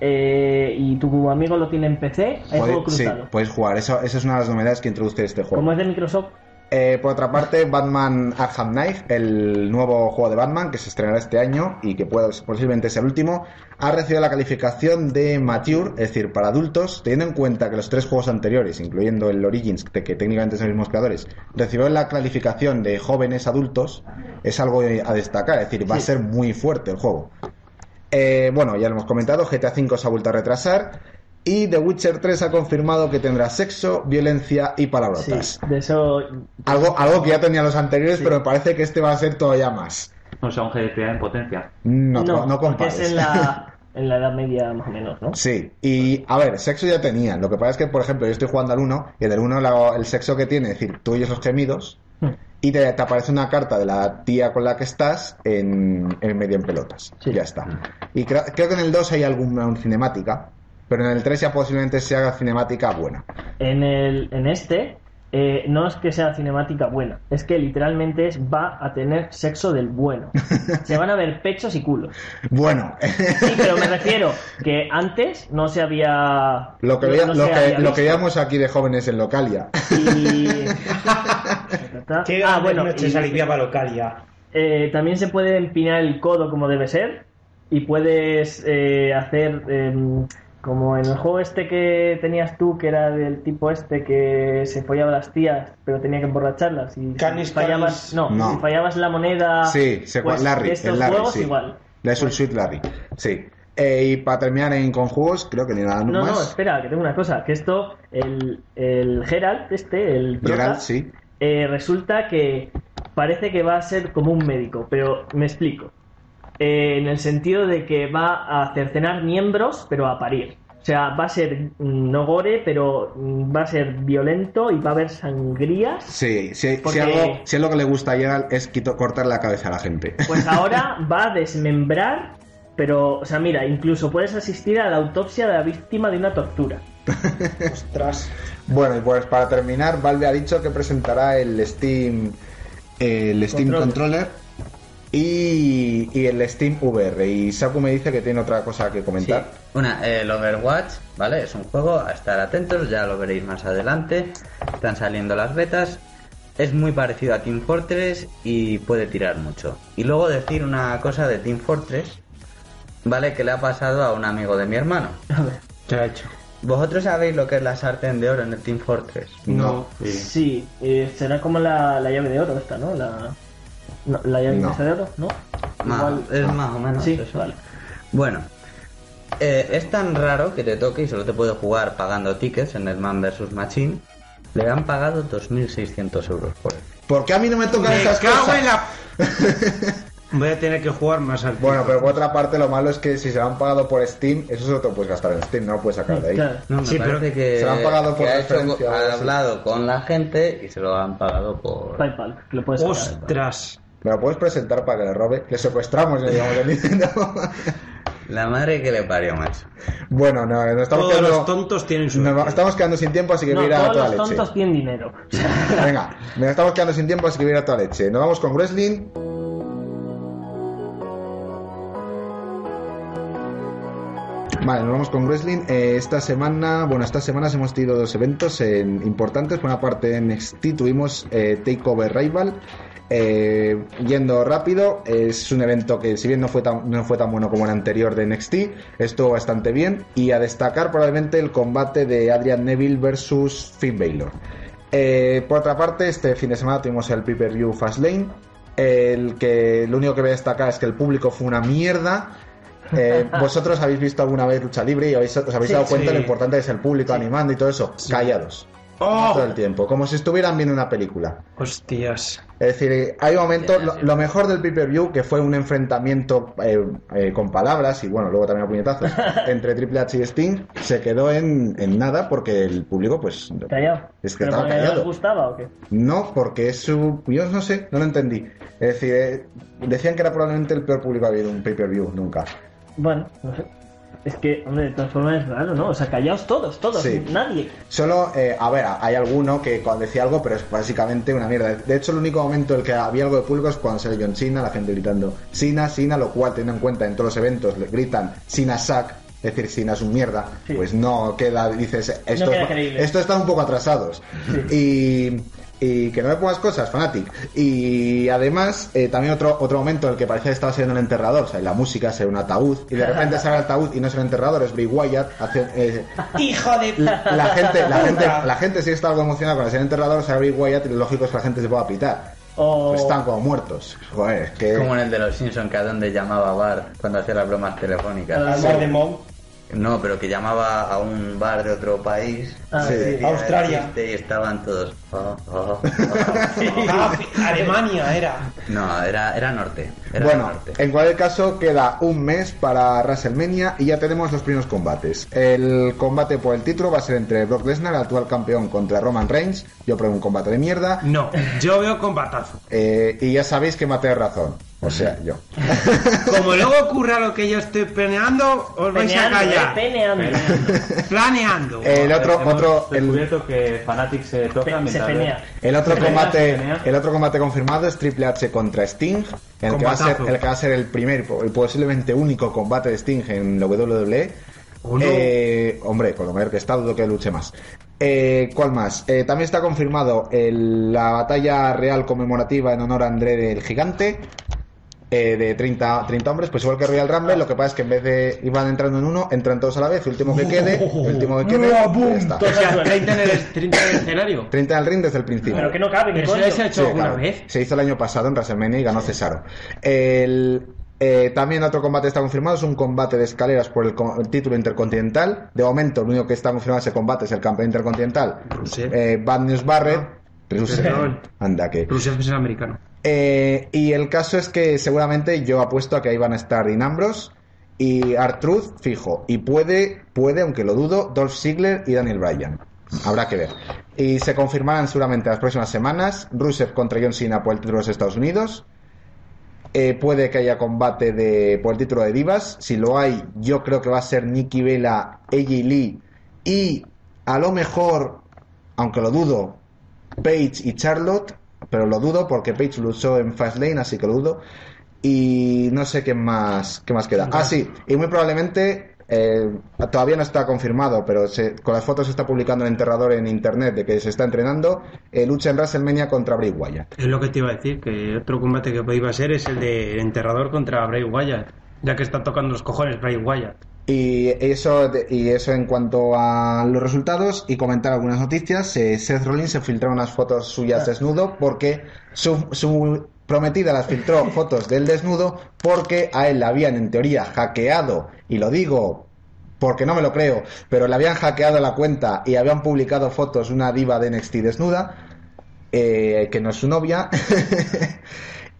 [SPEAKER 5] eh, y tu amigo lo tiene en PC, hay juego
[SPEAKER 1] Puedes, sí,
[SPEAKER 5] cruzado.
[SPEAKER 1] puedes jugar, eso, esa es una de las novedades que introduce este juego.
[SPEAKER 5] Como es de Microsoft,
[SPEAKER 1] Eh, por otra parte, Batman Arkham Knight, el nuevo juego de Batman que se estrenará este año y que puede, posiblemente sea el último, ha recibido la calificación de Mature, es decir, para adultos, teniendo en cuenta que los tres juegos anteriores, incluyendo el Origins, que, que técnicamente son los mismos creadores, recibió la calificación de jóvenes adultos, es algo a destacar, es decir, va a ser muy fuerte el juego. Eh, bueno, ya lo hemos comentado, GTA V se ha vuelto a retrasar y The Witcher 3 ha confirmado que tendrá sexo, violencia y palabrotas.
[SPEAKER 5] sí, de eso
[SPEAKER 1] Algo, algo que ya tenía los anteriores, pero me parece que este va a ser todavía más.
[SPEAKER 7] O sea, un GTA en potencia.
[SPEAKER 1] No, no,
[SPEAKER 5] porque
[SPEAKER 1] compares.
[SPEAKER 5] es en la, en la Edad Media más o menos, ¿no?
[SPEAKER 1] Sí, y a ver, sexo ya tenían. Lo que pasa es que, por ejemplo, yo estoy jugando al 1 y en el 1 la- el sexo que tiene, es decir, tú oyes los gemidos
[SPEAKER 5] Hmm.
[SPEAKER 1] y te, te aparece una carta de la tía con la que estás en, en medio en pelotas.
[SPEAKER 5] Sí.
[SPEAKER 1] Ya está. Y creo, creo que en el 2 hay alguna cinemática, pero en el 3 ya posiblemente se haga cinemática buena.
[SPEAKER 5] En, el, en este eh, no es que sea cinemática buena, es que literalmente es, va a tener sexo del bueno. Se van a ver pechos y culos.
[SPEAKER 1] Bueno,
[SPEAKER 5] Sí, pero me refiero que antes no se había...
[SPEAKER 1] lo que,
[SPEAKER 5] no
[SPEAKER 1] veía-
[SPEAKER 5] se
[SPEAKER 1] lo, que,
[SPEAKER 5] había
[SPEAKER 1] lo que
[SPEAKER 5] visto.
[SPEAKER 1] veíamos aquí de jóvenes en Localia.
[SPEAKER 5] Y... ah, bueno,
[SPEAKER 4] noches
[SPEAKER 5] y-
[SPEAKER 4] aliviaba Localia.
[SPEAKER 5] eh, también se puede empinar el codo como debe ser y puedes eh, hacer eh, como en el juego este que tenías tú, que era del tipo este que se follaba a las tías, pero tenía que emborracharlas y si
[SPEAKER 4] Canis,
[SPEAKER 5] fallabas,
[SPEAKER 4] canis.
[SPEAKER 5] no,
[SPEAKER 1] No.
[SPEAKER 5] si fallabas la moneda,
[SPEAKER 1] Sí, se-
[SPEAKER 5] pues,
[SPEAKER 1] Larry,
[SPEAKER 5] de estos
[SPEAKER 1] el Larry,
[SPEAKER 5] juegos
[SPEAKER 1] sí.
[SPEAKER 5] igual. Pues,
[SPEAKER 1] La Soul Suite Larry, sí. Eh, y para terminar en conjugos, creo que ni nada
[SPEAKER 5] No, no,
[SPEAKER 1] más.
[SPEAKER 5] espera, que tengo una cosa, que esto, el, el Geralt, este, el prota,
[SPEAKER 1] Geralt, sí.
[SPEAKER 5] Eh, resulta que parece que va a ser como un médico, pero me explico. Eh, en el sentido de que va a cercenar miembros, pero a parir. O sea, va a ser mm, no gore, pero mm, va a ser violento y va a haber sangrías.
[SPEAKER 1] Sí, sí, si,
[SPEAKER 5] Porque-
[SPEAKER 1] algo, si algo que le gusta a Geralt es quito- cortar la cabeza a la gente.
[SPEAKER 5] Pues ahora va a desmembrar, pero, o sea, mira, incluso puedes asistir a la autopsia de la víctima de una tortura.
[SPEAKER 4] Ostras.
[SPEAKER 1] Bueno, y pues para terminar, Valve ha dicho que presentará el Steam el Steam Controller, y, y el Steam VR. Y Saku me dice que tiene otra cosa que
[SPEAKER 3] Sí.
[SPEAKER 1] comentar.
[SPEAKER 3] Una, eh, el Overwatch, ¿vale? Es un juego a estar atentos, ya lo veréis más adelante. Están saliendo las betas. Es muy parecido a Team Fortress y puede tirar mucho. Y luego decir una cosa de Team Fortress, ¿vale? Que le ha pasado a un amigo de mi hermano.
[SPEAKER 7] Se ha hecho.
[SPEAKER 3] ¿Vosotros sabéis lo que es la sartén de oro en el Team Fortress?
[SPEAKER 1] No.
[SPEAKER 7] Sí.
[SPEAKER 5] Sí, eh, será como la, la llave de oro esta, ¿no? La, no, la llave
[SPEAKER 1] No.
[SPEAKER 5] esa de oro, ¿no?
[SPEAKER 3] Ma-
[SPEAKER 5] Igual-
[SPEAKER 3] es más o menos
[SPEAKER 5] Sí,
[SPEAKER 3] Eh, eso.
[SPEAKER 5] vale.
[SPEAKER 3] Bueno, eh, es tan raro que te toque y solo te puede jugar pagando tickets en el Man vs Machine. Le han pagado 2.600 euros por él.
[SPEAKER 1] ¿Por qué a mí no me tocan
[SPEAKER 4] Me
[SPEAKER 1] esas
[SPEAKER 4] cago en
[SPEAKER 1] cosas?
[SPEAKER 4] la... Voy a tener que jugar más al
[SPEAKER 1] Bueno, pero por otra parte, lo malo es que si se lo han pagado por Steam, eso solo te lo puedes gastar en Steam, no lo puedes sacar de ahí.
[SPEAKER 5] Claro.
[SPEAKER 3] No, me
[SPEAKER 4] Sí, pero
[SPEAKER 3] parece que,
[SPEAKER 1] se lo han pagado por
[SPEAKER 3] que ha,
[SPEAKER 1] referencia o
[SPEAKER 3] ha
[SPEAKER 1] algo así.
[SPEAKER 3] hablado con la gente y se lo han pagado por...
[SPEAKER 5] PayPal, que lo puedes sacar.
[SPEAKER 4] Ostras.
[SPEAKER 1] ¿Me lo puedes presentar para que le robe? Le secuestramos, le digamos, el Nintendo.
[SPEAKER 3] La madre que le parió, macho.
[SPEAKER 1] bueno, no, nos estamos,
[SPEAKER 4] Todos los
[SPEAKER 1] quedando,
[SPEAKER 4] tontos tienen su...
[SPEAKER 1] nos va- estamos quedando sin tiempo, así que
[SPEAKER 5] No,
[SPEAKER 1] voy a ir a
[SPEAKER 5] todos
[SPEAKER 1] toda
[SPEAKER 5] los
[SPEAKER 1] leche.
[SPEAKER 5] tontos tienen dinero.
[SPEAKER 1] Venga, nos estamos quedando sin tiempo, así que voy a ir a toda leche. Nos vamos con Wrestling. Vale, nos vamos con Wrestling. Eh, esta semana, bueno, estas semanas hemos tenido dos eventos en- importantes. Por una parte, en NXT tuvimos eh, Takeover Rival Eh, yendo rápido, es un evento que si bien no fue, tan, no fue tan bueno como el anterior de NXT, estuvo bastante bien y a destacar probablemente el combate de Adrian Neville versus Finn Balor. Eh, por otra parte, este fin de semana tuvimos el pay-per-view Fastlane, el que lo único que voy a destacar es que el público fue una mierda. Eh, vosotros habéis visto alguna vez lucha libre y habéis, os habéis
[SPEAKER 4] Sí,
[SPEAKER 1] dado cuenta
[SPEAKER 4] sí.
[SPEAKER 1] de lo importante que es el público animando y todo eso. Callados.
[SPEAKER 4] ¡Oh!
[SPEAKER 1] Todo el tiempo. Como si estuvieran viendo una película.
[SPEAKER 4] Hostias.
[SPEAKER 1] Es decir, hay momentos, lo, lo mejor del pay-per-view, que fue un enfrentamiento eh, eh, con palabras y bueno, luego también a puñetazos, entre Triple H y Sting, se quedó en, en nada porque el público, pues.
[SPEAKER 5] Callado.
[SPEAKER 1] Es que
[SPEAKER 5] ¿Pero
[SPEAKER 1] estaba
[SPEAKER 5] porque no les
[SPEAKER 1] callado.
[SPEAKER 5] gustaba o qué?
[SPEAKER 1] No, porque es su. Yo no sé, no lo entendí. Es decir, eh, decían que era probablemente el peor público que había habido un pay-per-view nunca.
[SPEAKER 5] Bueno, no sé. Es que, hombre, de todas formas es raro, ¿no? O sea, callaos todos, todos,
[SPEAKER 1] Sí.
[SPEAKER 5] nadie.
[SPEAKER 1] Solo, eh, a ver, hay alguno que cuando decía algo, pero es básicamente una mierda. De hecho, el único momento en el que había algo de público es cuando sale John Cena, la gente gritando Sina, Sina, lo cual, teniendo en cuenta en todos los eventos, le gritan Sina Sack, es decir, Sina es un mierda,
[SPEAKER 5] Sí.
[SPEAKER 1] pues no queda, dices, esto,
[SPEAKER 5] queda
[SPEAKER 1] es-
[SPEAKER 5] creíble.
[SPEAKER 1] esto está un poco atrasados. Y. Y que no me pongas cosas, Fanatic. Y además, eh, también otro, otro momento en el que parecía que estaba siendo un enterrador, o sea, y la música será un ataúd, y de repente sale el ataúd y no es el enterrador, es Bray Wyatt, hace, eh,
[SPEAKER 4] ¡Hijo de
[SPEAKER 1] la, la gente, la
[SPEAKER 4] puta!
[SPEAKER 1] gente, la gente sí está algo emocionada con el ser enterrador, se abre Wyatt y lo lógico es que la gente se pueda pitar.
[SPEAKER 5] O...
[SPEAKER 1] Pues están como muertos. Joder, es que.
[SPEAKER 3] Oh. Como en el de los Simpson que a donde llamaba Bart cuando hacía las bromas telefónicas.
[SPEAKER 5] Ah.
[SPEAKER 4] Alma de Mom.
[SPEAKER 3] No, pero que llamaba a un bar de otro país.
[SPEAKER 5] Ah,
[SPEAKER 1] Sí.
[SPEAKER 5] sí.
[SPEAKER 3] decía el
[SPEAKER 4] Australia.
[SPEAKER 3] chiste Y estaban todos. "Oh, oh, oh".
[SPEAKER 4] Ah, Alemania era.
[SPEAKER 3] No, era, era norte. Era
[SPEAKER 1] Bueno,
[SPEAKER 3] norte.
[SPEAKER 1] en cualquier caso, queda un mes para WrestleMania y ya tenemos los primeros combates. El combate por el título va a ser entre Brock Lesnar, el actual campeón, contra Roman Reigns. Yo pruebo un combate de mierda.
[SPEAKER 4] No, yo veo combatazo.
[SPEAKER 1] Eh, y ya sabéis que Mateo razón. O sea, yo.
[SPEAKER 4] Como luego ocurra lo que yo estoy planeando, os vais
[SPEAKER 5] Peneando,
[SPEAKER 4] a
[SPEAKER 5] eh,
[SPEAKER 4] callar.
[SPEAKER 5] peneando.
[SPEAKER 4] Planeando.
[SPEAKER 1] El otro,
[SPEAKER 7] Pues Hemos
[SPEAKER 1] otro, el,
[SPEAKER 7] descubierto que Fanatic se toca
[SPEAKER 5] Pe- se
[SPEAKER 7] mientras-
[SPEAKER 5] penea.
[SPEAKER 1] El otro
[SPEAKER 7] Genial,
[SPEAKER 1] combate,
[SPEAKER 7] genial.
[SPEAKER 1] el otro combate confirmado es Triple H contra Sting, el que, va a ser,
[SPEAKER 4] Combatazo.
[SPEAKER 1] el que va a ser el primer y posiblemente único combate de Sting en la WWE.
[SPEAKER 4] ¿O no?
[SPEAKER 1] Eh, hombre, con lo mayor que está, dudo que luche más. Eh, ¿Cuál más? Eh, también está confirmado el- la batalla real conmemorativa en honor a André del Gigante. eh, de 30, 30 hombres, pues igual que Royal Rumble, lo que pasa es que en vez de iban entrando en uno, entran todos a la vez, el último que quede, el último que quede, ya está.
[SPEAKER 4] O sea, 30 en el, 30 en el escenario.
[SPEAKER 1] 30 al ring desde el principio.
[SPEAKER 5] Pero que no cabe, que
[SPEAKER 4] Pero eso
[SPEAKER 5] coño.
[SPEAKER 4] ya se ha hecho
[SPEAKER 1] Sí,
[SPEAKER 4] alguna
[SPEAKER 1] claro.
[SPEAKER 4] vez.
[SPEAKER 1] Se hizo el año pasado en WrestleMania y ganó Cesaro. El, eh, también otro combate está confirmado, es un combate de escaleras por el, co- el título intercontinental. De momento, lo único que está confirmado en ese combate es el campeón intercontinental.
[SPEAKER 4] Rusev. Ah,
[SPEAKER 1] Eh, Bad News Barrett. Rusev.
[SPEAKER 4] Perdón.
[SPEAKER 1] Anda que.
[SPEAKER 4] Rusev es el americano.
[SPEAKER 1] Eh, y el caso es que seguramente yo apuesto a que ahí van a estar Dean Ambrose y Artruth fijo. Y puede, puede, aunque lo dudo, Dolph Ziggler y Daniel Bryan. Habrá que ver. Y se confirmarán seguramente las próximas semanas Rusev contra John Cena por el título de los Estados Unidos. Eh, puede que haya combate de, por el título de Divas. Si lo hay, yo creo que va a ser Nikki Vela, AJ Lee y a lo mejor, aunque lo dudo, Paige y Charlotte, pero lo dudo porque Paige luchó en Fastlane, así que lo dudo. Y no sé qué más, qué más queda. Ah, sí, y muy probablemente, eh, todavía no está confirmado, pero se- con las fotos se está publicando el enterrador en internet de que se está entrenando, eh, lucha en WrestleMania contra Bray Wyatt.
[SPEAKER 4] Es lo que te iba a decir, que otro combate que iba a ser es el de enterrador contra Bray Wyatt. Ya que está tocando los cojones Bray Wyatt.
[SPEAKER 1] Y eso, de- y eso en cuanto a los resultados y comentar algunas noticias. eh, Seth Rollins se filtró unas fotos suyas desnudo porque su, su prometida las filtró fotos del desnudo porque a él la habían en teoría hackeado. Y lo digo porque no me lo creo, pero le habían hackeado la cuenta y habían publicado fotos de una diva de NXT desnuda eh, que no es su novia.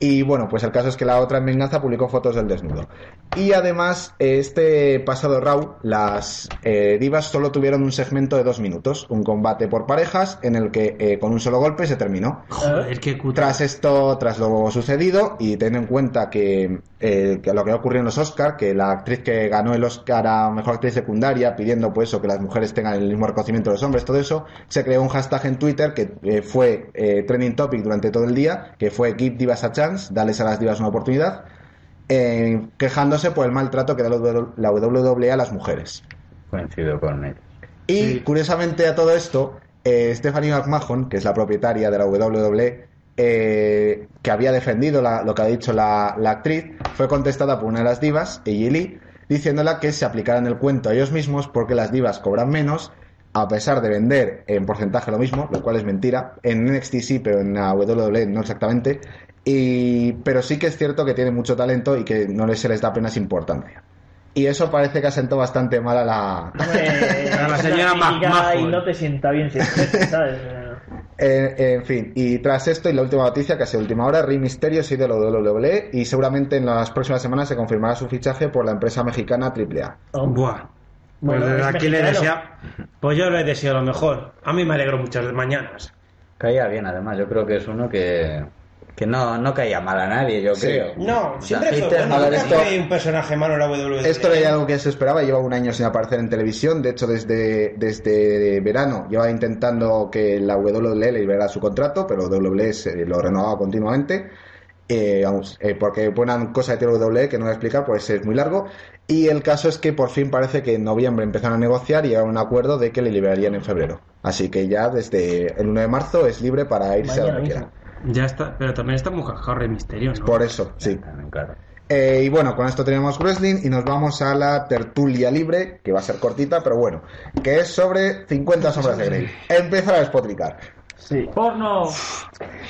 [SPEAKER 1] y bueno, pues el caso es que la otra en venganza publicó fotos del desnudo. Y además, eh, este pasado Raw, las eh, divas solo tuvieron un segmento de dos minutos, un combate por parejas en el que eh, con un solo golpe se terminó.
[SPEAKER 4] Joder, qué cutre.
[SPEAKER 1] Tras esto, tras lo sucedido, y teniendo en cuenta que, eh, que lo que ocurrió en los Oscar, que la actriz que ganó el Oscar a mejor actriz secundaria, pidiendo pues eso, que las mujeres tengan el mismo reconocimiento de los hombres, todo eso, se creó un hashtag en Twitter que eh, fue eh, trending topic durante todo el día, que fue Give Divas a Chance, dales a las divas una oportunidad, eh, quejándose por el maltrato que da la WWE a las mujeres.
[SPEAKER 3] Coincido con él.
[SPEAKER 1] Y curiosamente a todo esto, eh, Stephanie McMahon, que es la propietaria de la WWE, eh, que había defendido la- lo que ha dicho la, la actriz, fue contestada por una de las divas, Iggy Lee, diciéndola que se aplicaran el cuento a ellos mismos porque las divas cobran menos, a pesar de vender en porcentaje lo mismo, lo cual es mentira. En NXT sí, pero en la WWE no exactamente. Y, pero sí que es cierto que tienen mucho talento y que no les- se les da apenas importancia. Y eso parece que asentó bastante mal a la,
[SPEAKER 5] Hombre,
[SPEAKER 4] A la
[SPEAKER 5] es una
[SPEAKER 4] señora Ma-
[SPEAKER 5] crítica
[SPEAKER 4] Majo.
[SPEAKER 5] Y no te sienta bien si es eso, ¿sabes? Eh,
[SPEAKER 1] Eh, en fin, y tras esto y la última noticia, que ha sido última hora, Rey Mysterio se ha ido a la WWE y seguramente en las próximas semanas se confirmará su fichaje por la empresa mexicana AAA.
[SPEAKER 5] oh,
[SPEAKER 4] Buah.
[SPEAKER 5] bueno,
[SPEAKER 4] pues desde
[SPEAKER 5] es
[SPEAKER 4] aquí le
[SPEAKER 5] mexicano.
[SPEAKER 4] desea. Pues yo le deseo lo mejor. A mí me alegro muchas mañanas.
[SPEAKER 3] Caía bien, además. Yo creo que es uno que, que no, no caía mal a nadie, yo
[SPEAKER 1] Sí.
[SPEAKER 3] creo.
[SPEAKER 4] No,
[SPEAKER 3] La
[SPEAKER 4] siempre fue
[SPEAKER 3] gente-
[SPEAKER 4] bueno.
[SPEAKER 1] a ver,
[SPEAKER 4] Nunca
[SPEAKER 1] esto-
[SPEAKER 4] fue un personaje malo en la E. WWE.
[SPEAKER 1] Esto era ya algo que se esperaba, lleva un año sin aparecer en televisión, de hecho desde, desde verano lleva intentando que la WWE le liberara su contrato, pero WWE se lo renovaba continuamente. Eh, vamos, eh, porque una cosa de WWE que no voy a explicar, pues es muy largo. Y el caso es que por fin parece que en noviembre empezaron a negociar y llegaron a un acuerdo de que le liberarían en febrero. Así que ya desde el 1 de marzo es libre para irse a
[SPEAKER 5] Mañana
[SPEAKER 1] donde quiera.
[SPEAKER 5] mismo.
[SPEAKER 4] Ya está, pero también está muy cajado Rey Misterio, ¿no?
[SPEAKER 1] Por eso, sí.
[SPEAKER 3] También, claro.
[SPEAKER 1] Eh, y bueno, con esto tenemos wrestling y nos vamos a la tertulia libre, que va a ser cortita, pero bueno, que es sobre 50 sombras de Grey. Empieza a despotricar.
[SPEAKER 5] Sí.
[SPEAKER 2] ¡Porno!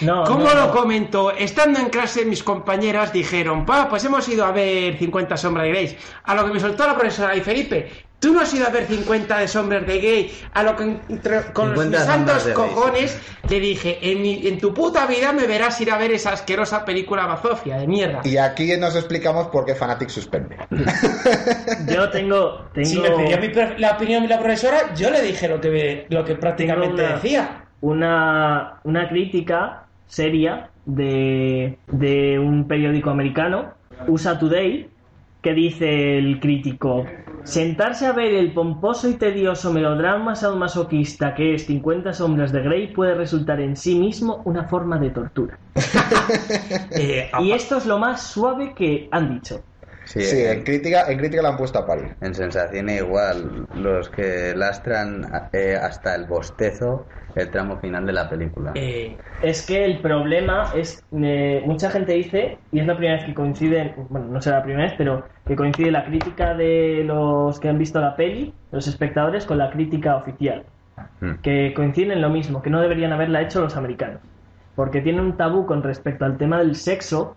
[SPEAKER 5] No,
[SPEAKER 4] ¿Cómo
[SPEAKER 5] no,
[SPEAKER 4] lo
[SPEAKER 5] no.
[SPEAKER 4] comentó? Estando en clase, mis compañeras dijeron, pa, pues hemos ido a ver 50 sombras de Grey. A lo que me soltó la profesora, y Felipe, tú no has ido a ver 50 de sombras de Grey. A lo que entre- con los
[SPEAKER 3] 50
[SPEAKER 4] mis santos
[SPEAKER 3] sombras de Grey.
[SPEAKER 4] cojones le dije, en, mi- en tu puta vida me verás ir a ver esa asquerosa película bazofia de mierda.
[SPEAKER 1] Y aquí nos explicamos por qué Fanatic suspende.
[SPEAKER 5] Yo tengo. tengo
[SPEAKER 4] Si me pidió mi pre- la opinión de la profesora, yo le dije lo que, me- lo que prácticamente
[SPEAKER 5] una-
[SPEAKER 4] decía.
[SPEAKER 5] una, una crítica seria de, de un periódico americano, USA Today, que dice el crítico, sentarse a ver el pomposo y tedioso melodrama sadomasoquista que es 50 sombras de Grey puede resultar en sí mismo una forma de tortura.
[SPEAKER 4] Eh,
[SPEAKER 5] Y
[SPEAKER 4] apa-
[SPEAKER 5] esto es lo más suave que han dicho.
[SPEAKER 3] Sí,
[SPEAKER 1] Sí, en crítica, en crítica la han puesto a parir.
[SPEAKER 3] En sensaciones igual, los que lastran eh, hasta el bostezo el tramo final de la película.
[SPEAKER 4] eh,
[SPEAKER 5] Es que el problema es, eh, mucha gente dice, y es la primera vez que coinciden, bueno, no será la primera vez, pero que coincide la crítica de los que han visto la peli, los espectadores, con la crítica oficial,
[SPEAKER 4] Hmm.
[SPEAKER 3] Mm.
[SPEAKER 5] que coinciden en lo mismo, que no deberían haberla hecho los americanos, porque tienen un tabú con respecto al tema del sexo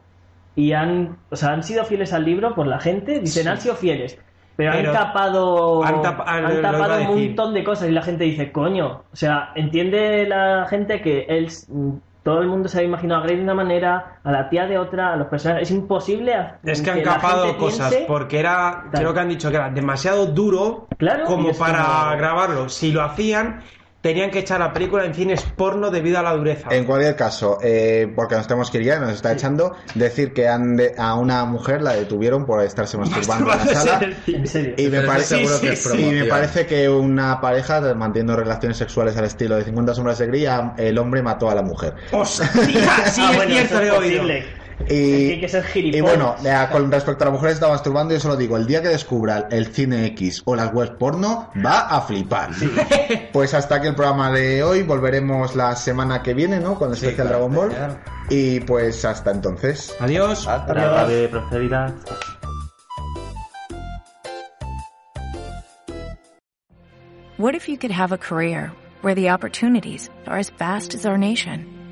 [SPEAKER 5] y han, o sea, han sido fieles al libro por la gente, dicen, han sido fieles. Pero,
[SPEAKER 4] Pero
[SPEAKER 5] han tapado,
[SPEAKER 4] han tap- ah, lo- lo
[SPEAKER 5] han tapado
[SPEAKER 4] iba a
[SPEAKER 5] un
[SPEAKER 4] decir.
[SPEAKER 5] montón montón de cosas y la gente dice, coño, o sea, entiende la gente que él, mm, todo el mundo se ha imaginado a Grey de una manera, a la tía de otra, a los personajes, es imposible. a-
[SPEAKER 4] Es que han
[SPEAKER 5] la
[SPEAKER 4] capado
[SPEAKER 5] gente
[SPEAKER 4] cosas
[SPEAKER 5] piense-
[SPEAKER 4] porque era,
[SPEAKER 5] Tal.
[SPEAKER 4] creo que han dicho que era demasiado duro
[SPEAKER 5] Claro, y
[SPEAKER 4] como
[SPEAKER 5] es
[SPEAKER 4] para
[SPEAKER 5] como-
[SPEAKER 4] grabarlo. Si lo hacían, tenían que echar la película en cines porno debido a la dureza.
[SPEAKER 1] En cualquier caso, eh, porque nos tenemos que ir ya, nos está echando, decir que han de- a una mujer la detuvieron por estarse masturbando en la
[SPEAKER 4] Masturbándose
[SPEAKER 1] sala.
[SPEAKER 4] en el cine.
[SPEAKER 5] En serio.
[SPEAKER 1] Y me,
[SPEAKER 3] Pero
[SPEAKER 1] parece,
[SPEAKER 3] estoy seguro que es
[SPEAKER 1] y
[SPEAKER 3] promoción.
[SPEAKER 1] me parece que una pareja manteniendo relaciones sexuales al estilo de 50 sombras de Grey, a- el hombre mató a la mujer.
[SPEAKER 4] ¡Hostia! Sí,
[SPEAKER 5] Ah,
[SPEAKER 4] es
[SPEAKER 5] bueno, eso
[SPEAKER 4] cierto, lo he
[SPEAKER 5] es
[SPEAKER 4] oído.
[SPEAKER 5] posible.
[SPEAKER 1] Y,
[SPEAKER 5] Hay que ser
[SPEAKER 1] y
[SPEAKER 5] gilipollas.
[SPEAKER 1] bueno, eh, con respecto a la mujer que está masturbando, yo solo digo, el día que descubra el cine X o las webs porno, va a flipar. Pues hasta aquí el programa de hoy, volveremos la semana que viene, ¿no? Con el
[SPEAKER 3] Sí,
[SPEAKER 1] especial
[SPEAKER 3] claro,
[SPEAKER 1] Dragon Ball.
[SPEAKER 3] señor.
[SPEAKER 1] Y pues hasta entonces.
[SPEAKER 4] Adiós.
[SPEAKER 3] Hasta
[SPEAKER 7] Trata de prosperidad.
[SPEAKER 10] What if you could have a career where the opportunities are as vast as our nation,